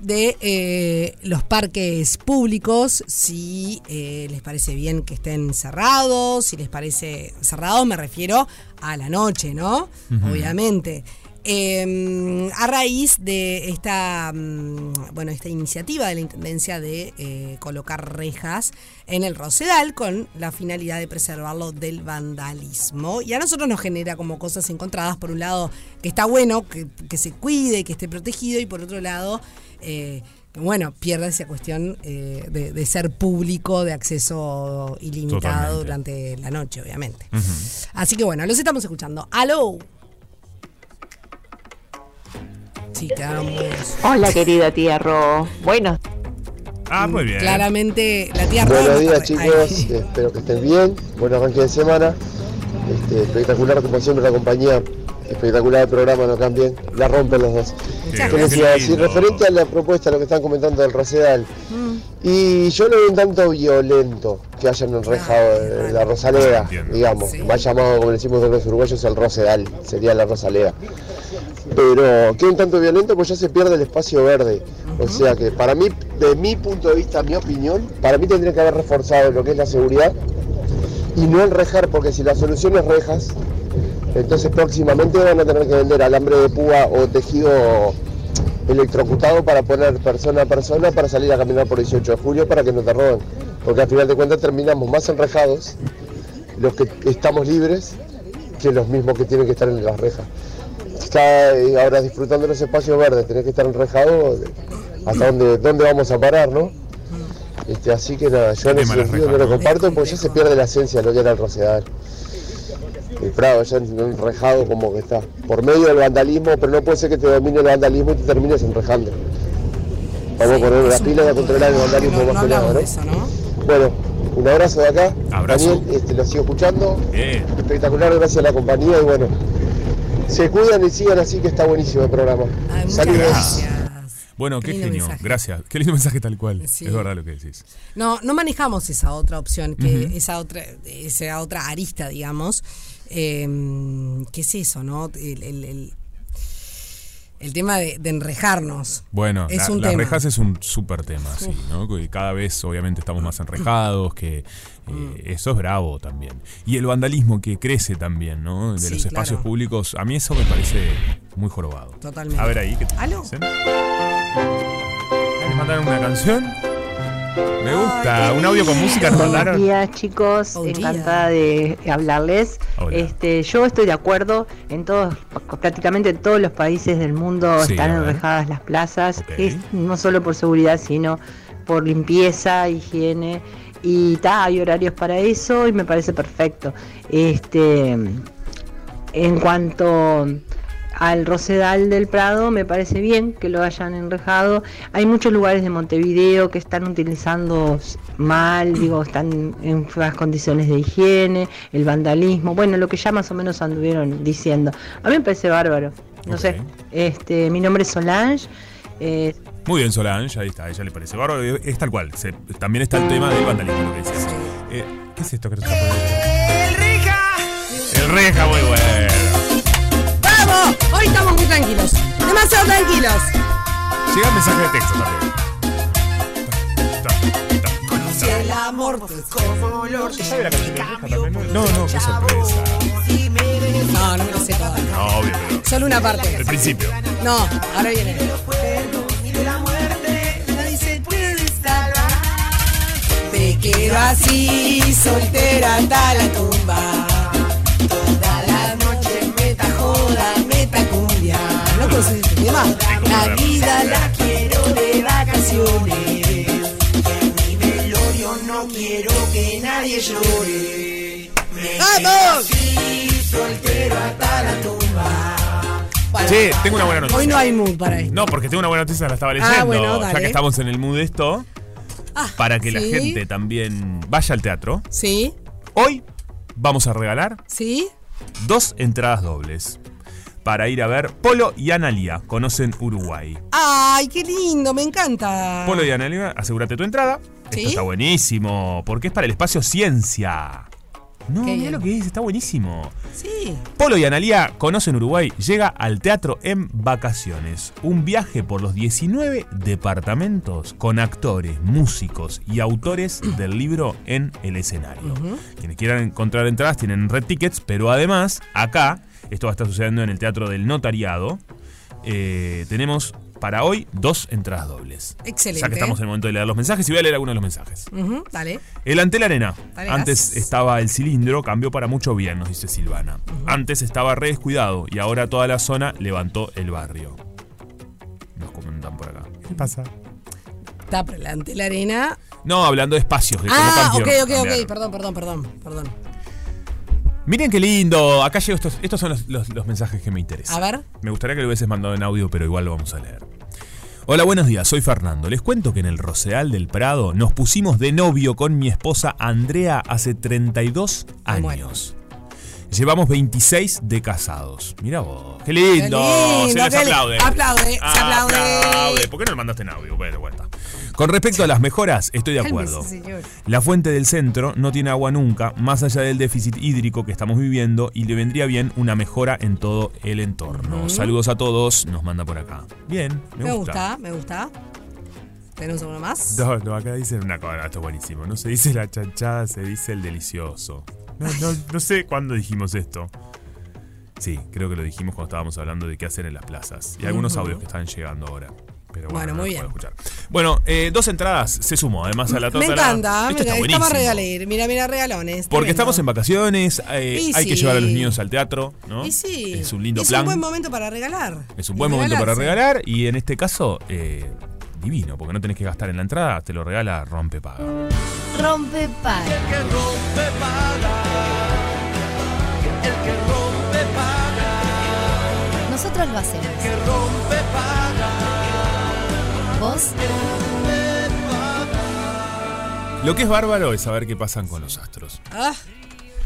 Speaker 4: de eh, los parques públicos, si eh, les parece bien que estén cerrados, si les parece cerrados, me refiero a la noche, ¿no? Obviamente. Eh, a raíz de esta, mm, bueno, esta iniciativa de la Intendencia de eh, colocar rejas en el Rosedal con la finalidad de preservarlo del vandalismo. Y a nosotros nos genera como cosas encontradas, por un lado, que está bueno, que, que se cuide, que esté protegido, y por otro lado, eh, que, bueno, pierde esa cuestión eh, de, de ser público, de acceso ilimitado
Speaker 5: Totalmente.
Speaker 4: durante la noche, obviamente. Así que bueno, los estamos escuchando. ¡Aló! Sí, quedaron muy...
Speaker 11: Hola querida tía Ro. Bueno,
Speaker 5: Ah, muy bien.
Speaker 4: Claramente la tía Rosa-
Speaker 12: Buenos días
Speaker 4: Ay.
Speaker 12: chicos, espero que estén bien, buen arranque de semana, Este, espectacular como siempre la compañía, espectacular el programa, no cambien, la rompen los dos.
Speaker 5: Muchas
Speaker 12: ¿Qué
Speaker 5: gracias.
Speaker 12: les iba a decir?
Speaker 5: Lindo.
Speaker 12: Referente a la propuesta, lo que están comentando del Rosedal,
Speaker 4: Mm.
Speaker 12: y yo lo veo un tanto violento que hayan enrejado eh, la Rosaleda,
Speaker 5: Entiendo.
Speaker 12: digamos,
Speaker 4: Sí.
Speaker 12: más llamado como decimos de los uruguayos el Rosedal, sería la Rosaleda pero que un tanto violento pues ya se pierde el espacio verde. O sea que para mí, de mi punto de vista, mi opinión, para mí tendría que haber reforzado lo que es la seguridad y no enrejar, porque si la solución es rejas, entonces próximamente van a tener que vender alambre de púa o tejido electrocutado para poner persona a persona para salir a caminar por 18 de julio para que no te roben. Porque al final de cuentas terminamos más enrejados los que estamos libres que los mismos que tienen que estar en las rejas. Está eh, ahora disfrutando los espacios verdes, tenés que estar enrejado eh, hasta dónde, dónde vamos a parar, ¿no? Este, así que nada, yo en
Speaker 5: Qué
Speaker 12: ese
Speaker 5: mala
Speaker 12: sentido
Speaker 5: reja,
Speaker 12: no lo
Speaker 5: ¿no?
Speaker 12: comparto porque ya se pierde la esencia de lo que era el Rosedal. El Prado ya enrejado como que está, por medio del vandalismo, pero no puede ser que te domine el vandalismo y te termines enrejando. Vamos a poner una pila y a controlar el vandalismo más que nada, ¿no? Bueno, un abrazo de acá.
Speaker 5: Abrazo.
Speaker 12: Daniel, este, lo sigo escuchando.
Speaker 5: Bien.
Speaker 12: Espectacular, gracias a la compañía y bueno. Se cuidan y sigan así que está buenísimo el programa. Saludos.
Speaker 5: Bueno, qué,
Speaker 4: lindo
Speaker 5: genio.
Speaker 4: mensaje.
Speaker 5: Gracias. Qué lindo mensaje tal cual.
Speaker 4: Sí.
Speaker 5: Es verdad lo que decís.
Speaker 4: No, no manejamos esa otra opción, que
Speaker 5: Ujú.
Speaker 4: esa otra, esa otra arista, digamos. Eh, ¿Qué es eso, no? El, el- el- el tema de, de enrejarnos.
Speaker 5: Bueno,
Speaker 4: es
Speaker 5: la-
Speaker 4: un
Speaker 5: las
Speaker 4: tema.
Speaker 5: rejas es un súper tema, sí, ¿no? Y cada vez, obviamente, estamos más enrejados, que eh,
Speaker 4: Mm.
Speaker 5: eso es bravo también. Y el vandalismo que crece también, ¿no? De
Speaker 4: Sí,
Speaker 5: los espacios
Speaker 4: claro.
Speaker 5: públicos. A mí eso me parece muy jorobado.
Speaker 4: Totalmente.
Speaker 5: A ver ahí, ¿qué te
Speaker 4: ¿Aló?
Speaker 5: dicen? ¿Nos mandaron una canción? Me gusta. Un audio con música nos
Speaker 11: Buenos
Speaker 5: mandaron.
Speaker 11: días, chicos. Encantada de hablarles.
Speaker 5: Hola.
Speaker 11: Este, yo estoy de acuerdo en todos, prácticamente en todos los países del mundo
Speaker 13: Sí,
Speaker 11: están
Speaker 13: a ver.
Speaker 11: enrejadas las plazas, es no solo por seguridad, sino por limpieza, higiene y ta, hay horarios para eso y me parece perfecto. Este, en cuanto al Rosedal del Prado, me parece bien que lo hayan enrejado. Hay muchos lugares de Montevideo que están utilizando s- mal, digo, están en feas condiciones de higiene, el vandalismo, bueno, lo que ya más o menos anduvieron diciendo. A mí me parece bárbaro. No sé, este, mi nombre es Solange. eh,
Speaker 5: Muy bien, Solange, ahí está, a ella le parece bárbaro. Eh, Es tal cual. se- también está el tema del vandalismo, lo que decías. Eh, ¿Qué es esto que nos está poniendo? El reja, muy bueno.
Speaker 4: ¡Vamos! Hoy estamos muy tranquilos. Demasiado tranquilos.
Speaker 5: Llega mensaje de texto también.
Speaker 3: Si el amor fue como lo
Speaker 5: No, no, qué sorpresa.
Speaker 4: No, no me lo sé toda.
Speaker 5: No, obvio, pero.
Speaker 4: Solo una parte.
Speaker 5: El principio.
Speaker 4: No, ahora viene.
Speaker 3: Me quedo así, soltera hasta la tumba. Toda la noche meta joda, meta cumbia.
Speaker 4: No conoces este tema.
Speaker 3: La vida la quiero de vacaciones. En mi velorio no quiero que nadie llore. Me quedo así, soltero hasta la tumba.
Speaker 5: Che, tengo una buena noticia.
Speaker 4: Hoy no hay mood para esto. Ah,
Speaker 5: No, porque tengo una buena noticia, la estaba leyendo.
Speaker 4: bueno,
Speaker 5: ya
Speaker 4: dale. Ah,
Speaker 5: que estamos en el mood de esto, para que la
Speaker 4: sí.
Speaker 5: gente también vaya al teatro,
Speaker 4: ¿Sí?
Speaker 5: hoy vamos a regalar
Speaker 4: ¿Sí?
Speaker 5: dos entradas dobles para ir a ver Polo y Analia. Conocen Uruguay.
Speaker 4: ¡Ay, qué lindo! Me encanta.
Speaker 5: Polo y Analia, asegúrate tu entrada.
Speaker 4: ¿Sí?
Speaker 5: Esto está buenísimo, porque es para el espacio ciencia. No,
Speaker 4: Qué
Speaker 5: mira
Speaker 4: bien.
Speaker 5: lo que es, está buenísimo.
Speaker 4: Sí.
Speaker 5: Polo y Analía conocen Uruguay, llega al teatro en vacaciones. Un viaje por los 19 departamentos con actores, músicos y autores del libro en el escenario. Quienes quieran encontrar entradas tienen red tickets, pero además, acá, esto va a estar sucediendo en el Teatro del Notariado, eh, tenemos para hoy dos entradas dobles.
Speaker 4: Excelente. ¿eh?
Speaker 5: Ya que estamos en el momento de leer los mensajes y voy a leer algunos de los mensajes.
Speaker 4: Ujú, dale.
Speaker 5: El Antel Arena.
Speaker 4: Dale,
Speaker 5: Antes estaba el cilindro, cambió para mucho bien, nos dice Silvana. Antes estaba re descuidado y ahora toda la zona levantó el barrio. Nos comentan por acá. ¿Qué pasa?
Speaker 4: Está delante la arena.
Speaker 5: No, hablando de espacios. De cómo
Speaker 4: Ah, ok,
Speaker 5: cambiaron,
Speaker 4: ok,
Speaker 5: cambiaron.
Speaker 4: ok. Perdón, perdón, perdón, perdón.
Speaker 5: Miren qué lindo. Acá llego estos. Estos son los, los- los mensajes que me interesan.
Speaker 4: A ver.
Speaker 5: Me gustaría que lo hubieses mandado en audio, pero igual lo vamos a leer. Hola, buenos días, soy Fernando. Les cuento que en el Roseal del Prado nos pusimos de novio con mi esposa Andrea hace 32 años. Llevamos 26 de casados. Mira vos, qué lindo.
Speaker 4: Qué
Speaker 5: se
Speaker 4: lindo,
Speaker 5: les
Speaker 4: qué li-
Speaker 5: aplaude.
Speaker 4: aplaude, se aplaude.
Speaker 5: Ah, ¿Por qué no le mandaste en audio? Bueno, bueno, está. Con respecto a las mejoras, estoy de acuerdo.
Speaker 4: Cálmese, señor.
Speaker 5: La fuente del centro no tiene agua nunca, más allá del déficit hídrico que estamos viviendo, y le vendría bien una mejora en todo el entorno.
Speaker 4: Ujú.
Speaker 5: Saludos a todos, nos manda por acá. Bien, me,
Speaker 4: Me gusta, me gusta. ¿Tenemos uno más?
Speaker 5: No, no, acá dicen una cosa, esto es buenísimo. No se dice la chanchada, se dice el delicioso. No, no, no sé cuándo dijimos esto. Sí, creo que lo dijimos cuando estábamos hablando de qué hacer en las plazas. Y algunos
Speaker 4: Ujú.
Speaker 5: audios que están llegando ahora. Pero bueno,
Speaker 4: Bueno,
Speaker 5: no
Speaker 4: muy
Speaker 5: lo
Speaker 4: bien.
Speaker 5: puedo escuchar. Bueno, eh, dos entradas se sumó además a la
Speaker 4: Me
Speaker 5: torta.
Speaker 4: encanta,
Speaker 5: Esto
Speaker 4: mira,
Speaker 5: está
Speaker 4: estamos
Speaker 5: buenísimo.
Speaker 4: regalir. Mira, mira, regalones.
Speaker 5: Porque
Speaker 4: tremendo.
Speaker 5: estamos en vacaciones, eh,
Speaker 4: Y
Speaker 5: hay que
Speaker 4: sí.
Speaker 5: llevar a los niños al teatro, ¿no?
Speaker 4: Y sí.
Speaker 5: Es un lindo
Speaker 4: es
Speaker 5: plan.
Speaker 4: un buen momento para regalar.
Speaker 5: es un
Speaker 4: y
Speaker 5: buen momento para
Speaker 4: regalarse.
Speaker 5: regalar y en este caso, eh, divino, porque no tenés que gastar en la entrada, te lo regala Rompe Paga.
Speaker 1: Rompe paga. Nosotros lo hacemos. Vos
Speaker 5: Lo que es bárbaro es saber qué pasan con los astros.
Speaker 4: Ah,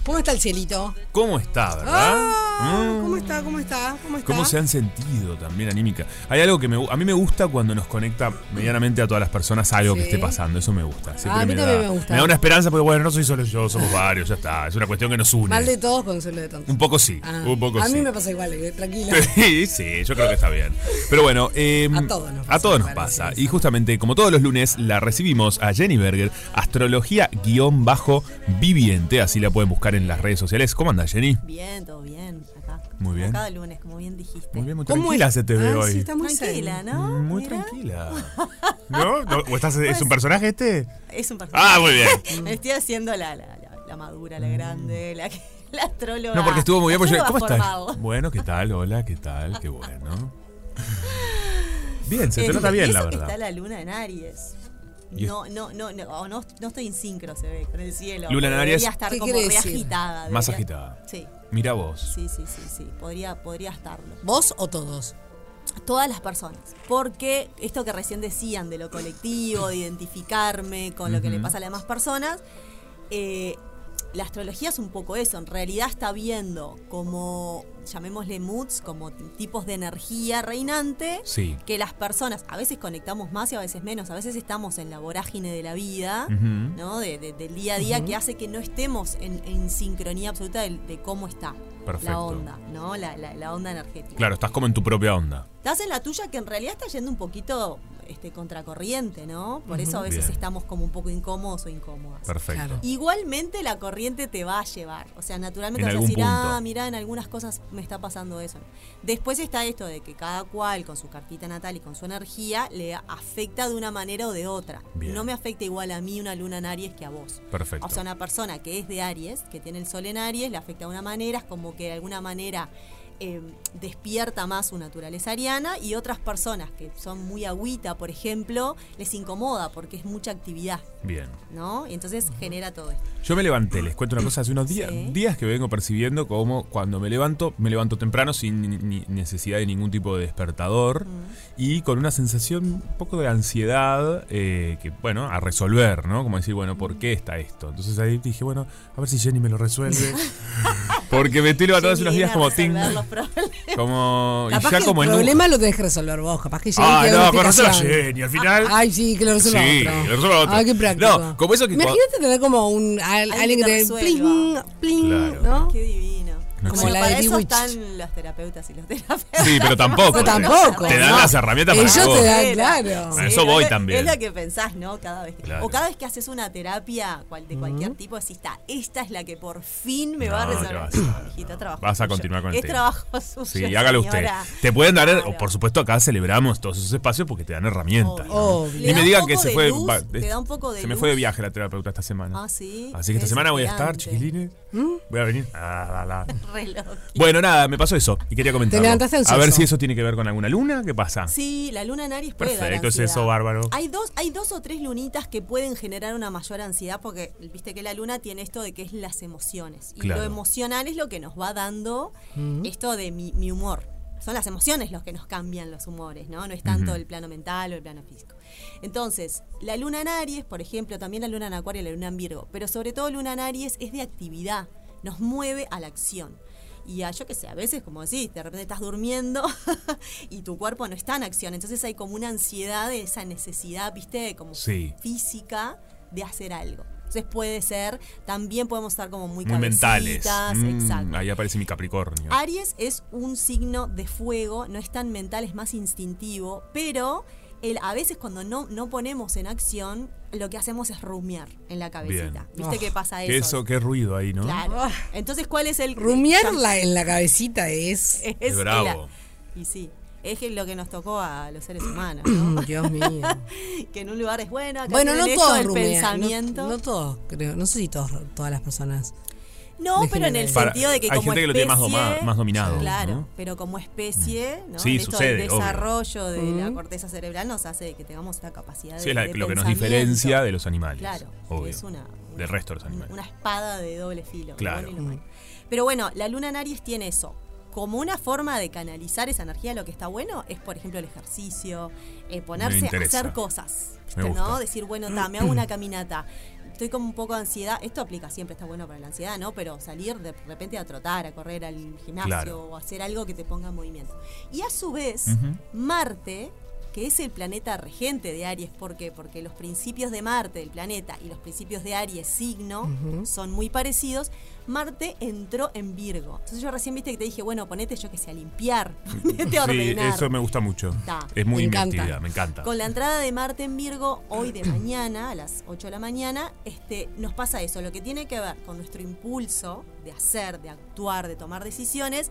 Speaker 4: ¿Cómo está el cielito?
Speaker 5: ¿Cómo está, verdad?
Speaker 4: Ah,
Speaker 5: Mm.
Speaker 4: ¿Cómo está? ¿Cómo está? ¿Cómo está?
Speaker 5: ¿Cómo se han sentido también anímica? Hay algo que me, gu- a mí me gusta cuando nos conecta medianamente a todas las personas algo que
Speaker 4: Sí.
Speaker 5: esté pasando. Eso me gusta. Siempre
Speaker 4: A mí
Speaker 5: me, da,
Speaker 4: también me gusta.
Speaker 5: me da una esperanza porque, bueno, no soy solo yo, somos varios, ya está. Es una cuestión que nos une.
Speaker 4: Mal de todos, consuelo de tontos.
Speaker 5: Un poco sí,
Speaker 4: Ah,
Speaker 5: un poco
Speaker 4: a
Speaker 5: sí.
Speaker 4: mí me pasa igual, eh, tranquila.
Speaker 5: Sí, sí, yo creo que está bien. Pero bueno, eh,
Speaker 4: A todos nos
Speaker 5: a todos nos pasa. Y justamente, como todos los lunes, la recibimos a Jenny Berger, astrología-viviente. Así la pueden buscar en las redes sociales. ¿Cómo anda, Jenny?
Speaker 13: Bien, todo bien, acá.
Speaker 5: Muy bien.
Speaker 13: Cada lunes, como bien dijiste.
Speaker 5: Muy bien, muy
Speaker 13: ¿Cómo
Speaker 5: tranquila se te ve
Speaker 13: Ah,
Speaker 5: hoy.
Speaker 13: sí, está muy tranquila, ¿no?
Speaker 5: Muy tranquila. ¿No? ¿No? ¿O estás, ¿Es un personaje este?
Speaker 13: Pues Es un personaje.
Speaker 5: Ah, muy bien. Mm.
Speaker 13: Me estoy haciendo la, la, la- la madura, la grande, la, que- la astróloga.
Speaker 5: No, porque estuvo muy bien. porque yo-
Speaker 13: Astróloga
Speaker 5: ¿Cómo
Speaker 13: formal.
Speaker 5: estás? Bueno, ¿qué tal? Hola, ¿qué tal? Qué bueno. Bien, se te
Speaker 13: Este,
Speaker 5: nota bien,
Speaker 13: y
Speaker 5: la
Speaker 13: eso que
Speaker 5: verdad.
Speaker 13: Está la luna en Aries.
Speaker 5: Y es-
Speaker 13: No, no, no, no, oh, no, no estoy en sincro, se ve, con el cielo.
Speaker 5: Luna en Aries.
Speaker 13: Debería estar
Speaker 5: ¿Qué
Speaker 13: como
Speaker 5: quiere
Speaker 13: re
Speaker 5: decir?
Speaker 13: agitada.
Speaker 5: Más
Speaker 13: debería-
Speaker 5: agitada.
Speaker 13: Sí.
Speaker 5: Mira vos.
Speaker 13: Sí, sí, sí, sí. Podría, podría estarlo.
Speaker 4: ¿Vos o todos?
Speaker 13: Todas las personas. Porque esto que recién decían de lo colectivo, de identificarme con lo que le
Speaker 14: Ujú.
Speaker 13: pasa a las demás personas, eh, la astrología es un poco eso. En realidad está viendo como, llamémosle moods, como t- tipos de energía reinante,
Speaker 5: Sí.
Speaker 13: que las personas a veces conectamos más y a veces menos. A veces estamos en la vorágine de la vida,
Speaker 5: Ujú.
Speaker 13: ¿no? De- de- del día a día,
Speaker 5: Ujú.
Speaker 13: que hace que no estemos en, en sincronía absoluta del- de, cómo está la
Speaker 5: Perfecto.
Speaker 13: onda, ¿no? La- la- la onda energética.
Speaker 5: Claro, estás como en tu propia onda.
Speaker 13: Estás en la tuya que en realidad está yendo un poquito este, contracorriente, ¿no? Por eso a
Speaker 5: Ujú.
Speaker 13: veces
Speaker 5: Bien.
Speaker 13: estamos como un poco incómodos o incómodas.
Speaker 5: Perfecto. Claro.
Speaker 13: Igualmente la corriente te va a llevar. O sea, naturalmente
Speaker 5: En
Speaker 13: vas a decir,
Speaker 5: algún punto.
Speaker 13: ah, mirá, en algunas cosas me está pasando eso. Después está esto de que cada cual con su cartita natal y con su energía le afecta de una manera o de otra.
Speaker 5: Bien.
Speaker 13: No me afecta igual a mí una luna en Aries que a vos.
Speaker 5: Perfecto.
Speaker 13: O sea, una persona que es de Aries, que tiene el sol en Aries, le afecta de una manera, es como que de alguna manera eh, despierta más su naturaleza ariana y otras personas que son muy agüita, por ejemplo, les incomoda porque es mucha actividad,
Speaker 5: Bien.
Speaker 13: ¿no? Y entonces genera todo esto.
Speaker 5: Yo me levanté, les cuento una cosa, hace unos días, días que vengo percibiendo como cuando me levanto, me levanto temprano sin ni- ni necesidad de ningún tipo de despertador
Speaker 4: Mm.
Speaker 5: y con una sensación un poco de ansiedad eh, que, bueno, a resolver, ¿no? Como decir, bueno,
Speaker 4: Mm.
Speaker 5: ¿por qué está esto? Entonces ahí dije, bueno, a ver si Jenny me lo resuelve. Porque me estoy levantando hace unos días como ting. Como. Y
Speaker 4: Capaz
Speaker 5: ya
Speaker 4: que
Speaker 5: como
Speaker 4: el
Speaker 5: en un-
Speaker 4: problema lo tenés que resolver vos, capaz que ya
Speaker 5: Ah,
Speaker 4: te da
Speaker 5: no,
Speaker 4: una
Speaker 5: con razón la
Speaker 4: explicación.
Speaker 5: Jenny, al final.
Speaker 4: Ay, sí, que lo resuelva
Speaker 5: Sí,
Speaker 4: otro. Ah,
Speaker 5: que lo resuelva otro.
Speaker 4: Ay, qué práctico.
Speaker 5: No, como eso que cuando-
Speaker 4: Imagínate tener como un, al- alguien que te... Pling, pling,
Speaker 5: Claro.
Speaker 4: ¿no?
Speaker 13: Qué divino.
Speaker 5: No
Speaker 13: Como
Speaker 5: existe.
Speaker 13: la para
Speaker 4: de
Speaker 13: eso
Speaker 4: Bewitched.
Speaker 13: están los terapeutas y los terapeutas.
Speaker 5: Sí, pero tampoco.
Speaker 13: Pero
Speaker 5: te-
Speaker 13: tampoco,
Speaker 5: Te dan
Speaker 13: ¿no?
Speaker 5: las herramientas para
Speaker 13: Ellos
Speaker 5: vos.
Speaker 13: te dan, claro.
Speaker 5: A eso voy también.
Speaker 13: Es lo que pensás, ¿no? Cada vez que,
Speaker 5: Claro.
Speaker 13: O cada vez que haces una terapia cual, de cualquier tipo, decís, "Ta, esta es la que por fin me va a
Speaker 5: No,
Speaker 13: resolver.
Speaker 5: ¿qué vas
Speaker 13: Sí,
Speaker 5: a hacer?
Speaker 13: hijito, trabajo
Speaker 5: Vas a
Speaker 13: suyo.
Speaker 5: continuar con el
Speaker 13: Es
Speaker 5: tema.
Speaker 13: trabajo suyo.
Speaker 5: Sí, hágalo usted.
Speaker 13: señora.
Speaker 5: Te pueden dar, o por supuesto, acá celebramos todos esos espacios porque te dan herramientas. ¿no?
Speaker 13: Obvio. Le
Speaker 5: Ni
Speaker 13: da
Speaker 5: me
Speaker 13: un
Speaker 5: digan
Speaker 13: poco
Speaker 5: que se
Speaker 13: de
Speaker 5: fue.
Speaker 13: luz,
Speaker 5: va,
Speaker 13: te
Speaker 5: es-
Speaker 13: da un poco de
Speaker 5: se me fue de
Speaker 13: luz.
Speaker 5: viaje la terapeuta esta semana.
Speaker 13: Ah, sí.
Speaker 5: Así que esta
Speaker 13: Qué
Speaker 5: semana voy a estar,
Speaker 13: desesperante.
Speaker 5: chiquilines.
Speaker 13: ¿Mm?
Speaker 5: Voy a venir. Ah, la, la.
Speaker 13: Re loco.
Speaker 5: Bueno, nada, me pasó eso y quería comentarlo.
Speaker 13: Te levantaste
Speaker 5: a
Speaker 13: ansioso.
Speaker 5: ver si eso tiene que ver con alguna luna. ¿Qué pasa?
Speaker 13: Sí, la luna en Aries puede dar
Speaker 5: Ah. Perfecto, es
Speaker 13: ansiedad.
Speaker 5: eso, bárbaro.
Speaker 13: Hay dos, hay dos o tres lunitas que pueden generar una mayor ansiedad porque viste que la luna tiene esto de que es las emociones. Y
Speaker 5: Claro.
Speaker 13: lo emocional es lo que nos va dando
Speaker 5: Mm.
Speaker 13: esto de mi, mi humor. Son las emociones los que nos cambian los humores, ¿no? No es tanto
Speaker 14: Ujú.
Speaker 13: el plano mental o el plano físico. Entonces, la luna en Aries, por ejemplo, también la luna en Acuario y la luna en Virgo, pero sobre todo luna en Aries es de actividad, nos mueve a la acción. Y a, yo qué sé, a veces, como decís, de repente estás durmiendo y tu cuerpo no está en acción. Entonces hay como una ansiedad de esa necesidad, viste, como
Speaker 5: Sí.
Speaker 13: física de hacer algo. Entonces puede ser, también podemos estar como muy,
Speaker 5: Muy mentales.
Speaker 13: cabecitas,
Speaker 5: Mm,
Speaker 13: exacto.
Speaker 5: ahí aparece mi Capricornio.
Speaker 13: Aries es un signo de fuego, no es tan mental, es más instintivo, pero el- a veces cuando no, no ponemos en acción, lo que hacemos es rumiar en la cabecita. ¿Viste
Speaker 5: Ah,
Speaker 13: que pasa
Speaker 5: que
Speaker 13: eso?
Speaker 5: eso? Qué ruido ahí, ¿no?
Speaker 13: Claro. Entonces, ¿cuál es el...
Speaker 4: Rumiarla en la cabecita es...
Speaker 13: Es,
Speaker 5: Es bravo.
Speaker 13: el- y sí. es que lo que nos tocó a los seres humanos.
Speaker 4: Dios mío.
Speaker 13: que en un lugar es bueno, acá
Speaker 4: Bueno, no
Speaker 13: tienen esto,
Speaker 4: todos
Speaker 13: el
Speaker 4: rumian,
Speaker 13: pensamiento.
Speaker 4: No, no todos, creo. No sé si todos, todas las personas.
Speaker 13: No,
Speaker 4: Dejen
Speaker 13: pero en
Speaker 4: de
Speaker 13: el
Speaker 5: Para-
Speaker 13: sentido de que
Speaker 5: hay
Speaker 13: como
Speaker 5: gente que lo tiene más
Speaker 13: especie-
Speaker 5: doma- más dominado,
Speaker 13: Claro,
Speaker 5: ¿no?
Speaker 13: pero como especie, ¿no?
Speaker 5: Sí,
Speaker 13: Esto
Speaker 5: sucede,
Speaker 13: del
Speaker 5: obvio.
Speaker 13: desarrollo de la
Speaker 5: Mm.
Speaker 13: corteza cerebral nos hace que tengamos esta capacidad
Speaker 5: Sí,
Speaker 13: de
Speaker 5: es la-
Speaker 13: de
Speaker 5: lo que nos
Speaker 13: pensamiento.
Speaker 5: diferencia de los animales.
Speaker 13: Claro, que
Speaker 5: obvio.
Speaker 13: es una,
Speaker 5: del resto de los animales.
Speaker 13: una espada de doble filo.
Speaker 5: Claro.
Speaker 13: lo bueno y lo malo. Pero bueno, la luna en Aries tiene eso. Como una forma de canalizar esa energía, lo que está bueno es, por ejemplo, el ejercicio, eh, ponerse a
Speaker 14: interesa.
Speaker 13: hacer cosas.
Speaker 14: Me
Speaker 13: ¿viste, ¿No?
Speaker 14: gusta.
Speaker 13: Decir, bueno, ta, me hago una caminata. Estoy con un poco de ansiedad. Esto aplica siempre, está bueno para la ansiedad, ¿no? Pero salir de repente a trotar, a correr al gimnasio
Speaker 14: Claro.
Speaker 13: o hacer algo que te ponga en movimiento. Y a su vez,
Speaker 14: Ujú.
Speaker 13: Marte, que es el planeta regente de Aries, ¿por qué? Porque los principios de Marte, del planeta, y los principios de Aries, signo,
Speaker 14: Ujú.
Speaker 13: son muy parecidos. Marte entró en Virgo. Entonces yo recién viste que te dije, bueno, ponete yo que sé, a limpiar, ponete a
Speaker 5: Sí,
Speaker 13: ordenar.
Speaker 5: eso me gusta mucho.
Speaker 13: Ta.
Speaker 5: Es muy
Speaker 13: Me
Speaker 5: mi
Speaker 13: encanta.
Speaker 5: actividad, me encanta.
Speaker 13: Con la entrada de Marte en Virgo, hoy de mañana, a las 8 de la mañana, este, nos pasa eso, lo que tiene que ver con nuestro impulso de hacer, de actuar, de tomar decisiones,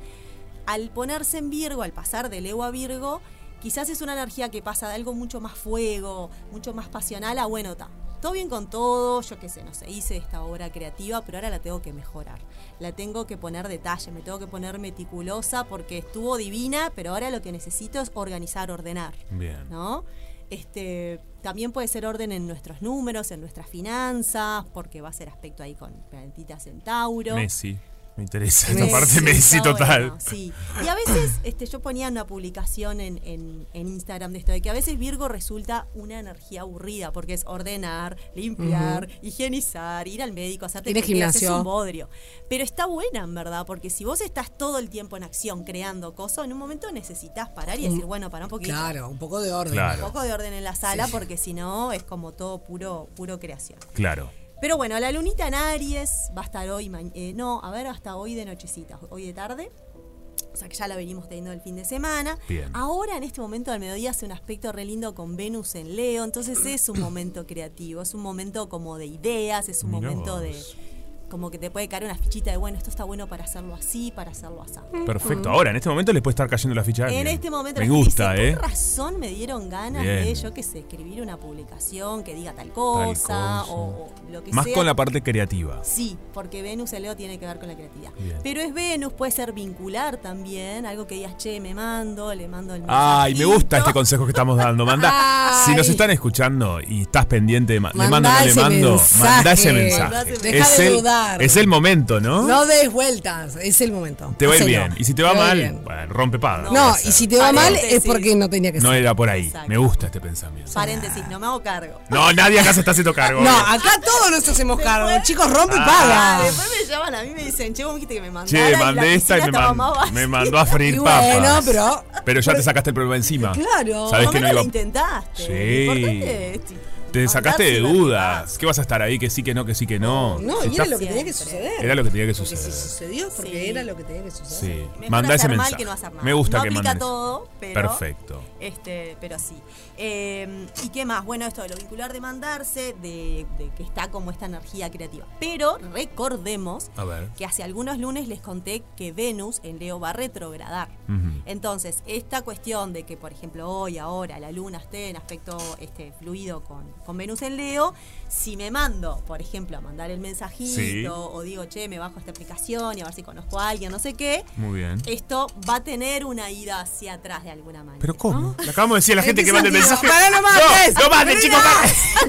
Speaker 13: al ponerse en Virgo, al pasar de Leo a Virgo, quizás es una energía que pasa de algo mucho más fuego, mucho más pasional a bueno, ta. Todo bien con todo, yo qué sé, no sé, hice esta obra creativa, pero ahora la tengo que mejorar. La tengo que poner detalle, me tengo que poner meticulosa porque estuvo divina, pero ahora lo que necesito es organizar, ordenar.
Speaker 5: Bien.
Speaker 13: ¿no? Este, también puede ser orden en nuestros números, en nuestras finanzas, porque va a ser aspecto ahí con planetita Centauro.
Speaker 5: Messi. Me interesa
Speaker 13: Messi,
Speaker 5: esta parte Messi
Speaker 13: está
Speaker 5: total.
Speaker 13: bueno, sí. Y a veces este, yo ponía una publicación en, en- en Instagram de esto, de que a veces Virgo resulta una energía aburrida, porque es ordenar, limpiar, higienizar, ir al médico, hacerte
Speaker 4: Ir al
Speaker 13: chequeos, es
Speaker 4: gimnasio.
Speaker 13: un bodrio. Pero está buena, en verdad, porque si vos estás todo el tiempo en acción, creando cosas, en un momento necesitas parar y decir,
Speaker 4: Mm.
Speaker 13: bueno, para un poquito.
Speaker 4: Claro, un poco de orden.
Speaker 5: Claro.
Speaker 13: Un poco de orden en la sala, porque si no es como todo puro, puro creación.
Speaker 5: Claro.
Speaker 13: Pero bueno, la lunita en Aries va a estar hoy, ma- eh, no, a ver, hasta hoy de nochecita, hoy de tarde. O sea que ya la venimos teniendo el fin de semana.
Speaker 14: Bien.
Speaker 13: Ahora en este momento al mediodía hace un aspecto re lindo con Venus en Leo, entonces es un momento creativo, es un momento como de ideas, es un
Speaker 14: Mirá
Speaker 13: momento de
Speaker 14: vos.
Speaker 13: como que te puede caer una fichita de bueno, esto está bueno para hacerlo así, para hacerlo así.
Speaker 5: Perfecto. Ahora, en este momento les puede estar cayendo la ficha. a
Speaker 13: En
Speaker 5: alguien.
Speaker 13: este momento
Speaker 5: Me
Speaker 13: la gente
Speaker 5: gusta,
Speaker 13: dice,
Speaker 5: ¿eh?
Speaker 13: Con razón me dieron ganas de,
Speaker 5: Bien.
Speaker 13: yo qué sé, escribir una publicación que diga tal cosa,
Speaker 5: cosa.
Speaker 13: O, o lo que
Speaker 5: Más
Speaker 13: sea.
Speaker 5: con la parte creativa.
Speaker 13: Sí, porque Venus en Leo tiene que ver con la creatividad.
Speaker 5: Bien.
Speaker 13: Pero es Venus, puede ser vincular también, algo que digas, che, me mando, le mando el
Speaker 5: Ay, me
Speaker 13: mensajito.
Speaker 5: gusta este consejo que estamos dando. Manda. Si nos
Speaker 13: Ay.
Speaker 5: están escuchando y estás pendiente de ma- le mando,
Speaker 4: Mandá
Speaker 5: no le
Speaker 4: ese
Speaker 5: mando,
Speaker 4: mensaje.
Speaker 5: mandá ese
Speaker 4: Mandá
Speaker 5: mensaje.
Speaker 4: ese mensaje. Dejá de
Speaker 5: el,
Speaker 4: dudar.
Speaker 5: es el momento, ¿no?
Speaker 4: No des vueltas, es el momento.
Speaker 5: ¿Ah? te va a ir
Speaker 4: Hacelo.
Speaker 5: bien. Y si te va
Speaker 4: Te va a ir
Speaker 5: mal,
Speaker 4: bien.
Speaker 5: bueno, rompe paga.
Speaker 4: No, y si te va mal es porque no tenía que ser.
Speaker 5: No era por ahí.
Speaker 13: Exacto.
Speaker 5: Me gusta este pensamiento.
Speaker 13: Paréntesis, no me hago cargo.
Speaker 5: No, nadie acá se está haciendo cargo.
Speaker 4: No, acá todos nos hacemos cargo. Chicos, rompe y
Speaker 5: Ah.
Speaker 4: paga.
Speaker 13: Después me llaman a mí y me dicen, che, vos me dijiste que me mandara.
Speaker 5: Che,
Speaker 13: y la
Speaker 5: mandé esta y
Speaker 13: piscina
Speaker 5: me,
Speaker 13: estaba
Speaker 5: man-
Speaker 13: más vacía.
Speaker 5: me mandó a freír
Speaker 13: Y
Speaker 5: papas.
Speaker 13: bueno, pero-
Speaker 5: Pero ya te sacaste el problema encima.
Speaker 13: Claro,
Speaker 5: Sabés que
Speaker 13: por
Speaker 5: no
Speaker 13: lo menos
Speaker 5: iba.
Speaker 13: lo intentaste. Lo importante
Speaker 5: Sí.
Speaker 13: es
Speaker 5: Te sacaste de
Speaker 13: mandarse y ver qué
Speaker 5: dudas. ¿Qué vas a estar ahí? Que sí, que no, que sí, que no.
Speaker 4: No,
Speaker 5: Si
Speaker 4: y era
Speaker 5: estás-
Speaker 4: lo que tenía que suceder.
Speaker 5: Era lo que tenía que
Speaker 4: Porque si
Speaker 5: suceder.
Speaker 4: sucedió es porque era lo que tenía que suceder.
Speaker 5: Sí.
Speaker 13: Mejor
Speaker 5: Manda ese
Speaker 13: hacer mal
Speaker 5: mensaje.
Speaker 13: que no hacer mal.
Speaker 5: Me gusta
Speaker 13: No
Speaker 5: que
Speaker 13: aplica
Speaker 5: mandes.
Speaker 13: todo, pero-
Speaker 5: Perfecto.
Speaker 13: Este, pero sí. Eh, ¿Y qué más? Bueno, esto de lo vincular de mandarse, de, de que está como esta energía creativa. Pero recordemos
Speaker 5: A ver.
Speaker 13: que hace algunos lunes les conté que Venus en Leo va a retrogradar.
Speaker 14: Ujú.
Speaker 13: Entonces, esta cuestión de que, por ejemplo, hoy, ahora, la luna esté en aspecto este, fluido con, con Venus en Leo, si me mando, por ejemplo, a mandar el mensajito,
Speaker 5: Sí.
Speaker 13: o digo, che, me bajo esta aplicación y a ver si conozco a alguien, no sé qué,
Speaker 5: Muy bien.
Speaker 13: esto va a tener una ida hacia atrás de alguna manera.
Speaker 5: ¿Pero cómo? Le acabamos de decir a la gente que mande el
Speaker 13: sentido?
Speaker 5: mensaje.
Speaker 13: Pará, no mates.
Speaker 5: No, no mates,
Speaker 13: Pará.
Speaker 5: chicos,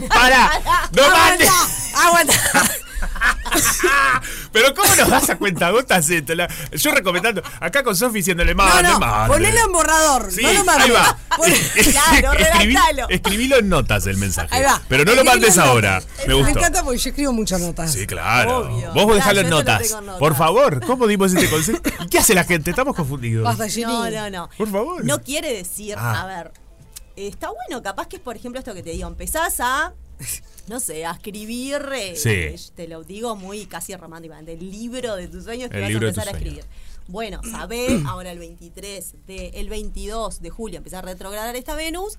Speaker 5: para.
Speaker 13: Ah,
Speaker 5: Pará. No mates.
Speaker 4: Ah, Aguanta.
Speaker 5: Pero ¿cómo nos das a cuenta gotas esto? La- yo recomendando. Acá con Sofi diciéndole, mande,
Speaker 4: no,
Speaker 5: mande.
Speaker 4: ponelo en borrador.
Speaker 5: Sí,
Speaker 4: no lo
Speaker 5: ahí
Speaker 4: mandes.
Speaker 5: va.
Speaker 4: Pon- Claro,
Speaker 5: Escribí-
Speaker 4: redactalo.
Speaker 5: escribilo en notas el mensaje.
Speaker 4: Ahí va.
Speaker 5: Pero no lo
Speaker 4: Escribí las
Speaker 5: mandes
Speaker 4: notas.
Speaker 5: ahora. Me
Speaker 4: Me
Speaker 5: gustó.
Speaker 4: encanta porque yo escribo muchas notas.
Speaker 5: Sí, claro.
Speaker 4: Obvio.
Speaker 5: Vos
Speaker 4: Claro,
Speaker 5: dejalo en
Speaker 4: yo esto lo
Speaker 5: notas.
Speaker 4: tengo en notas.
Speaker 5: Por favor, ¿cómo dimos este consejo? ¿Y qué hace la gente? Estamos confundidos.
Speaker 13: Basta, Jenny. No, no, no.
Speaker 5: Por favor.
Speaker 13: No quiere decir,
Speaker 5: Ah.
Speaker 13: a ver, está bueno, capaz que es, por ejemplo, esto que te digo, empezás a, no sé, a escribir, eh,
Speaker 5: Sí.
Speaker 13: eh, te lo digo muy casi románticamente, el libro de tus sueños que
Speaker 5: El
Speaker 13: vas a
Speaker 5: libro de tus
Speaker 13: empezar a escribir. Bueno, sabés, ahora el 23, de, el 22 de julio empieza a retrogradar esta Venus.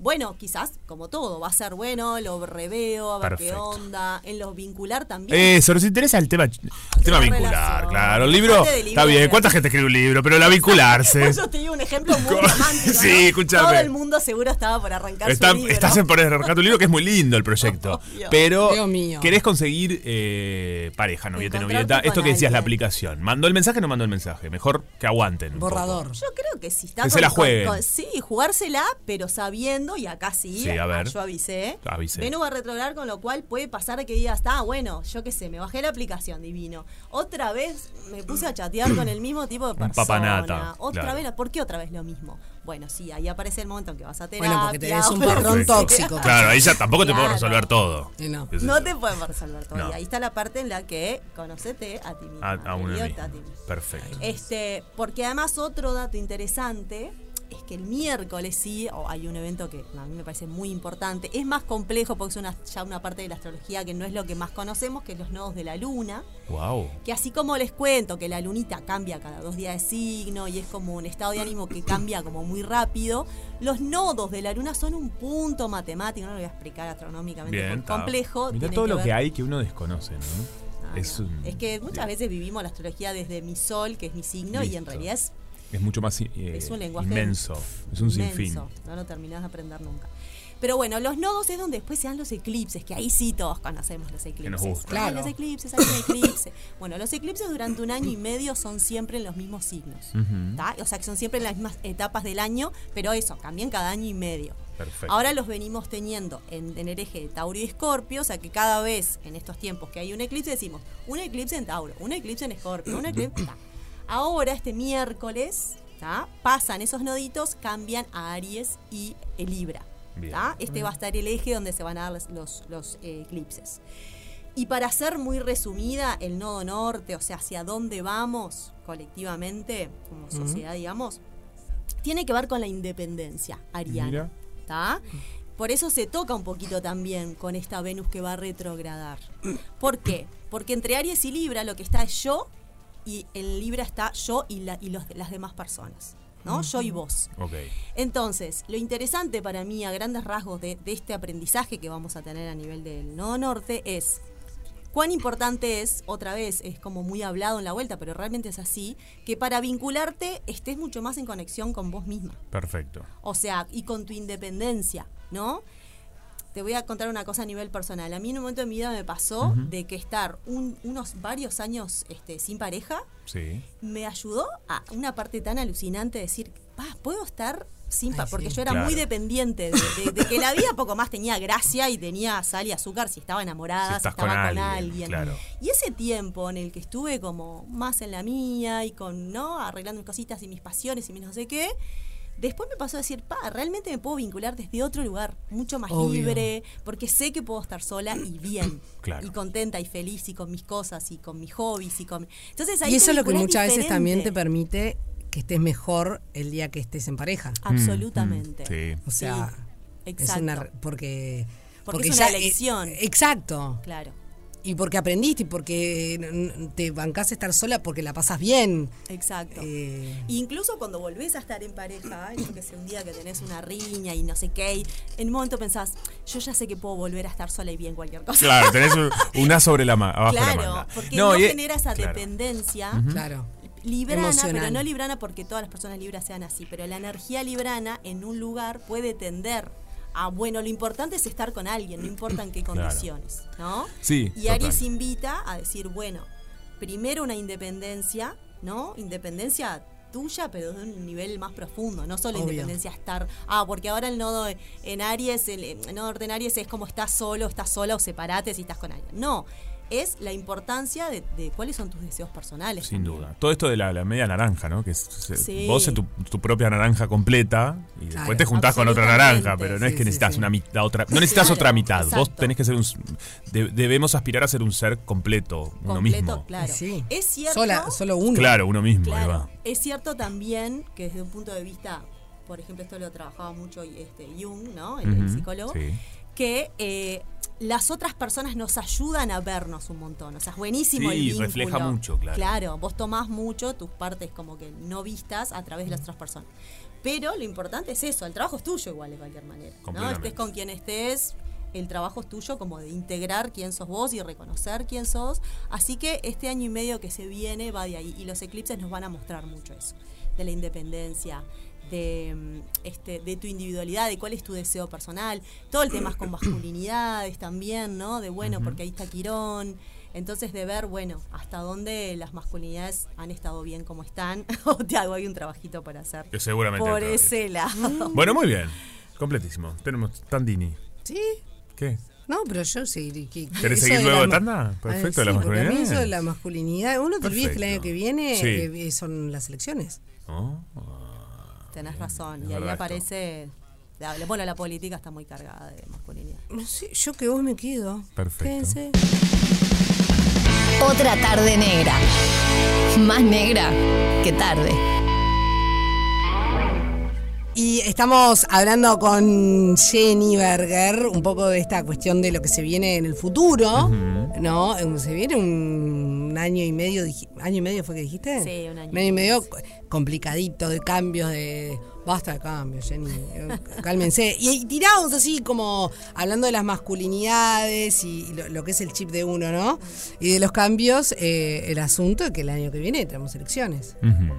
Speaker 13: Bueno, quizás, como todo, va a ser bueno, lo reveo, a ver qué
Speaker 5: Perfecto.
Speaker 13: onda, en lo vincular también.
Speaker 5: Eh, Eso, nos interesa el tema, el tema vincular, claro. El libro,
Speaker 13: Aparte de
Speaker 5: está bien.
Speaker 13: librear.
Speaker 5: ¿Cuánta gente escribe un libro? Pero la vincularse.
Speaker 13: Yo te digo un ejemplo muy romántico.
Speaker 5: Sí,
Speaker 13: ¿no? Todo el
Speaker 5: escúchame.
Speaker 13: mundo seguro estaba por arrancar
Speaker 5: Está-
Speaker 13: su libro.
Speaker 5: estás en por arrancar tu libro, que es muy lindo el proyecto. Pero
Speaker 13: Dios mío.
Speaker 5: querés conseguir eh, pareja, novieta,
Speaker 13: Encontrarte
Speaker 5: novieta.
Speaker 13: con
Speaker 5: Esto que decías, la
Speaker 13: alguien.
Speaker 5: aplicación. ¿Mandó el mensaje o no mandó el mensaje? Mejor que aguanten. un
Speaker 13: Borrador. Yo creo que sí está.
Speaker 5: Que se la jueguen.
Speaker 13: sí, jugársela, pero sabiendo, y acá sí. ah,
Speaker 5: Sí, a ver.
Speaker 13: Yo avisé.
Speaker 5: Avisé.
Speaker 13: Venus va a retrogradar, con lo cual puede pasar que digas, ah, bueno, yo qué sé, me bajé la aplicación, divino. Otra vez me puse a chatear con el mismo tipo de
Speaker 5: Un
Speaker 13: persona.
Speaker 5: papanata,
Speaker 13: Otra
Speaker 5: claro.
Speaker 13: vez, ¿por qué otra vez lo mismo? Bueno, sí, ahí aparece el momento en que vas a terapia.
Speaker 4: Bueno, porque tenés un
Speaker 13: o-
Speaker 4: patrón
Speaker 5: Perfecto.
Speaker 4: tóxico.
Speaker 5: Claro, ahí ya tampoco te puedo
Speaker 13: Claro.
Speaker 5: resolver todo.
Speaker 4: no.
Speaker 5: Qué sé
Speaker 13: No
Speaker 5: yo.
Speaker 13: te pueden resolver todo.
Speaker 5: No.
Speaker 13: Y ahí está la parte en la que conocete a ti mismo.
Speaker 5: A, a uno
Speaker 13: idiota,
Speaker 5: mismo.
Speaker 13: a ti mismo.
Speaker 5: Perfecto.
Speaker 13: Este, porque además otro dato interesante es que el miércoles sí, o hay un evento que a mí me parece muy importante, es más complejo porque es una, ya una parte de la astrología que no es lo que más conocemos, que es los nodos de la luna,
Speaker 5: Wow.
Speaker 13: que así como les cuento que la lunita cambia cada dos días de signo y es como un estado de ánimo que cambia como muy rápido, los nodos de la luna son un punto matemático, no lo voy a explicar astronómicamente,
Speaker 5: Bien.
Speaker 13: porque es complejo.
Speaker 5: Mira
Speaker 13: tiene
Speaker 5: todo lo
Speaker 13: ver- Ah,
Speaker 5: que hay que uno desconoce, ¿no? es, un-
Speaker 13: Es que muchas veces vivimos la astrología desde mi sol, que es mi signo, y en
Speaker 5: Listo.
Speaker 13: realidad es
Speaker 5: es mucho más eh,
Speaker 13: es un lenguaje
Speaker 5: inmenso. Es un sinfín.
Speaker 13: inmenso. No lo terminás de aprender nunca. Pero bueno, los nodos es donde después se dan los eclipses, que ahí sí todos conocemos los eclipses.
Speaker 5: nos gusta.
Speaker 13: Ah,
Speaker 5: Claro.
Speaker 13: los eclipses, hay un eclipse. Bueno, los eclipses durante un año y medio son siempre en los mismos signos.
Speaker 5: Ujú.
Speaker 13: ¿tá? O sea, que son siempre en las mismas etapas del año, pero eso, cambian cada año y medio.
Speaker 5: Perfecto.
Speaker 13: Ahora los venimos teniendo en, en el eje de Tauro y Escorpio, o sea que cada vez en estos tiempos que hay un eclipse decimos un eclipse en Tauro, un eclipse en Escorpio, un eclipse. ta. Ahora este miércoles ta, pasan esos noditos, cambian a Aries y eh, Libra.
Speaker 3: Bien.
Speaker 13: ta. Este va a estar el eje donde se van a dar los, los- los, eh, eclipses. Y para ser muy resumida, el nodo norte, o sea, hacia dónde vamos colectivamente como
Speaker 3: Ujú.
Speaker 13: sociedad, digamos, tiene que ver con la independencia
Speaker 3: Mira.
Speaker 13: ariana. ¿tá? Por eso se toca un poquito también con esta Venus que va a retrogradar. ¿Por qué? Porque entre Aries y Libra lo que está es yo y en Libra está yo y, la- y los- las demás personas. ¿No? Yo y vos.
Speaker 5: Ok.
Speaker 13: Entonces, lo interesante para mí a grandes rasgos de, de este aprendizaje que vamos a tener a nivel del Nodo Norte es cuán importante es, otra vez, es como muy hablado en la vuelta, pero realmente es así, que para vincularte estés mucho más en conexión con vos misma.
Speaker 5: Perfecto.
Speaker 13: O sea, y con tu independencia, ¿no? Te voy a contar una cosa a nivel personal. A mí en un momento de mi vida me pasó
Speaker 5: Ujú.
Speaker 13: de que estar un- unos varios años este, sin pareja
Speaker 5: Sí.
Speaker 13: me ayudó a una parte tan alucinante de decir, "Pa, puedo estar sin pa-", porque yo era
Speaker 5: Claro.
Speaker 13: muy dependiente de, de- de que la vida poco más tenía gracia y tenía sal y azúcar si estaba
Speaker 5: Si
Speaker 13: enamorada, si,
Speaker 5: estás
Speaker 13: estaba
Speaker 5: con
Speaker 13: con,
Speaker 5: alguien,
Speaker 13: alguien.
Speaker 5: claro.
Speaker 13: Y ese tiempo en el que estuve como más en la mía y con, ¿no? Arreglando mis cositas y mis pasiones y mis no sé qué. Después me pasó a decir, pa, realmente me puedo vincular desde otro lugar, mucho más
Speaker 3: Obvio.
Speaker 13: libre, porque sé que puedo estar sola y bien,
Speaker 4: Claro.
Speaker 13: y contenta y feliz y con mis cosas y con mis hobbies y con... Entonces ahí
Speaker 4: Y
Speaker 13: te
Speaker 4: eso es lo que
Speaker 13: vinculás
Speaker 4: muchas veces también te
Speaker 13: diferente.
Speaker 4: permite que estés mejor el día que estés en pareja.
Speaker 13: Absolutamente.
Speaker 5: Mm, Sí.
Speaker 4: O sea,
Speaker 13: Sí,
Speaker 4: es una re-
Speaker 13: exacto.
Speaker 4: porque
Speaker 13: Porque es una
Speaker 4: ya-
Speaker 13: elección.
Speaker 4: eh, exacto.
Speaker 13: Claro.
Speaker 4: Y porque aprendiste y porque eh, n- n- te bancás estar sola porque la pasas bien.
Speaker 13: Exacto.
Speaker 4: Eh,
Speaker 13: Incluso cuando volvés a estar en pareja, yo que sé, un día que tenés una riña y no sé qué, y en un momento pensás, yo ya sé que puedo volver a estar sola y bien cualquier cosa.
Speaker 5: Claro, tenés un- una sobre la mano. Abajo de la
Speaker 13: Claro,
Speaker 5: manga.
Speaker 13: porque no,
Speaker 5: y es-
Speaker 13: genera esa
Speaker 5: claro.
Speaker 13: dependencia.
Speaker 5: Ujú.
Speaker 4: Claro.
Speaker 13: Librana,
Speaker 4: Emocional.
Speaker 13: pero no librana porque todas las personas libras sean así, pero la energía librana en un lugar puede tender a, bueno, lo importante es estar con alguien, no importa en qué
Speaker 5: Claro.
Speaker 13: condiciones, ¿no?
Speaker 5: Sí,
Speaker 13: Y Aries
Speaker 5: total.
Speaker 13: invita a decir, bueno, primero una independencia, ¿no? Independencia tuya, pero de un nivel más profundo, no solo
Speaker 14: Obvio.
Speaker 13: independencia estar, ah, porque ahora el nodo en Aries, el, el nodo norte en Aries es como estás solo, estás sola o separate si estás con alguien. No, es la importancia de, de cuáles son tus deseos personales.
Speaker 5: Sin duda. Todo esto de la, la media naranja, ¿no? Que es- se-
Speaker 13: Sí.
Speaker 5: vos en tu, tu propia naranja completa y
Speaker 13: Claro,
Speaker 5: después te juntás con otra
Speaker 13: absolutamente.
Speaker 5: naranja, pero no es
Speaker 13: Sí,
Speaker 5: que
Speaker 13: sí,
Speaker 5: necesitas
Speaker 13: sí.
Speaker 5: una mitad, otra. No necesitas
Speaker 13: Claro,
Speaker 5: otra mitad. Vos
Speaker 13: exacto.
Speaker 5: tenés que ser un. s- de- debemos aspirar a ser un ser completo, uno mismo.
Speaker 13: claro.
Speaker 4: Sí.
Speaker 13: Es cierto.
Speaker 4: Sola, solo uno.
Speaker 5: Claro, uno mismo, ahí va.
Speaker 13: Es cierto también que desde un punto de vista, por ejemplo, esto lo trabajaba mucho este, Jung, ¿no? El, el
Speaker 5: Ujú,
Speaker 13: psicólogo,
Speaker 5: sí.
Speaker 13: que eh, las otras personas nos ayudan a vernos un montón. O sea, es buenísimo
Speaker 5: Sí,
Speaker 13: el vínculo.
Speaker 5: refleja mucho, claro.
Speaker 13: Claro, vos tomás mucho tus partes como que no vistas a través de las otras personas. Pero lo importante es eso, el trabajo es tuyo igual de cualquier manera. ¿no?
Speaker 5: Completamente.
Speaker 13: Estés con quien estés, el trabajo es tuyo como de integrar quién sos vos y reconocer quién sos. Así que este año y medio que se viene va de ahí y los eclipses nos van a mostrar mucho eso, de la independencia. De, mm, este, de tu individualidad, de cuál es tu deseo personal, todo el tema es con masculinidades también, ¿no? De bueno,
Speaker 14: Ujú.
Speaker 13: porque ahí está Quirón, entonces de ver, bueno, hasta dónde las masculinidades han estado bien como están, o te hago ahí un trabajito para hacer.
Speaker 5: Que seguramente hay
Speaker 13: Por
Speaker 5: trabajito.
Speaker 13: ese
Speaker 4: Mm.
Speaker 13: lado.
Speaker 5: Bueno, muy bien. Completísimo. Tenemos Tandini.
Speaker 4: ¿Sí?
Speaker 5: ¿Qué?
Speaker 4: No, pero yo sí. que- que
Speaker 5: ¿Querés
Speaker 4: eso
Speaker 5: seguir
Speaker 4: de
Speaker 5: luego
Speaker 4: la
Speaker 5: de
Speaker 4: ma-
Speaker 5: tanda?
Speaker 4: Ah,
Speaker 5: Perfecto,
Speaker 4: sí,
Speaker 5: la
Speaker 4: porque a mí
Speaker 5: masculinidad.
Speaker 4: eso de la masculinidad. Uno te olvides que el año que viene
Speaker 5: Sí.
Speaker 4: eh, eh, son las elecciones.
Speaker 5: Oh,
Speaker 13: Tenés razón.
Speaker 4: es
Speaker 13: Y ahí
Speaker 4: verdad
Speaker 13: aparece. la- la- bueno, la política está muy cargada de masculinidad.
Speaker 4: No sé, yo que vos me quedo.
Speaker 5: Perfecto.
Speaker 4: Quédense.
Speaker 1: Otra tarde negra. Más negra que tarde.
Speaker 4: Y estamos hablando con Jenny Berger un poco de esta cuestión de lo que se viene en el futuro,
Speaker 5: Ujú.
Speaker 4: ¿no? Eh, Se viene un año y medio, dij- año y medio fue que dijiste?
Speaker 13: Sí, un año.
Speaker 4: y medio co- complicadito de cambios, de basta de cambios, Jenny, eh, cálmense. Y, y tiramos así como hablando de las masculinidades y lo, lo que es el chip de uno, ¿no? Y de los cambios, eh, el asunto de que el año que viene tenemos elecciones.
Speaker 5: Ujú.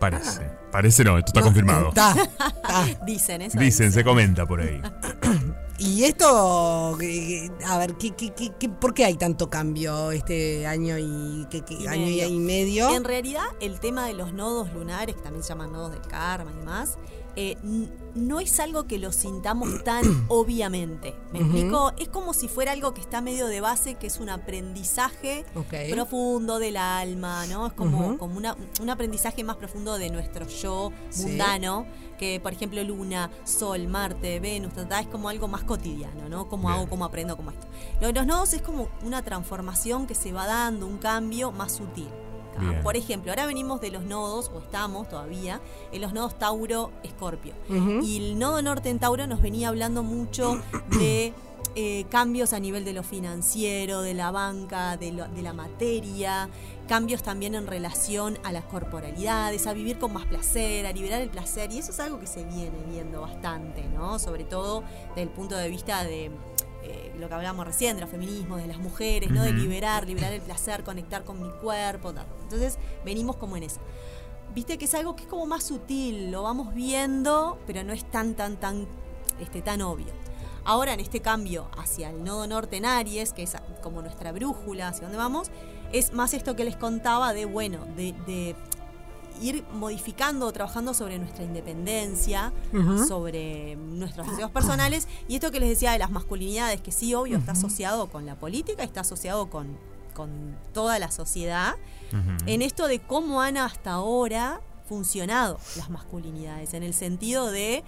Speaker 5: Parece. Parece no, esto está confirmado.
Speaker 4: Está.
Speaker 13: Dicen eso.
Speaker 5: Dicen, se comenta por ahí.
Speaker 4: Y esto, eh, a ver, ¿qué, qué, qué, qué- por qué hay tanto cambio este año y, qué- qué- año y, y medio?
Speaker 13: En realidad, el tema de los nodos lunares, que también se llaman nodos del karma y demás, eh, n- no es algo que lo sintamos tan obviamente. ¿Me
Speaker 15: Ujú.
Speaker 13: explico? Es como si fuera algo que está medio de base, que es un aprendizaje
Speaker 15: Ok.
Speaker 13: profundo del alma, ¿no? Es como,
Speaker 15: Ujú.
Speaker 13: como una- un aprendizaje más profundo de nuestro yo
Speaker 15: Sí.
Speaker 13: mundano, que por ejemplo Luna, Sol, Marte, Venus, ta, ta, es como algo más cotidiano, ¿no? Cómo
Speaker 15: Bien.
Speaker 13: hago, cómo aprendo, cómo esto. Lo de los nodos es como una transformación que se va dando, un cambio más sutil.
Speaker 15: Bien.
Speaker 13: Por ejemplo, ahora venimos de los nodos, o estamos todavía, en los nodos Tauro-Escorpio.
Speaker 15: Ujú.
Speaker 13: Y el nodo norte en Tauro nos venía hablando mucho de eh, cambios a nivel de lo financiero, de la banca, de, lo- de la materia, cambios también en relación a las corporalidades, a vivir con más placer, a liberar el placer. Y eso es algo que se viene viendo bastante, ¿no? Sobre todo desde el punto de vista de eh, lo que hablábamos recién, de los feminismos, de las mujeres, ¿no? De
Speaker 15: Ujú.
Speaker 13: liberar, liberar el placer, conectar con mi cuerpo. tal. Entonces, venimos como en eso. Viste que es algo que es como más sutil, lo vamos viendo, pero no es tan, tan, tan, este, tan obvio. Ahora, en este cambio hacia el nodo norte en Aries, que es como nuestra brújula hacia dónde vamos, es más esto que les contaba de, bueno, de, de ir modificando o trabajando sobre nuestra independencia,
Speaker 15: Ujú.
Speaker 13: sobre nuestros deseos personales. Y esto que les decía de las masculinidades, que sí, obvio, está asociado con la política, está asociado con, con toda la sociedad, en esto de cómo han hasta ahora funcionado las masculinidades, en el sentido de...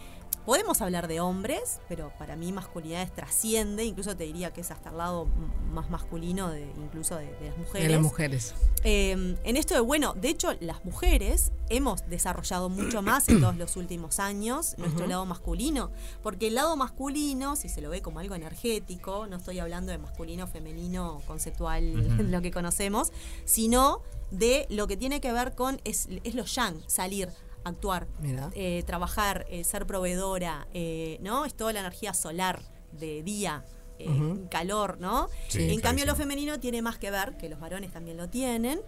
Speaker 13: Podemos hablar de hombres, pero para mí masculinidades trasciende, incluso te diría que es hasta el lado m- más masculino de, incluso de, de las mujeres.
Speaker 4: De las mujeres.
Speaker 13: Eh, en esto de, bueno, de hecho, las mujeres hemos desarrollado mucho más en todos los últimos años nuestro
Speaker 15: Ujú.
Speaker 13: lado masculino, porque el lado masculino, si se lo ve como algo energético, no estoy hablando de masculino, femenino, conceptual,
Speaker 15: Ujú.
Speaker 13: lo que conocemos, sino de lo que tiene que ver con, es, es lo yang, salir, actuar,
Speaker 4: Mirá.
Speaker 13: eh, trabajar, eh, ser proveedora, eh, ¿no? Es toda la energía solar de día, eh,
Speaker 15: Ujú.
Speaker 13: calor, ¿no?
Speaker 15: Sí,
Speaker 13: en cambio,
Speaker 15: clarísimo.
Speaker 13: lo femenino tiene más que ver, que los varones también lo tienen,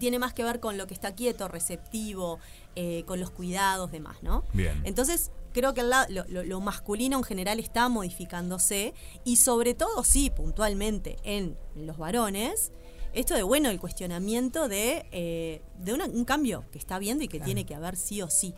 Speaker 13: tiene más que ver con lo que está quieto, receptivo, eh, con los cuidados, demás, ¿no?
Speaker 15: Bien.
Speaker 13: Entonces, creo que el lado- lo, lo- lo masculino en general está modificándose y sobre todo, sí, puntualmente en los varones, esto de, bueno, el cuestionamiento de, eh, de una- un cambio que está viendo y que tiene que haber sí o sí.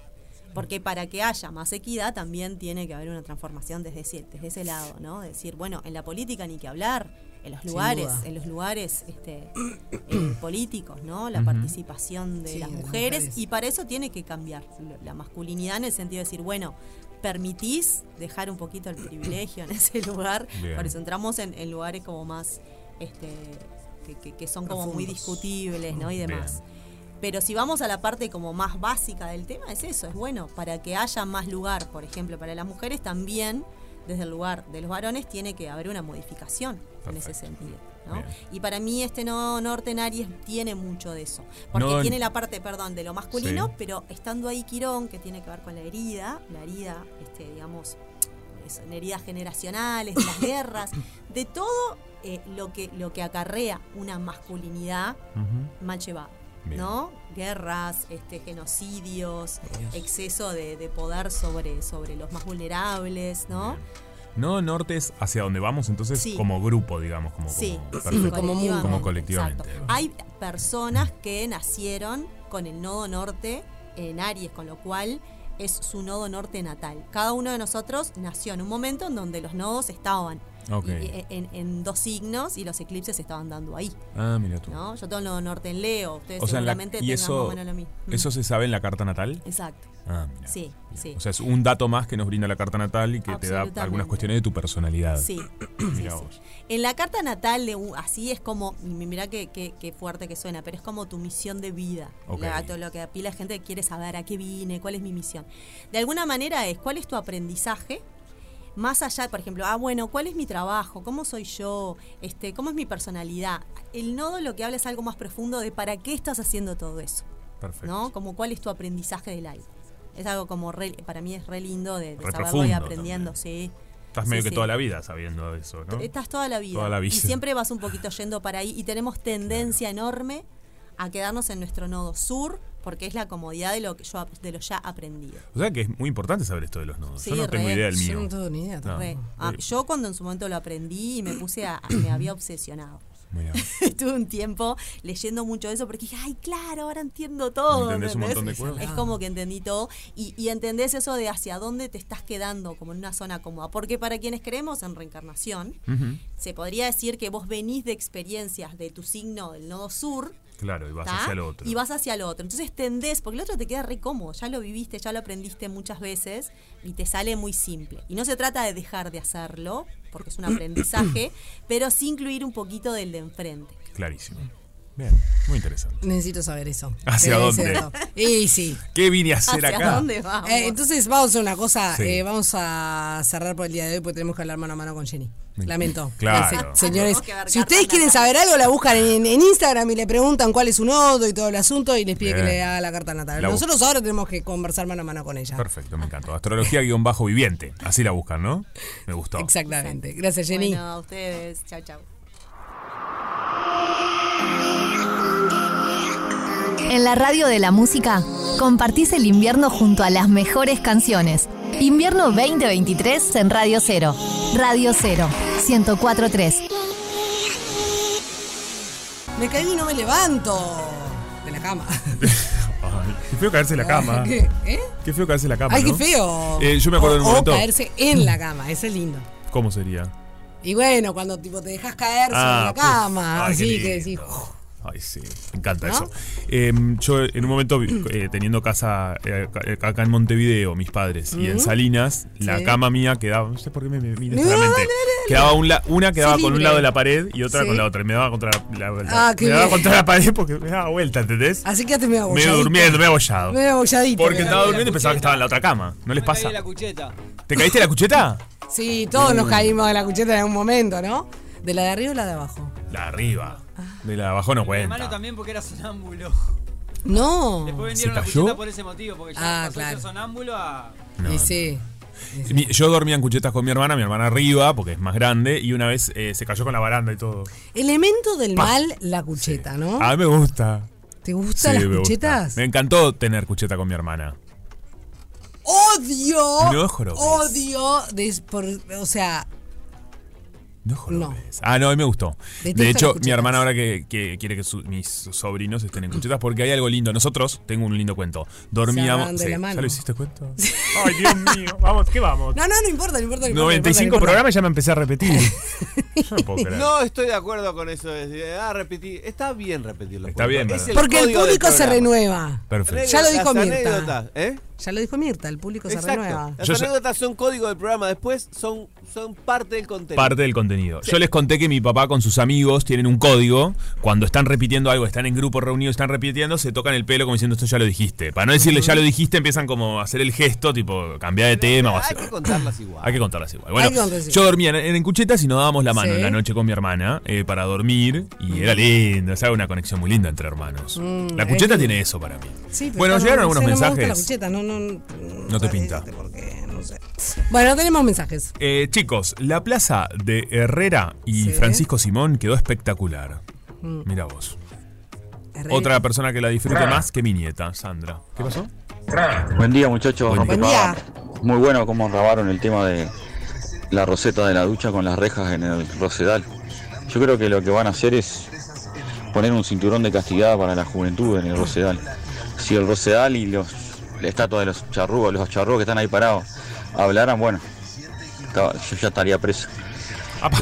Speaker 13: Porque para que haya más equidad también tiene que haber una transformación desde ese, desde ese lado, ¿no? Decir, bueno, en la política ni que hablar, en los
Speaker 15: Sin
Speaker 13: lugares,
Speaker 15: duda.
Speaker 13: en los lugares este, eh, políticos, ¿no? La
Speaker 15: Ujú.
Speaker 13: participación de
Speaker 15: Sí,
Speaker 13: las
Speaker 15: de las
Speaker 13: mujeres.
Speaker 15: mujeres.
Speaker 13: Y para eso tiene que cambiar lo- la masculinidad en el sentido de decir, bueno, permitís dejar un poquito el privilegio en ese lugar.
Speaker 15: Bien.
Speaker 13: Por eso entramos en, en lugares como más, este, que, que- que son como muy
Speaker 15: Profundos.
Speaker 13: discutibles, ¿no? Y
Speaker 15: Bien.
Speaker 13: demás. Pero si vamos a la parte como más básica del tema, es eso, es bueno, para que haya más lugar, por ejemplo, para las mujeres también desde el lugar de los varones, tiene que haber una modificación en ese sentido. ¿no?
Speaker 5: Bien.
Speaker 13: Y para mí este no norte en Aries tiene mucho de eso. Porque
Speaker 5: No,
Speaker 13: tiene
Speaker 5: en-
Speaker 13: la parte, perdón, de lo masculino,
Speaker 5: Sí.
Speaker 13: pero estando ahí Quirón, que tiene que ver con la herida, la herida, este, digamos, eso, en heridas generacionales, de las guerras, de todo eh, lo, que, lo que acarrea una masculinidad mal llevada.
Speaker 3: Bien.
Speaker 13: ¿No? Guerras, este, genocidios,
Speaker 5: Dios.
Speaker 13: exceso de, de poder sobre, sobre los más vulnerables, ¿no?
Speaker 5: No nortes hacia donde vamos, entonces
Speaker 13: Sí.
Speaker 5: como grupo, digamos, como
Speaker 13: Sí,
Speaker 5: como,
Speaker 13: sí,
Speaker 5: perfecto.
Speaker 13: colectivamente.
Speaker 5: Como colectivamente.
Speaker 13: Exacto. Hay personas que nacieron con el nodo norte en Aries, con lo cual es su nodo norte natal. Cada uno de nosotros nació en un momento en donde los nodos estaban
Speaker 5: Ok.
Speaker 13: y- eh, en, en dos signos y los eclipses se estaban dando ahí.
Speaker 5: Ah, mira tú.
Speaker 13: ¿no? Yo tengo el nodo norte en Leo, ustedes
Speaker 5: O sea, en la-
Speaker 13: seguramente
Speaker 5: y
Speaker 13: tengan más
Speaker 5: eso,
Speaker 13: o menos lo mismo. Mm.
Speaker 5: eso se sabe en la carta natal.
Speaker 13: Exacto.
Speaker 5: Ah, mira.
Speaker 13: Sí, sí.
Speaker 5: O sea, es un dato más que nos brinda la carta natal y que te da
Speaker 13: Absolutamente.
Speaker 5: algunas cuestiones de tu personalidad.
Speaker 13: Sí,
Speaker 5: Ah. Mira vos.
Speaker 13: En la carta natal, de un- así es como, y mirá qué, qué- qué fuerte que suena, pero es como tu misión de vida.
Speaker 5: Ok.
Speaker 13: La- todo lo que a la gente que quiere saber a qué vine, cuál es mi misión. De alguna manera es cuál es tu aprendizaje. Más allá, por ejemplo, ah, bueno, ¿cuál es mi trabajo? ¿Cómo soy yo? Este, ¿Cómo es mi personalidad? El nodo lo que habla es algo más profundo de para qué estás haciendo todo eso.
Speaker 5: Perfecto.
Speaker 13: ¿no? Como cuál es tu aprendizaje del aire. Es algo como, re- para mí es re lindo de, de
Speaker 5: Re
Speaker 13: saberlo y
Speaker 5: profundo
Speaker 13: aprendiendo, sí.
Speaker 5: Estás
Speaker 13: Sí,
Speaker 5: medio que
Speaker 13: sí.
Speaker 5: toda la vida sabiendo eso, ¿no?
Speaker 13: Estás toda la vida.
Speaker 5: Toda la vida.
Speaker 13: Y siempre vas un poquito yendo para ahí. Y tenemos tendencia enorme a quedarnos en nuestro nodo sur, porque es la comodidad de lo que yo ap- de lo ya aprendido.
Speaker 5: O sea que es muy importante saber esto de los nodos.
Speaker 13: Sí,
Speaker 5: Yo no
Speaker 13: re.
Speaker 5: tengo idea del mío. No.
Speaker 13: Re. Ah, yo cuando en su momento lo aprendí y me puse a, me había obsesionado.
Speaker 5: Mirá.
Speaker 13: Estuve un tiempo leyendo mucho de eso porque dije, ay, claro, ahora entiendo todo.
Speaker 5: Entendés un montón de cosas.
Speaker 13: Es como que entendí todo y, y entendés eso de hacia dónde te estás quedando, como en una zona cómoda. Porque para quienes creemos en reencarnación,
Speaker 5: Ujú.
Speaker 13: se podría decir que vos venís de experiencias de tu signo del nodo sur
Speaker 5: Claro, y vas
Speaker 13: ¿tá?
Speaker 5: hacia el otro.
Speaker 13: y vas hacia el otro. Entonces tendés, porque el otro te queda re cómodo, ya lo viviste, ya lo aprendiste muchas veces y te sale muy simple. Y no se trata de dejar de hacerlo, porque es un aprendizaje, pero sí incluir un poquito del de enfrente.
Speaker 5: Clarísimo. Bien, muy interesante.
Speaker 4: Necesito saber eso.
Speaker 5: ¿Hacia
Speaker 4: Eh,
Speaker 5: dónde?
Speaker 4: cierto. Y sí. Eh,
Speaker 5: ¿Qué vine a hacer acá?
Speaker 13: vamos?
Speaker 4: entonces vamos a hacer una cosa,
Speaker 5: Sí.
Speaker 4: eh, vamos a cerrar por el día de hoy porque tenemos que hablar mano a mano con Jenny. Lamento.
Speaker 5: Claro.
Speaker 4: Sí, señores, si ustedes quieren saber algo, la buscan en, en Instagram y le preguntan cuál es su nodo y todo el asunto y les pide
Speaker 5: Bien.
Speaker 4: que le haga la carta natal.
Speaker 5: La
Speaker 4: Nosotros
Speaker 5: busco.
Speaker 4: ahora tenemos que conversar mano a mano con ella.
Speaker 5: Perfecto, me encantó. Astrología-viviente. Así la buscan, ¿no? Me gustó.
Speaker 4: Exactamente. Gracias, Jenny.
Speaker 13: Bueno, a ustedes. Chao, chao.
Speaker 1: En la radio de la música, compartís el invierno junto a las mejores canciones. Invierno 2023 en Radio Cero. Radio Cero, 1043.
Speaker 4: Me caí y no me levanto de la cama.
Speaker 5: Ay, qué feo caerse en la cama.
Speaker 4: ¿Qué? ¿Eh?
Speaker 5: Qué feo caerse en la cama.
Speaker 4: Ay, qué
Speaker 5: ¿no?
Speaker 4: feo.
Speaker 5: Eh, yo me acuerdo
Speaker 4: o,
Speaker 5: de un
Speaker 4: o
Speaker 5: momento.
Speaker 4: caerse en la cama, eso es lindo.
Speaker 5: ¿Cómo sería?
Speaker 4: Y bueno, cuando tipo te dejas caer
Speaker 5: Ah,
Speaker 4: sobre la
Speaker 5: uf.
Speaker 4: cama,
Speaker 5: Ay, qué
Speaker 4: así
Speaker 5: lindo.
Speaker 4: que decís,
Speaker 5: Ay, sí, me encanta
Speaker 4: ¿No?
Speaker 5: eso. Eh, yo en un momento, vi- eh, teniendo casa eh, acá- acá en Montevideo, mis padres, y en
Speaker 14: Ujú.
Speaker 5: Salinas, la
Speaker 14: Sí.
Speaker 5: cama mía quedaba, no sé por qué me, me mira
Speaker 14: No,
Speaker 5: solamente, quedaba un la- una quedaba
Speaker 14: Sé
Speaker 5: con un
Speaker 14: libre.
Speaker 5: lado de la pared y otra
Speaker 14: Sí.
Speaker 5: con la otra, y me daba contra la, la-
Speaker 4: Ah, qué
Speaker 5: me daba
Speaker 4: bien.
Speaker 5: contra la pared porque me daba vuelta, ¿entendés?
Speaker 4: así que te me voy
Speaker 5: Medio durmiendo, medio abollado.
Speaker 4: Me abolladito.
Speaker 5: Porque
Speaker 4: quedaba.
Speaker 5: estaba durmiendo y pensaba que estaba en la otra cama. ¿No les pasa?
Speaker 9: La cucheta.
Speaker 5: ¿Te caíste de la cucheta?
Speaker 4: Sí, todos nos
Speaker 5: Mm.
Speaker 4: caímos de la cucheta en algún momento, ¿no? ¿De la de arriba o la de abajo?
Speaker 5: La de arriba. De la de abajo no
Speaker 9: Mi hermano
Speaker 5: cuenta.
Speaker 9: también porque era sonámbulo.
Speaker 4: No.
Speaker 9: Después
Speaker 5: ¿Se
Speaker 9: vendieron la
Speaker 5: cayó?
Speaker 9: cucheta por ese motivo, porque ya
Speaker 4: Ah,
Speaker 9: pasó de
Speaker 4: claro.
Speaker 9: ser sonámbulo a.
Speaker 5: No,
Speaker 4: Y
Speaker 5: no.
Speaker 4: sí.
Speaker 5: Mi- Yo dormía en cuchetas con mi hermana, mi hermana arriba, porque es más grande, y una vez eh, se cayó con la baranda y todo.
Speaker 4: Elemento del mal, la cucheta, ¿no?
Speaker 5: A mí me gusta.
Speaker 4: ¿Te gustan
Speaker 5: Ah, Sí,
Speaker 4: las
Speaker 5: me gusta.
Speaker 4: cuchetas?
Speaker 5: Me encantó tener cucheta con mi hermana.
Speaker 4: Odio.
Speaker 5: No jorobes.
Speaker 4: Odio. de- por- o sea.
Speaker 5: No
Speaker 4: jorobes.
Speaker 5: Ah, no, a mí me gustó.
Speaker 4: Detesto
Speaker 5: de hecho,
Speaker 4: las cuchetas.
Speaker 5: mi hermana ahora que, que quiere que su- mis sobrinos estén en cuchetas, porque hay algo lindo. Nosotros, tengo un lindo cuento.
Speaker 4: agarran
Speaker 5: Dormíamos.
Speaker 4: de la
Speaker 5: ¿Ya
Speaker 4: mano.
Speaker 5: lo hiciste cuento? Ay, Dios mío. Vamos, ¿qué vamos?
Speaker 4: No, no, no importa, no importa. no importa, no importa, no
Speaker 5: 95
Speaker 4: importa.
Speaker 5: programas ya me empecé a repetir. Yo no puedo creer.
Speaker 6: No estoy de acuerdo con eso. es decir, ah, repetí. Está bien repetirlo.
Speaker 5: Está bien,
Speaker 6: Es
Speaker 5: ¿verdad?
Speaker 4: Porque el
Speaker 6: código del
Speaker 4: público se
Speaker 6: programa.
Speaker 4: renueva.
Speaker 5: Perfecto.
Speaker 4: Ya lo dijo
Speaker 6: Las
Speaker 4: Mirta.
Speaker 6: anécdotas, ¿eh?
Speaker 4: Ya lo dijo Mirta, el público se renueva.
Speaker 6: Exacto. Las
Speaker 5: Yo sé-
Speaker 6: anécdotas son código del programa. Después son, son parte del contenido.
Speaker 5: Parte del contenido. Yo les conté que mi papá con sus amigos tienen un código. Cuando están repitiendo algo, están en grupo reunidos, están repitiendo, se tocan el pelo como diciendo esto ya lo dijiste. Para no decirle ya lo dijiste, empiezan como a hacer el gesto, tipo cambiar de tema o hacer.
Speaker 6: Hay que contarlas igual.
Speaker 5: Hay que contarlas igual.
Speaker 6: Hay que
Speaker 5: Bueno,
Speaker 6: contarlas igual.
Speaker 5: yo dormía en, en cuchetas y nos dábamos la mano
Speaker 6: Sí.
Speaker 5: en la noche con mi hermana eh, para dormir y era lindo, o sea, una conexión muy linda entre hermanos.
Speaker 4: Mm,
Speaker 5: la cucheta
Speaker 4: es-
Speaker 5: tiene eso para mí.
Speaker 4: Sí, pero
Speaker 5: bueno,
Speaker 4: está-
Speaker 5: llegaron
Speaker 4: no
Speaker 5: algunos
Speaker 4: sé, No, me gusta la
Speaker 5: mensajes.
Speaker 4: cucheta, no, no, no.
Speaker 5: No te pinta.
Speaker 4: Bueno, tenemos mensajes.
Speaker 5: Eh, chicos, la plaza de Herrera y
Speaker 4: Sí.
Speaker 5: Francisco Simón quedó espectacular.
Speaker 4: Mm.
Speaker 5: Mira vos.
Speaker 4: Herrera.
Speaker 5: Otra persona que la disfruta
Speaker 14: Ra.
Speaker 5: más que mi nieta, Sandra. ¿Qué pasó?
Speaker 14: Buen día, muchachos.
Speaker 5: Buen
Speaker 14: Rompe
Speaker 5: día.
Speaker 14: pava. Muy bueno cómo rabaron el tema de la roseta de la ducha con las rejas en el Rosedal. Yo creo que lo que van a hacer es poner un cinturón de castigada para la juventud en el Rosedal. Si el Rosedal y los, la estatua de los charrúos, los charrúos que están ahí parados, hablaran, bueno, estaba- yo ya estaría preso.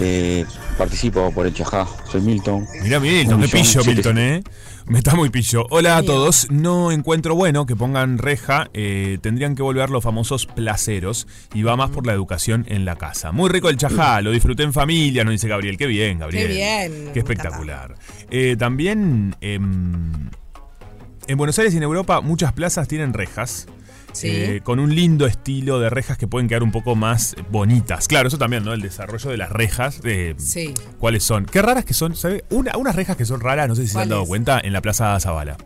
Speaker 14: Eh, participo por el Chajá, soy Milton.
Speaker 5: Mira, Milton, qué pillo, Milton, ¿eh? Me está muy pillo. Hola a todos. No encuentro bueno que pongan reja. eh, tendrían que volver los famosos placeros. Y va más por la educación en la casa. Muy rico el chajá. Lo disfruté en familia, nos dice Gabriel. Qué bien, Gabriel.
Speaker 4: Qué bien.
Speaker 5: Qué espectacular. Eh, también em, en Buenos Aires y en Europa muchas plazas tienen rejas.
Speaker 4: Sí.
Speaker 5: eh, con un lindo estilo de rejas que pueden quedar un poco más bonitas. Claro, eso también, ¿no? El desarrollo de las rejas. eh,
Speaker 4: Sí.
Speaker 5: ¿Cuáles son? Qué raras que son, ¿sabe? Una, unas rejas que son raras, no sé si se han dado
Speaker 4: ¿Cuáles?
Speaker 5: cuenta, en la Plaza Zavala.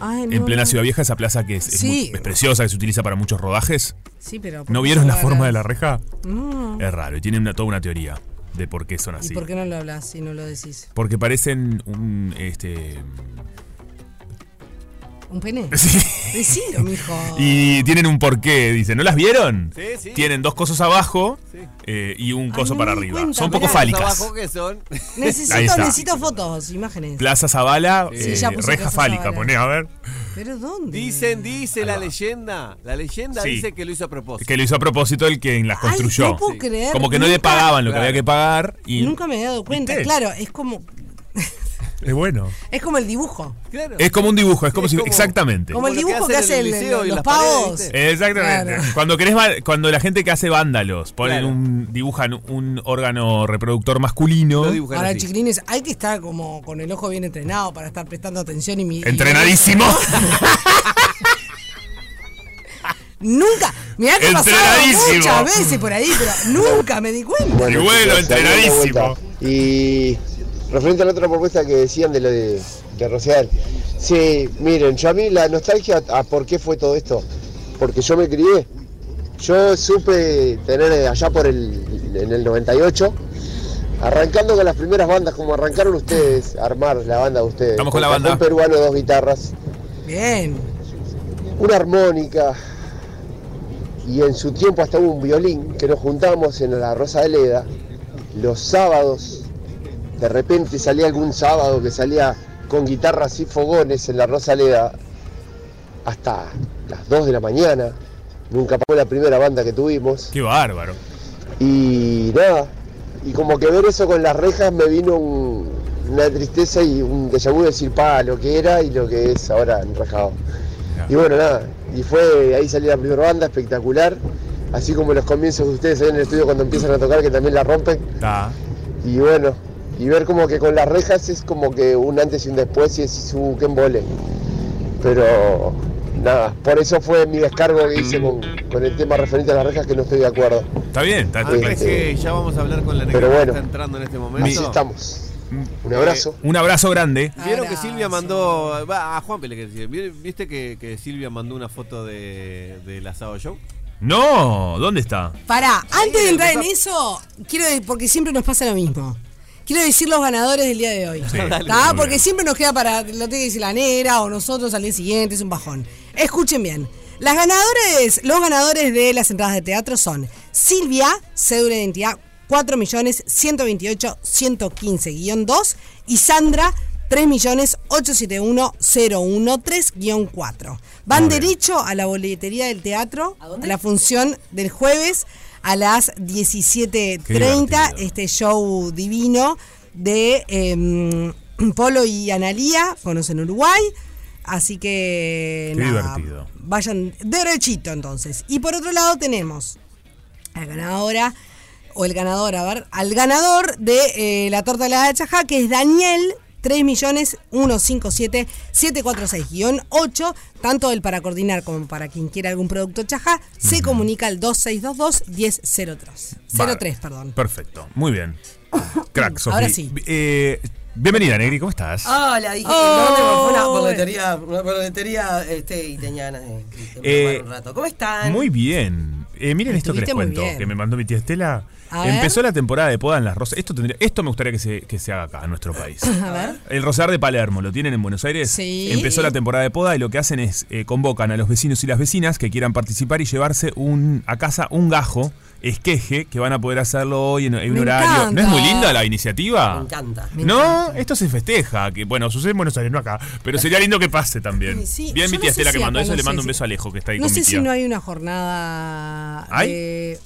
Speaker 4: Ay,
Speaker 5: en
Speaker 4: no,
Speaker 5: plena
Speaker 4: no.
Speaker 5: Ciudad Vieja, esa plaza que es, es
Speaker 4: Sí.
Speaker 5: muy- es preciosa, que se utiliza para muchos rodajes.
Speaker 4: Sí, pero. ¿por
Speaker 5: ¿No
Speaker 4: qué
Speaker 5: vieron la
Speaker 4: lo
Speaker 5: forma de
Speaker 4: hablas?
Speaker 5: la reja?
Speaker 4: No.
Speaker 5: Es raro, y tiene una- toda una teoría de por qué son
Speaker 4: Mm. ¿Y
Speaker 5: así.
Speaker 4: por qué no lo hablas y no lo decís?
Speaker 5: Porque parecen un. Este,
Speaker 4: ¿Un pene?
Speaker 5: Sí.
Speaker 4: Decilo, mijo.
Speaker 5: Y tienen un porqué, dicen. ¿No las vieron?
Speaker 6: Sí, sí.
Speaker 5: Tienen dos cosas abajo eh, y un coso
Speaker 4: no
Speaker 5: para
Speaker 4: me di
Speaker 5: arriba.
Speaker 4: cuenta,
Speaker 5: son un poco
Speaker 4: mirá.
Speaker 5: fálicas.
Speaker 6: Abajo que son.
Speaker 5: Ahí
Speaker 4: Necesito,
Speaker 5: está.
Speaker 4: necesito fotos, imágenes.
Speaker 5: Plaza Zavala,
Speaker 4: Sí,
Speaker 5: eh,
Speaker 4: ya puse
Speaker 5: reja
Speaker 4: Plaza
Speaker 5: fálica,
Speaker 4: Zavala.
Speaker 5: poné, a ver.
Speaker 4: ¿Pero dónde?
Speaker 6: Dicen, dice la leyenda. La leyenda
Speaker 5: Sí.
Speaker 6: dice que lo hizo a propósito.
Speaker 5: Que lo hizo a propósito el quien las construyó.
Speaker 4: no puedo creer,
Speaker 5: Como que no le
Speaker 4: nunca-
Speaker 5: pagaban lo que
Speaker 6: Claro.
Speaker 5: había que pagar y
Speaker 4: Nunca me he dado cuenta.
Speaker 5: ¿Viste?
Speaker 4: Claro, es como,
Speaker 5: es bueno.
Speaker 4: es como el dibujo.
Speaker 5: Es como un dibujo, es como si exactamente.
Speaker 4: Como el dibujo que hacen
Speaker 6: el liceo y
Speaker 4: los
Speaker 6: las paredes,
Speaker 4: pavos.
Speaker 5: Exactamente.
Speaker 4: Claro.
Speaker 5: Cuando querés va- cuando la gente que hace vándalos ponen
Speaker 4: Claro.
Speaker 5: un dibujan un órgano reproductor masculino.
Speaker 4: Ahora, chiquilines, hay que estar como con el ojo bien entrenado para estar prestando atención y mi. y-
Speaker 5: Entrenadísimo.
Speaker 4: nunca. Mirá que he pasado
Speaker 5: Entrenadísimo.
Speaker 4: muchas veces por ahí, pero nunca me di cuenta.
Speaker 12: Bueno, chicos, se dieron la vuelta. Y referente a la otra propuesta que decían de lo de, de Rosedal. Sí, miren, yo a mí la nostalgia, ¿a por qué fue todo esto? Porque yo me crié. Yo supe tener eh, allá por el, en el 98, arrancando con las primeras bandas, como arrancaron ustedes, a armar la banda de ustedes.
Speaker 5: Estamos con la
Speaker 12: Un
Speaker 5: banda.
Speaker 12: peruano, dos guitarras,
Speaker 4: Bien.
Speaker 12: una armónica y en su tiempo hasta hubo un violín que nos juntamos en la Rosa de Leda los sábados. De repente salía algún sábado que salía con guitarras y fogones en la Rosa de Leda hasta las 2 de la mañana. Nunca fue la primera banda que tuvimos.
Speaker 5: Qué bárbaro.
Speaker 12: Y nada, y como que ver eso con las rejas me vino un- una tristeza y un déjà vu de decir, pa, lo que era y lo que es ahora enrejado. Y bueno, nada, y fue, ahí salió la primera banda, espectacular, así como los comienzos de ustedes ahí en el estudio cuando empiezan a tocar, que también la rompen.
Speaker 5: Ta.
Speaker 12: Y bueno, y ver como que con las rejas es como que un antes y un después y es un que embole. Pero nada, por eso fue mi descargo que hice con, con el tema referente a las rejas que no estoy de acuerdo.
Speaker 5: Está bien, está, está
Speaker 12: Ah,
Speaker 5: claro.
Speaker 12: es que
Speaker 6: Ya vamos a hablar con la negra
Speaker 12: Pero
Speaker 6: que
Speaker 12: bueno,
Speaker 6: está entrando en este momento.
Speaker 12: así estamos. Un abrazo.
Speaker 5: Eh, Un abrazo grande.
Speaker 6: Vieron que Silvia mandó. va, A Juan Pele que decía. ¿vi- ¿Viste que, que Silvia mandó una foto de, del asado show?
Speaker 5: No, ¿dónde está?
Speaker 4: Pará, antes de entrar en eso, quiero de- porque siempre nos pasa lo mismo. Quiero decir los ganadores del día de hoy.
Speaker 5: Sí, dale,
Speaker 4: ¿tá?
Speaker 5: muy
Speaker 4: Porque
Speaker 5: bien.
Speaker 4: siempre nos queda para, lo tiene que decir la negra o nosotros al día siguiente, es un bajón. Escuchen bien. Las ganadoras, los ganadores de las entradas de teatro son Silvia, cédula de identidad 4.128.115-2 y Sandra 3.871.013-4. Van
Speaker 5: Muy bien.
Speaker 4: derecho a la boletería del teatro, ¿A, la función del jueves a las 17.30, este show divino de em, Polo y Analía, conocen Uruguay. Así que
Speaker 5: Qué
Speaker 4: nada,
Speaker 5: divertido.
Speaker 4: vayan derechito entonces. Y por otro lado tenemos a la ganadora, o el ganador, a ver, al ganador de eh, la torta de la hachaja, que es Daniel. 3 millones 746-8, tanto el para coordinar como para quien quiera algún producto chaja, se comunica al 2622-1003. 03, perdón.
Speaker 5: Perfecto, muy bien. Crack, Sofi.
Speaker 4: Ahora sí.
Speaker 5: Eh, bienvenida, Negri, ¿cómo estás?
Speaker 15: Hola, dije,
Speaker 4: Oh.
Speaker 15: no, te- fue una boletería, una boletería, este, y tenía ganas de de
Speaker 5: Eh,
Speaker 15: tomar un rato. ¿Cómo están?
Speaker 5: Muy bien. Eh, miren esto que les
Speaker 15: Estuviste muy
Speaker 5: cuento,
Speaker 15: bien.
Speaker 5: que me mandó mi tía Estela.
Speaker 15: A ver.
Speaker 5: Empezó la temporada de poda en las rosas. Esto, tendría, esto me gustaría que se, que se haga acá, en nuestro país.
Speaker 4: A ver.
Speaker 5: El Rosar de Palermo, ¿lo tienen en Buenos Aires?
Speaker 4: Sí.
Speaker 5: Empezó la temporada de poda y lo que hacen es eh, convocan a los vecinos y las vecinas que quieran participar y llevarse un, a casa un gajo, esqueje, que van a poder hacerlo hoy en, en un
Speaker 15: Me
Speaker 5: horario. ¿No es
Speaker 15: encanta.
Speaker 5: muy linda la iniciativa?
Speaker 15: Me encanta.
Speaker 5: No, esto se festeja, que bueno, sucede en Buenos Aires, no acá, pero sería lindo que pase también.
Speaker 4: Ay, sí,
Speaker 5: Bien,
Speaker 4: yo
Speaker 5: mi
Speaker 4: no
Speaker 5: tía
Speaker 4: sé
Speaker 5: Estela
Speaker 4: si
Speaker 5: que mandó
Speaker 4: acá
Speaker 5: eso,
Speaker 4: no
Speaker 5: le
Speaker 4: sé
Speaker 5: mando
Speaker 4: si-
Speaker 5: un beso a Alejo que está ahí
Speaker 4: No
Speaker 5: con
Speaker 4: sé
Speaker 5: mi tía.
Speaker 4: si no hay una jornada
Speaker 5: ¿Hay?
Speaker 4: de...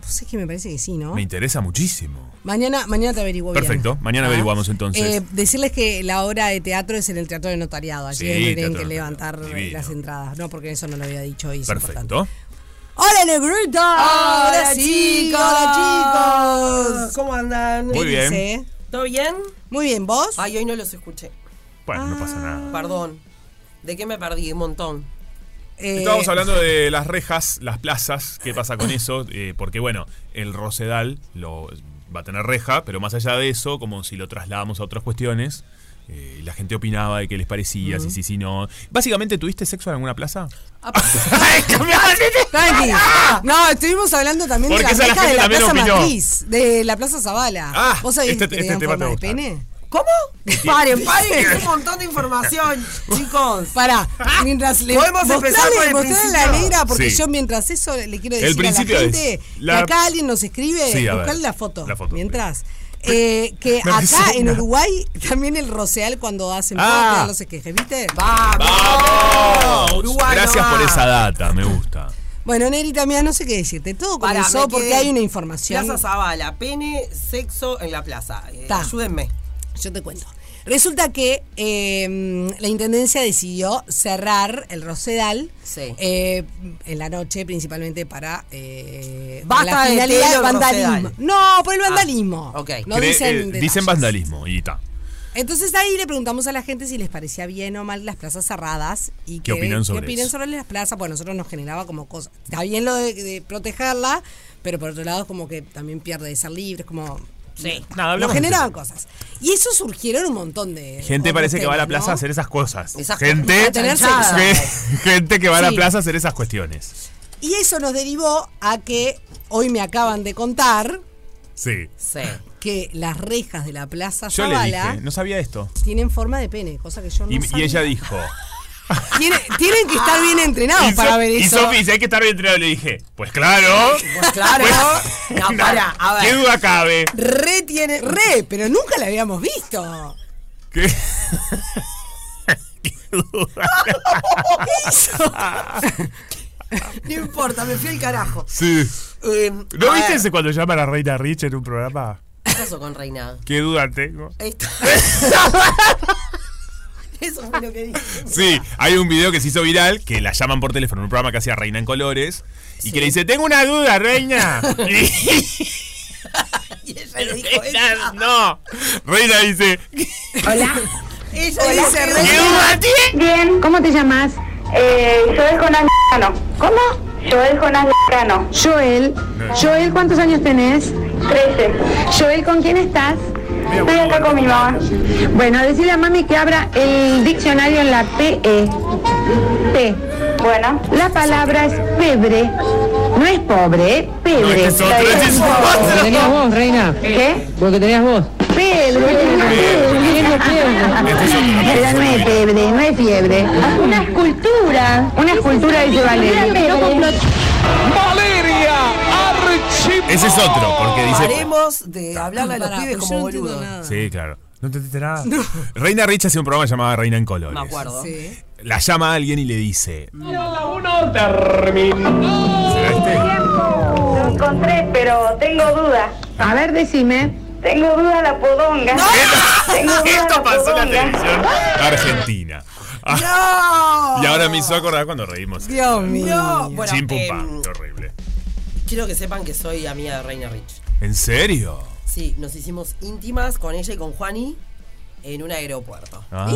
Speaker 4: Pues es que me parece que sí, ¿no?
Speaker 5: Me interesa muchísimo.
Speaker 4: Mañana, mañana te averiguo bien.
Speaker 5: Perfecto, mañana
Speaker 4: Ah.
Speaker 5: averiguamos entonces.
Speaker 4: Eh, decirles que la obra de teatro es en el Teatro de Notariado. Allí
Speaker 5: Sí,
Speaker 4: tienen
Speaker 5: Teatro
Speaker 4: que
Speaker 5: del
Speaker 4: levantar eh,
Speaker 5: Notariado, divino.
Speaker 4: las entradas. No, porque eso no lo había dicho hoy. es importante.
Speaker 5: Perfecto.
Speaker 4: ¡Hola, Negrita!
Speaker 15: Hola,
Speaker 4: chicos!
Speaker 15: chicos.
Speaker 4: ¡Hola, chicos!
Speaker 15: ¿Cómo andan?
Speaker 5: Muy
Speaker 15: ¿Qué
Speaker 5: bien.
Speaker 15: dice? ¿Todo bien?
Speaker 4: Muy bien, ¿vos?
Speaker 15: Ay, hoy no los escuché.
Speaker 5: Bueno, no
Speaker 4: Ah,
Speaker 5: pasa nada.
Speaker 15: Perdón. ¿De qué me perdí? Un montón.
Speaker 4: Eh,
Speaker 5: Estábamos hablando de las rejas, las plazas, qué pasa con eso, eh, porque bueno, el Rosedal lo, va a tener reja, pero más allá de eso, como si lo trasladamos a otras cuestiones, eh, y la gente opinaba de qué les parecía, si
Speaker 15: Ujú.
Speaker 5: sí, si no. Básicamente, ¿tuviste sexo en alguna plaza?
Speaker 4: Ah, Tranqui. No, estuvimos hablando también de
Speaker 5: Porque
Speaker 4: las
Speaker 5: esa la
Speaker 4: becas de
Speaker 5: gente
Speaker 4: la
Speaker 5: también
Speaker 4: Plaza
Speaker 5: opinó.
Speaker 4: Matriz, de la Plaza Zavala.
Speaker 5: Ah,
Speaker 4: ¿Vos sabés
Speaker 5: este-
Speaker 4: que
Speaker 5: este
Speaker 4: tenían
Speaker 5: tema
Speaker 4: forma
Speaker 5: te
Speaker 4: de
Speaker 5: gusta.
Speaker 4: pene?
Speaker 5: ¿Cómo?
Speaker 15: Paren, paren, que es un montón de información, chicos.
Speaker 4: Pará, mientras le
Speaker 15: Podemos empezar
Speaker 4: mostrale-
Speaker 15: por el
Speaker 4: mostrale
Speaker 15: principio.
Speaker 4: la negra, porque
Speaker 5: Sí.
Speaker 4: yo mientras eso le quiero
Speaker 5: El
Speaker 4: decir a la
Speaker 5: principio es
Speaker 4: gente
Speaker 5: la-
Speaker 4: que acá alguien nos escribe,
Speaker 5: Sí, a ver,
Speaker 4: buscarle la foto.
Speaker 5: la foto,
Speaker 4: mientras. Eh, que
Speaker 5: Me
Speaker 4: acá en
Speaker 5: resigna.
Speaker 4: Uruguay también el roceal cuando hacen
Speaker 5: Ah.
Speaker 4: pote dan los esquejes, ¿viste?
Speaker 5: ¡Vamos!
Speaker 4: Uruguay no
Speaker 5: Gracias
Speaker 4: va.
Speaker 5: por esa data, me gusta.
Speaker 4: Bueno, Nerita, mira, no sé qué decirte. Todo
Speaker 15: Pará,
Speaker 4: comenzó
Speaker 15: me quedé.
Speaker 4: porque hay una información.
Speaker 15: Plaza Zavala, pene, sexo en la plaza. Eh,
Speaker 4: Ta.
Speaker 15: ayúdenme.
Speaker 4: Yo te cuento. Resulta que eh, la intendencia decidió cerrar el Rosedal
Speaker 15: Sí.
Speaker 4: eh, en la noche, principalmente para eh,
Speaker 15: Basta
Speaker 4: la
Speaker 15: de
Speaker 4: finalidad del
Speaker 15: estilo
Speaker 4: vandalismo.
Speaker 15: Rosedal.
Speaker 4: No, por el
Speaker 15: Ah,
Speaker 4: vandalismo. No
Speaker 5: Cre-
Speaker 4: dicen,
Speaker 5: eh,
Speaker 4: detalles.
Speaker 5: dicen vandalismo y ta.
Speaker 4: Eh, Entonces ahí le preguntamos a la gente si les parecía bien o mal las plazas cerradas y
Speaker 5: ¿Qué opinan sobre
Speaker 4: qué opinan
Speaker 5: eso?
Speaker 4: sobre las plazas. Bueno, nosotros nos generaba como cosas. Está bien lo de, de protegerla, pero por otro lado es como que también pierde de ser libre, es como
Speaker 15: Sí.
Speaker 5: Nada,
Speaker 4: nos
Speaker 5: hablamos de
Speaker 4: generaban
Speaker 5: eso.
Speaker 4: cosas. Y eso surgieron un montón de.
Speaker 5: Gente
Speaker 4: otros
Speaker 5: parece que va a la
Speaker 4: temas,
Speaker 5: plaza
Speaker 4: ¿no?
Speaker 5: a hacer esas cosas.
Speaker 4: Esas
Speaker 5: gente,
Speaker 4: cosas. A tener sexo.
Speaker 5: Ge- gente que va a la
Speaker 4: Sí.
Speaker 5: plaza a hacer esas cuestiones.
Speaker 4: Y eso nos derivó a que hoy me acaban de contar
Speaker 5: Sí.
Speaker 4: que las rejas de la plaza
Speaker 5: Yo le
Speaker 4: Zavala
Speaker 5: dije, no sabía esto.
Speaker 4: tienen forma de pene, cosa que yo no
Speaker 5: Y, y
Speaker 4: sabía.
Speaker 5: ella dijo.
Speaker 4: Tiene- tienen que estar bien entrenados
Speaker 5: y
Speaker 4: para
Speaker 5: So-
Speaker 4: ver
Speaker 5: y
Speaker 4: eso.
Speaker 5: Sofi dice, hay que estar bien entrenado. Le dije, pues claro. Pues,
Speaker 15: Pues claro. no, para, a ver.
Speaker 5: ¿Qué duda cabe?
Speaker 4: Re tiene. Re, pero nunca la habíamos visto.
Speaker 5: ¿Qué?
Speaker 15: No importa, me fui al carajo.
Speaker 5: Sí.
Speaker 15: Eh,
Speaker 5: ¿No
Speaker 15: a
Speaker 5: viste
Speaker 15: ver,
Speaker 5: ese cuando llama a la reina Rich en un programa?
Speaker 15: ¿Qué pasó con Reina?
Speaker 5: ¿Qué duda tengo?
Speaker 15: Esto- Eso fue lo que dije.
Speaker 5: Sí, hay un video que se hizo viral que la llaman por teléfono, un programa que hacía Reina en Colores, y que le dice, tengo una duda, Reina.
Speaker 15: Ella dijo
Speaker 5: ella. no. Reina dice,
Speaker 15: Hola. Ella
Speaker 3: Hola.
Speaker 15: dice
Speaker 3: ¿Qué
Speaker 15: Reina.
Speaker 16: Bien, ¿cómo te llamas? Eh, Joel Jonás Cano. ¿Cómo? Joel Jonás Cano. Joel. Joel, ¿cuántos años tenés? Trece. Joel, ¿con quién estás? Estoy acá con mi mamá. Bueno, decirle a mami que abra el diccionario en la PE. P. Bueno. La palabra es pebre. No es pobre, ¿eh? pebre.
Speaker 3: No, este es otro, este es otro. Lo que tenías vos,
Speaker 16: reina. ¿Qué? Lo que tenías vos. Pebre. Pero no es pebre, no es fiebre. Una escultura. Una escultura dice Valeria.
Speaker 5: ese es otro, porque dice...
Speaker 15: Paremos de hablarle a los
Speaker 4: Pará,
Speaker 15: pibes
Speaker 4: pues
Speaker 15: como
Speaker 4: yo no entiendo
Speaker 15: boludos.
Speaker 5: Sí, claro. No entendiste nada. Reina Rich hacía un programa llamado Reina en Colores.
Speaker 15: Me acuerdo.
Speaker 5: La llama a alguien y le dice,
Speaker 3: Terminó.
Speaker 5: ¿será este?
Speaker 16: Con pero tengo duda. A ver, decime. Tengo duda de la podonga. Tengo duda de la
Speaker 5: Esto pasó en la
Speaker 16: podonga.
Speaker 5: televisión argentina. Ah, Y ahora me hizo acordar cuando reímos.
Speaker 15: Dios mío.
Speaker 5: No,
Speaker 15: Bueno,
Speaker 5: Sin pum,
Speaker 15: em,
Speaker 5: pam, qué horrible.
Speaker 15: Quiero que sepan que soy amiga de Reina Rich.
Speaker 5: ¿En serio?
Speaker 15: Sí, nos hicimos íntimas con ella y con Juani en un aeropuerto.
Speaker 5: Ah,
Speaker 15: Y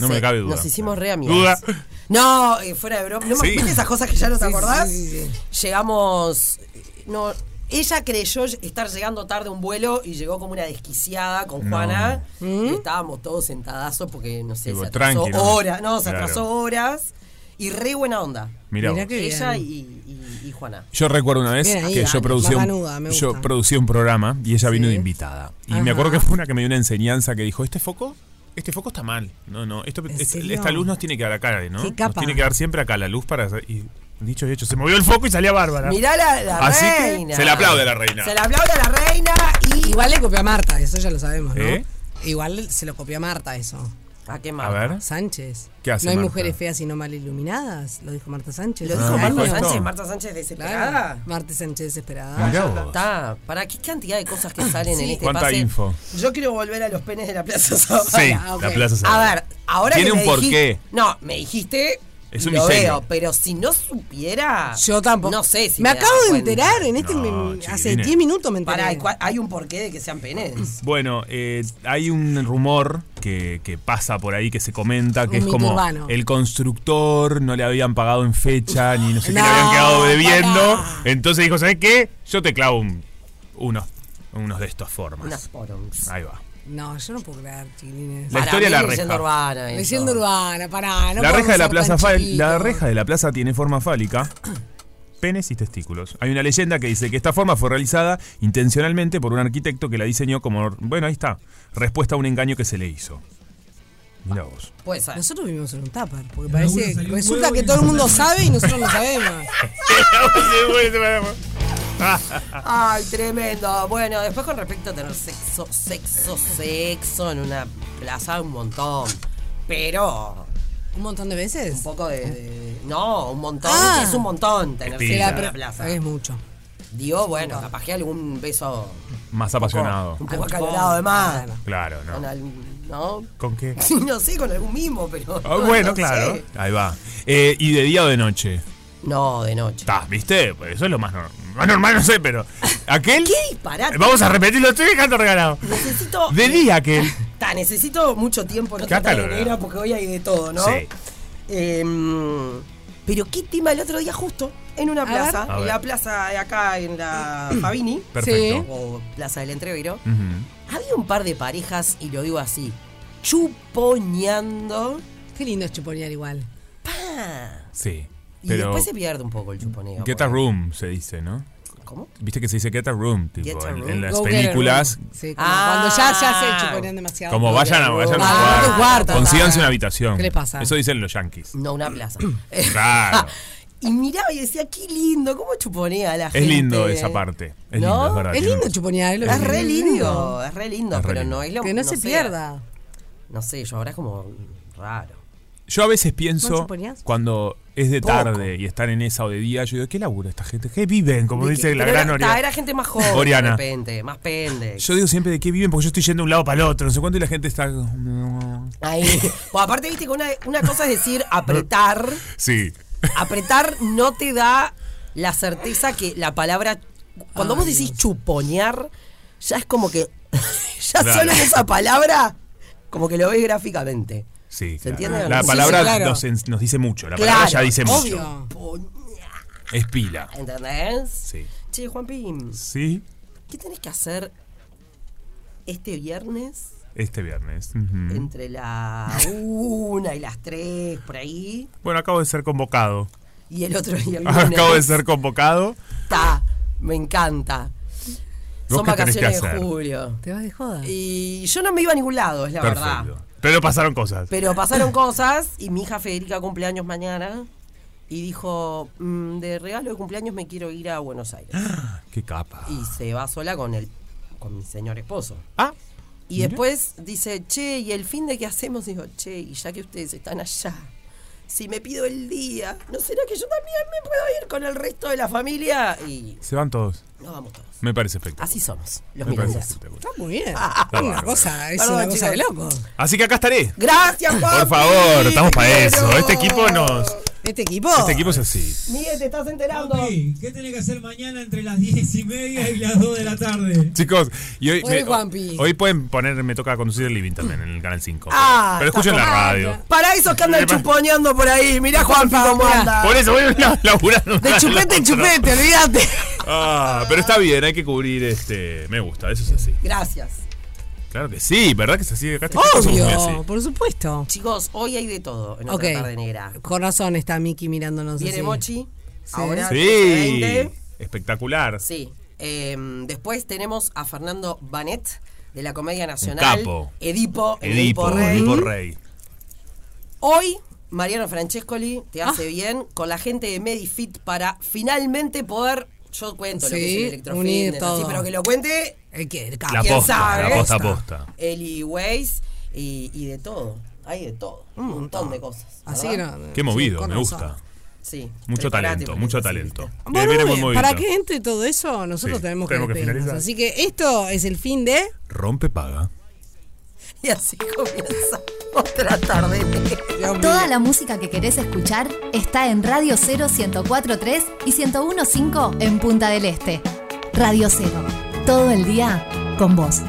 Speaker 5: no me cabe duda.
Speaker 15: Nos hicimos re amigas.
Speaker 5: Duda.
Speaker 15: No, eh, fuera de broma. ¿No me
Speaker 5: Sí.
Speaker 15: viste esas cosas que ya no te
Speaker 5: Sí,
Speaker 15: acordás?
Speaker 5: sí, sí,
Speaker 15: Llegamos. No, ella creyó estar llegando tarde a un vuelo y llegó como una desquiciada con
Speaker 5: No.
Speaker 15: Juana.
Speaker 5: ¿Mm?
Speaker 15: Y estábamos todos sentadazos porque no sé,
Speaker 5: Digo,
Speaker 15: se atrasó
Speaker 5: tranqui, ¿no?
Speaker 15: horas. No, se
Speaker 5: Claro.
Speaker 15: atrasó horas. Y re buena onda.
Speaker 5: Mirá Mirá vos. qué
Speaker 15: Ella y,
Speaker 5: bien.
Speaker 15: y- y Juana.
Speaker 5: Yo recuerdo una vez
Speaker 15: Bien ahí,
Speaker 5: que yo
Speaker 15: Dani,
Speaker 5: producía,
Speaker 15: macanuda,
Speaker 5: un,
Speaker 15: me
Speaker 5: yo
Speaker 15: gusta.
Speaker 5: producía un programa y ella vino de invitada. Y me acuerdo
Speaker 15: Ajá.
Speaker 5: que fue una que me dio una enseñanza que dijo, este foco, este foco está mal. No, no, esto, este-
Speaker 15: serio?
Speaker 5: esta luz nos tiene que dar acá, ¿no?
Speaker 15: Qué
Speaker 5: Nos
Speaker 15: capa.
Speaker 5: tiene que dar siempre acá la luz para... Y dicho y hecho, se movió el foco y salía Bárbara.
Speaker 15: Mirá la, la
Speaker 5: Así que
Speaker 15: reina.
Speaker 5: se le aplaude a la reina.
Speaker 15: Se le aplaude a la reina y.
Speaker 4: Igual le copió a Marta, eso ya lo sabemos, ¿no?
Speaker 5: ¿Eh?
Speaker 4: Igual se lo copió a Marta eso.
Speaker 15: ¿A qué
Speaker 5: Marta? A ver.
Speaker 4: Sánchez.
Speaker 5: ¿Qué hace
Speaker 4: No hay
Speaker 5: Marta?
Speaker 4: mujeres feas sino mal iluminadas, lo dijo Marta Sánchez.
Speaker 15: Lo
Speaker 5: dijo Ah, Marta dijo esto. Sánchez,
Speaker 15: Marta Sánchez desesperada.
Speaker 4: Claro, Marta Sánchez desesperada.
Speaker 5: Mirá vos.
Speaker 15: Está, para qué cantidad de cosas que salen en
Speaker 5: Sí.
Speaker 15: este
Speaker 5: ¿Cuánta
Speaker 15: pase.
Speaker 5: info?
Speaker 15: Yo quiero volver a los penes de la Plaza Zavala.
Speaker 5: Sí, la
Speaker 4: Ah,
Speaker 15: ok.
Speaker 5: Plaza Zavala.
Speaker 15: A ver, ahora
Speaker 5: Tiene
Speaker 15: que
Speaker 5: un
Speaker 15: me dijiste-
Speaker 5: porqué.
Speaker 15: No, me dijiste
Speaker 5: Es
Speaker 15: y
Speaker 5: un
Speaker 15: lo
Speaker 5: diseño.
Speaker 15: veo, pero si no supiera
Speaker 4: Yo tampoco.
Speaker 15: No sé si
Speaker 4: me,
Speaker 15: me
Speaker 4: acabo
Speaker 15: daba
Speaker 4: de
Speaker 15: cuenta.
Speaker 4: enterar en este
Speaker 5: No,
Speaker 4: me- hace
Speaker 5: chiquilines.
Speaker 4: 10 minutos me enteré.
Speaker 15: Pará, ¿y cuál- hay un porqué de que sean penes.
Speaker 5: Bueno, eh, hay un rumor que, que pasa por ahí, que se comenta, que
Speaker 15: Un
Speaker 5: es como
Speaker 15: mito urbano.
Speaker 5: el constructor no le habían pagado en fecha, ni no sé qué
Speaker 15: No,
Speaker 5: le habían quedado debiendo. Entonces dijo, ¿sabes qué? Yo te clavo un- unos, unos de estas formas.
Speaker 15: Unas porongs.
Speaker 5: Ahí va.
Speaker 4: No, yo no puedo creer, chiquilines.
Speaker 5: La Para historia de la mí es reja.
Speaker 15: leyenda urbana eso.
Speaker 4: Leyenda urbana, pará. No
Speaker 5: la reja de la plaza fa-
Speaker 4: Fael.
Speaker 5: la reja de la plaza tiene forma fálica. Penes y testículos. Hay una leyenda que dice que esta forma fue realizada intencionalmente por un arquitecto que la diseñó como. Bueno, ahí está. Respuesta a un engaño que se le hizo. Mira vos.
Speaker 15: Pues,
Speaker 4: nosotros vivimos en un tupper, porque
Speaker 5: Cada uno
Speaker 4: parece,
Speaker 5: salió un
Speaker 4: resulta
Speaker 5: huevo
Speaker 4: que
Speaker 5: y
Speaker 4: todo el mundo
Speaker 5: nosotros-
Speaker 4: sabe y nosotros no sabemos.
Speaker 15: Ay, tremendo. Bueno, después con respecto a tener sexo, sexo, sexo en una plaza, un montón. Pero.
Speaker 4: ¿Un montón de veces?
Speaker 15: Un poco de. de- no, un montón.
Speaker 4: Ah.
Speaker 15: es un montón tener
Speaker 5: Sí,
Speaker 15: sexo
Speaker 5: la
Speaker 15: en
Speaker 5: pre-
Speaker 15: una plaza.
Speaker 4: Es mucho.
Speaker 15: Digo, bueno, capaz que algún beso
Speaker 5: Más apasionado.
Speaker 15: un poco acalorado de más.
Speaker 5: Claro,
Speaker 15: Con
Speaker 5: ¿no?
Speaker 15: algún. ¿No?
Speaker 5: ¿Con qué?
Speaker 15: no sé, con algún mimo, pero.
Speaker 5: Ah,
Speaker 15: no,
Speaker 5: bueno,
Speaker 15: no
Speaker 5: claro.
Speaker 15: sé.
Speaker 5: Ahí va. Eh, ¿Y de día o de noche?
Speaker 15: No, de noche.
Speaker 5: Está, ¿viste? Pues eso es lo más, nor- más normal, no sé, pero. ¿Aquel? Eh,
Speaker 15: disparate?
Speaker 5: Vamos a repetirlo, estoy dejando regalado.
Speaker 15: Necesito.
Speaker 5: De día aquel.
Speaker 15: Ta, necesito mucho tiempo, no
Speaker 5: Qué
Speaker 15: tratar de
Speaker 5: acalorado.
Speaker 15: negra porque hoy hay de todo, ¿no?
Speaker 5: Sí.
Speaker 15: Em, pero qué tema el otro día justo en una
Speaker 4: A
Speaker 15: plaza,
Speaker 4: ver.
Speaker 5: A
Speaker 15: en
Speaker 5: ver.
Speaker 15: la plaza de acá en la Fabini,
Speaker 5: Perfecto. Sí.
Speaker 15: o Plaza del Entrevero,
Speaker 5: Ujú.
Speaker 15: había un par de parejas y lo digo así, chuponeando.
Speaker 4: Qué lindo es chuponear igual.
Speaker 15: Pa.
Speaker 5: Sí.
Speaker 15: Y
Speaker 5: Pero
Speaker 15: después se pierde un poco el chuponeo.
Speaker 5: Get a room se dice, ¿no?
Speaker 15: ¿Cómo?
Speaker 5: Viste que se dice get a room, tipo,
Speaker 15: Get a
Speaker 5: en-
Speaker 15: room.
Speaker 5: En, las
Speaker 4: Go get a
Speaker 5: películas.
Speaker 4: room. Sí, como cuando ya,
Speaker 15: Ah.
Speaker 4: ya se chuponean demasiado.
Speaker 5: Como
Speaker 4: Go
Speaker 5: vayan
Speaker 4: get
Speaker 5: a, vayan
Speaker 4: room.
Speaker 5: a
Speaker 4: Ah,
Speaker 5: un
Speaker 4: tu
Speaker 5: lugar.
Speaker 4: cuarto,
Speaker 5: Consíganse
Speaker 4: ta.
Speaker 5: una habitación.
Speaker 4: ¿Qué les pasa?
Speaker 5: Eso dicen los yankees.
Speaker 15: No, una plaza. Eh,
Speaker 5: Claro.
Speaker 15: y miraba y decía, qué lindo, cómo chuponea la
Speaker 5: es
Speaker 15: gente.
Speaker 5: lindo esa parte. Es lindo, es verdad.
Speaker 4: Es
Speaker 5: tiene
Speaker 4: lindo
Speaker 5: razón.
Speaker 4: chuponear, es lo que
Speaker 15: Es re
Speaker 4: tiene.
Speaker 15: lindo, es re lindo,
Speaker 5: Es re
Speaker 15: pero
Speaker 5: lindo.
Speaker 15: no es lo
Speaker 4: Que no, se
Speaker 15: sé,
Speaker 4: pierda.
Speaker 15: No sé, yo ahora es como raro.
Speaker 5: Yo a veces
Speaker 4: ¿No
Speaker 5: pienso
Speaker 4: chuponías?
Speaker 5: cuando es de
Speaker 15: Poco.
Speaker 5: tarde y están en esa o de día, yo digo, ¿qué labura esta gente? ¿Qué viven? Como
Speaker 15: De
Speaker 5: dice
Speaker 15: que-
Speaker 5: la
Speaker 15: pero
Speaker 5: gran
Speaker 15: era, ta,
Speaker 5: Oriana.
Speaker 15: era gente más joven
Speaker 5: Oriana.
Speaker 15: de repente, más pende.
Speaker 5: Yo digo siempre de qué viven porque yo estoy yendo de un lado para el otro, no sé cuánto y la gente está.
Speaker 15: Ahí. Pues aparte, viste que una, una cosa es decir apretar.
Speaker 5: Sí.
Speaker 15: Apretar no te da la certeza que la palabra. Cuando vos decís chuponear, ya es como que. ya
Speaker 5: Claro.
Speaker 15: solo en esa palabra, como que lo ves gráficamente.
Speaker 5: Sí,
Speaker 15: ¿Se
Speaker 5: claro.
Speaker 15: entiende?
Speaker 5: La
Speaker 15: Sí,
Speaker 5: palabra
Speaker 15: sí, claro.
Speaker 5: nos, en- nos dice mucho, la
Speaker 15: Claro,
Speaker 5: palabra ya dice mucho.
Speaker 15: obvio.
Speaker 5: Es pila.
Speaker 15: ¿Entendés?
Speaker 5: Sí.
Speaker 15: Che, Juan Pim,
Speaker 5: Sí,
Speaker 15: ¿qué tenés que hacer este viernes?
Speaker 5: este viernes. Ujú.
Speaker 15: entre la una y las tres, por ahí.
Speaker 5: Bueno, acabo de ser convocado.
Speaker 15: Y el otro y el lunes.
Speaker 5: Acabo de ser convocado.
Speaker 15: Está, me encanta.
Speaker 5: ¿Vos
Speaker 15: Son
Speaker 5: qué tenés que
Speaker 15: vacaciones de
Speaker 5: hacer?
Speaker 15: julio.
Speaker 4: Te vas de joda.
Speaker 15: Y yo no me iba a ningún lado, es la verdad.
Speaker 5: Perfecto. Pero pasaron cosas.
Speaker 15: Pero pasaron cosas y mi hija Federica cumple años mañana y dijo, "Mm, de regalo de cumpleaños me quiero ir a Buenos Aires.
Speaker 5: Ah, Qué capa.
Speaker 15: Y se va sola con el con mi señor esposo.
Speaker 5: Ah.
Speaker 15: Y
Speaker 5: Mira.
Speaker 15: después dice, che, ¿y el fin de qué hacemos? Digo, che, y ya que ustedes están allá, si me pido el día, ¿no será que yo también me puedo ir con el resto de la familia? Y
Speaker 5: Se van todos.
Speaker 15: nos vamos todos.
Speaker 5: Me parece espectacular.
Speaker 15: Así somos, los
Speaker 5: Me parece
Speaker 15: mirandas.
Speaker 5: espectacular.
Speaker 4: Está muy bien.
Speaker 5: Está
Speaker 4: una
Speaker 5: bárbaro.
Speaker 4: cosa, es
Speaker 15: Ah. Perdón,
Speaker 4: una cosa de
Speaker 15: chicos.
Speaker 4: loco.
Speaker 5: Así que acá estaré.
Speaker 15: Gracias, papi.
Speaker 5: Por favor, estamos para eso. Este equipo nos.
Speaker 4: Este equipo.
Speaker 5: Este equipo es así.
Speaker 15: Miguel, te estás enterando.
Speaker 9: ¿Qué tenés que hacer mañana entre las 10 y media y las 2 de la tarde?
Speaker 5: Chicos, y hoy,
Speaker 9: Oye,
Speaker 5: me-
Speaker 9: Juanpi.
Speaker 5: hoy pueden poner, me toca conducir el living también en el canal 5.
Speaker 15: Ah,
Speaker 5: pero escuchen la
Speaker 15: está
Speaker 5: radio.
Speaker 15: Para esos que andan chuponeando por ahí, mirá Juanpi cómo anda.
Speaker 5: Por eso voy a laburar.
Speaker 15: ¿eh? De chupete en chupete, olvídate.
Speaker 5: Ah, pero está bien, hay que cubrir este. Me gusta, eso es así.
Speaker 15: Gracias.
Speaker 5: Claro que sí, ¿verdad que es así? Acá este equipo somos muy así.
Speaker 4: Obvio, por supuesto.
Speaker 15: Chicos, hoy hay de todo en
Speaker 4: Ok.
Speaker 15: otra tarde negra.
Speaker 4: Con razón está Miki mirándonos
Speaker 15: Viene
Speaker 4: así.
Speaker 15: Mochi,
Speaker 4: Sí.
Speaker 15: ahora
Speaker 5: Sí,
Speaker 15: 20.
Speaker 5: espectacular.
Speaker 15: Sí. em, después tenemos a Fernando Banet de la Comedia Nacional.
Speaker 5: capo.
Speaker 15: Edipo, el
Speaker 5: Edipo,
Speaker 15: Edipo Rey.
Speaker 5: Edipo Rey.
Speaker 15: Hoy, Mariano Francescoli te
Speaker 4: Ah.
Speaker 15: hace bien con la gente de Medifit para finalmente poder. Yo cuento lo que es
Speaker 4: Sí,
Speaker 15: el electrofitness,
Speaker 4: unir
Speaker 15: así,
Speaker 4: todo.
Speaker 15: pero que lo cuente el que el
Speaker 5: La posta, la posta, posta.
Speaker 15: Eli Weiss y, y de todo. Hay de todo. Un montón de cosas.
Speaker 4: Así
Speaker 15: ¿verdad?
Speaker 4: que no-
Speaker 5: Qué movido, me gusta.
Speaker 15: Sí.
Speaker 5: Mucho
Speaker 15: preparate
Speaker 5: talento,
Speaker 15: porque
Speaker 5: mucho
Speaker 15: sí,
Speaker 5: talento. Eh,
Speaker 4: Bueno,
Speaker 5: Viene
Speaker 4: muy
Speaker 5: muy
Speaker 4: bien,
Speaker 5: movido.
Speaker 4: para que entre todo eso, nosotros
Speaker 5: Sí,
Speaker 4: tenemos,
Speaker 5: tenemos que
Speaker 4: que, despedirnos.
Speaker 5: finalizar.
Speaker 4: Así que esto es el fin de.
Speaker 5: Rompe paga.
Speaker 15: Y así comienza otra tarde.
Speaker 1: Toda la música que querés escuchar está en Radio 0 1043 y 1015 en Punta del Este. Radio 0. Todo el día con vos.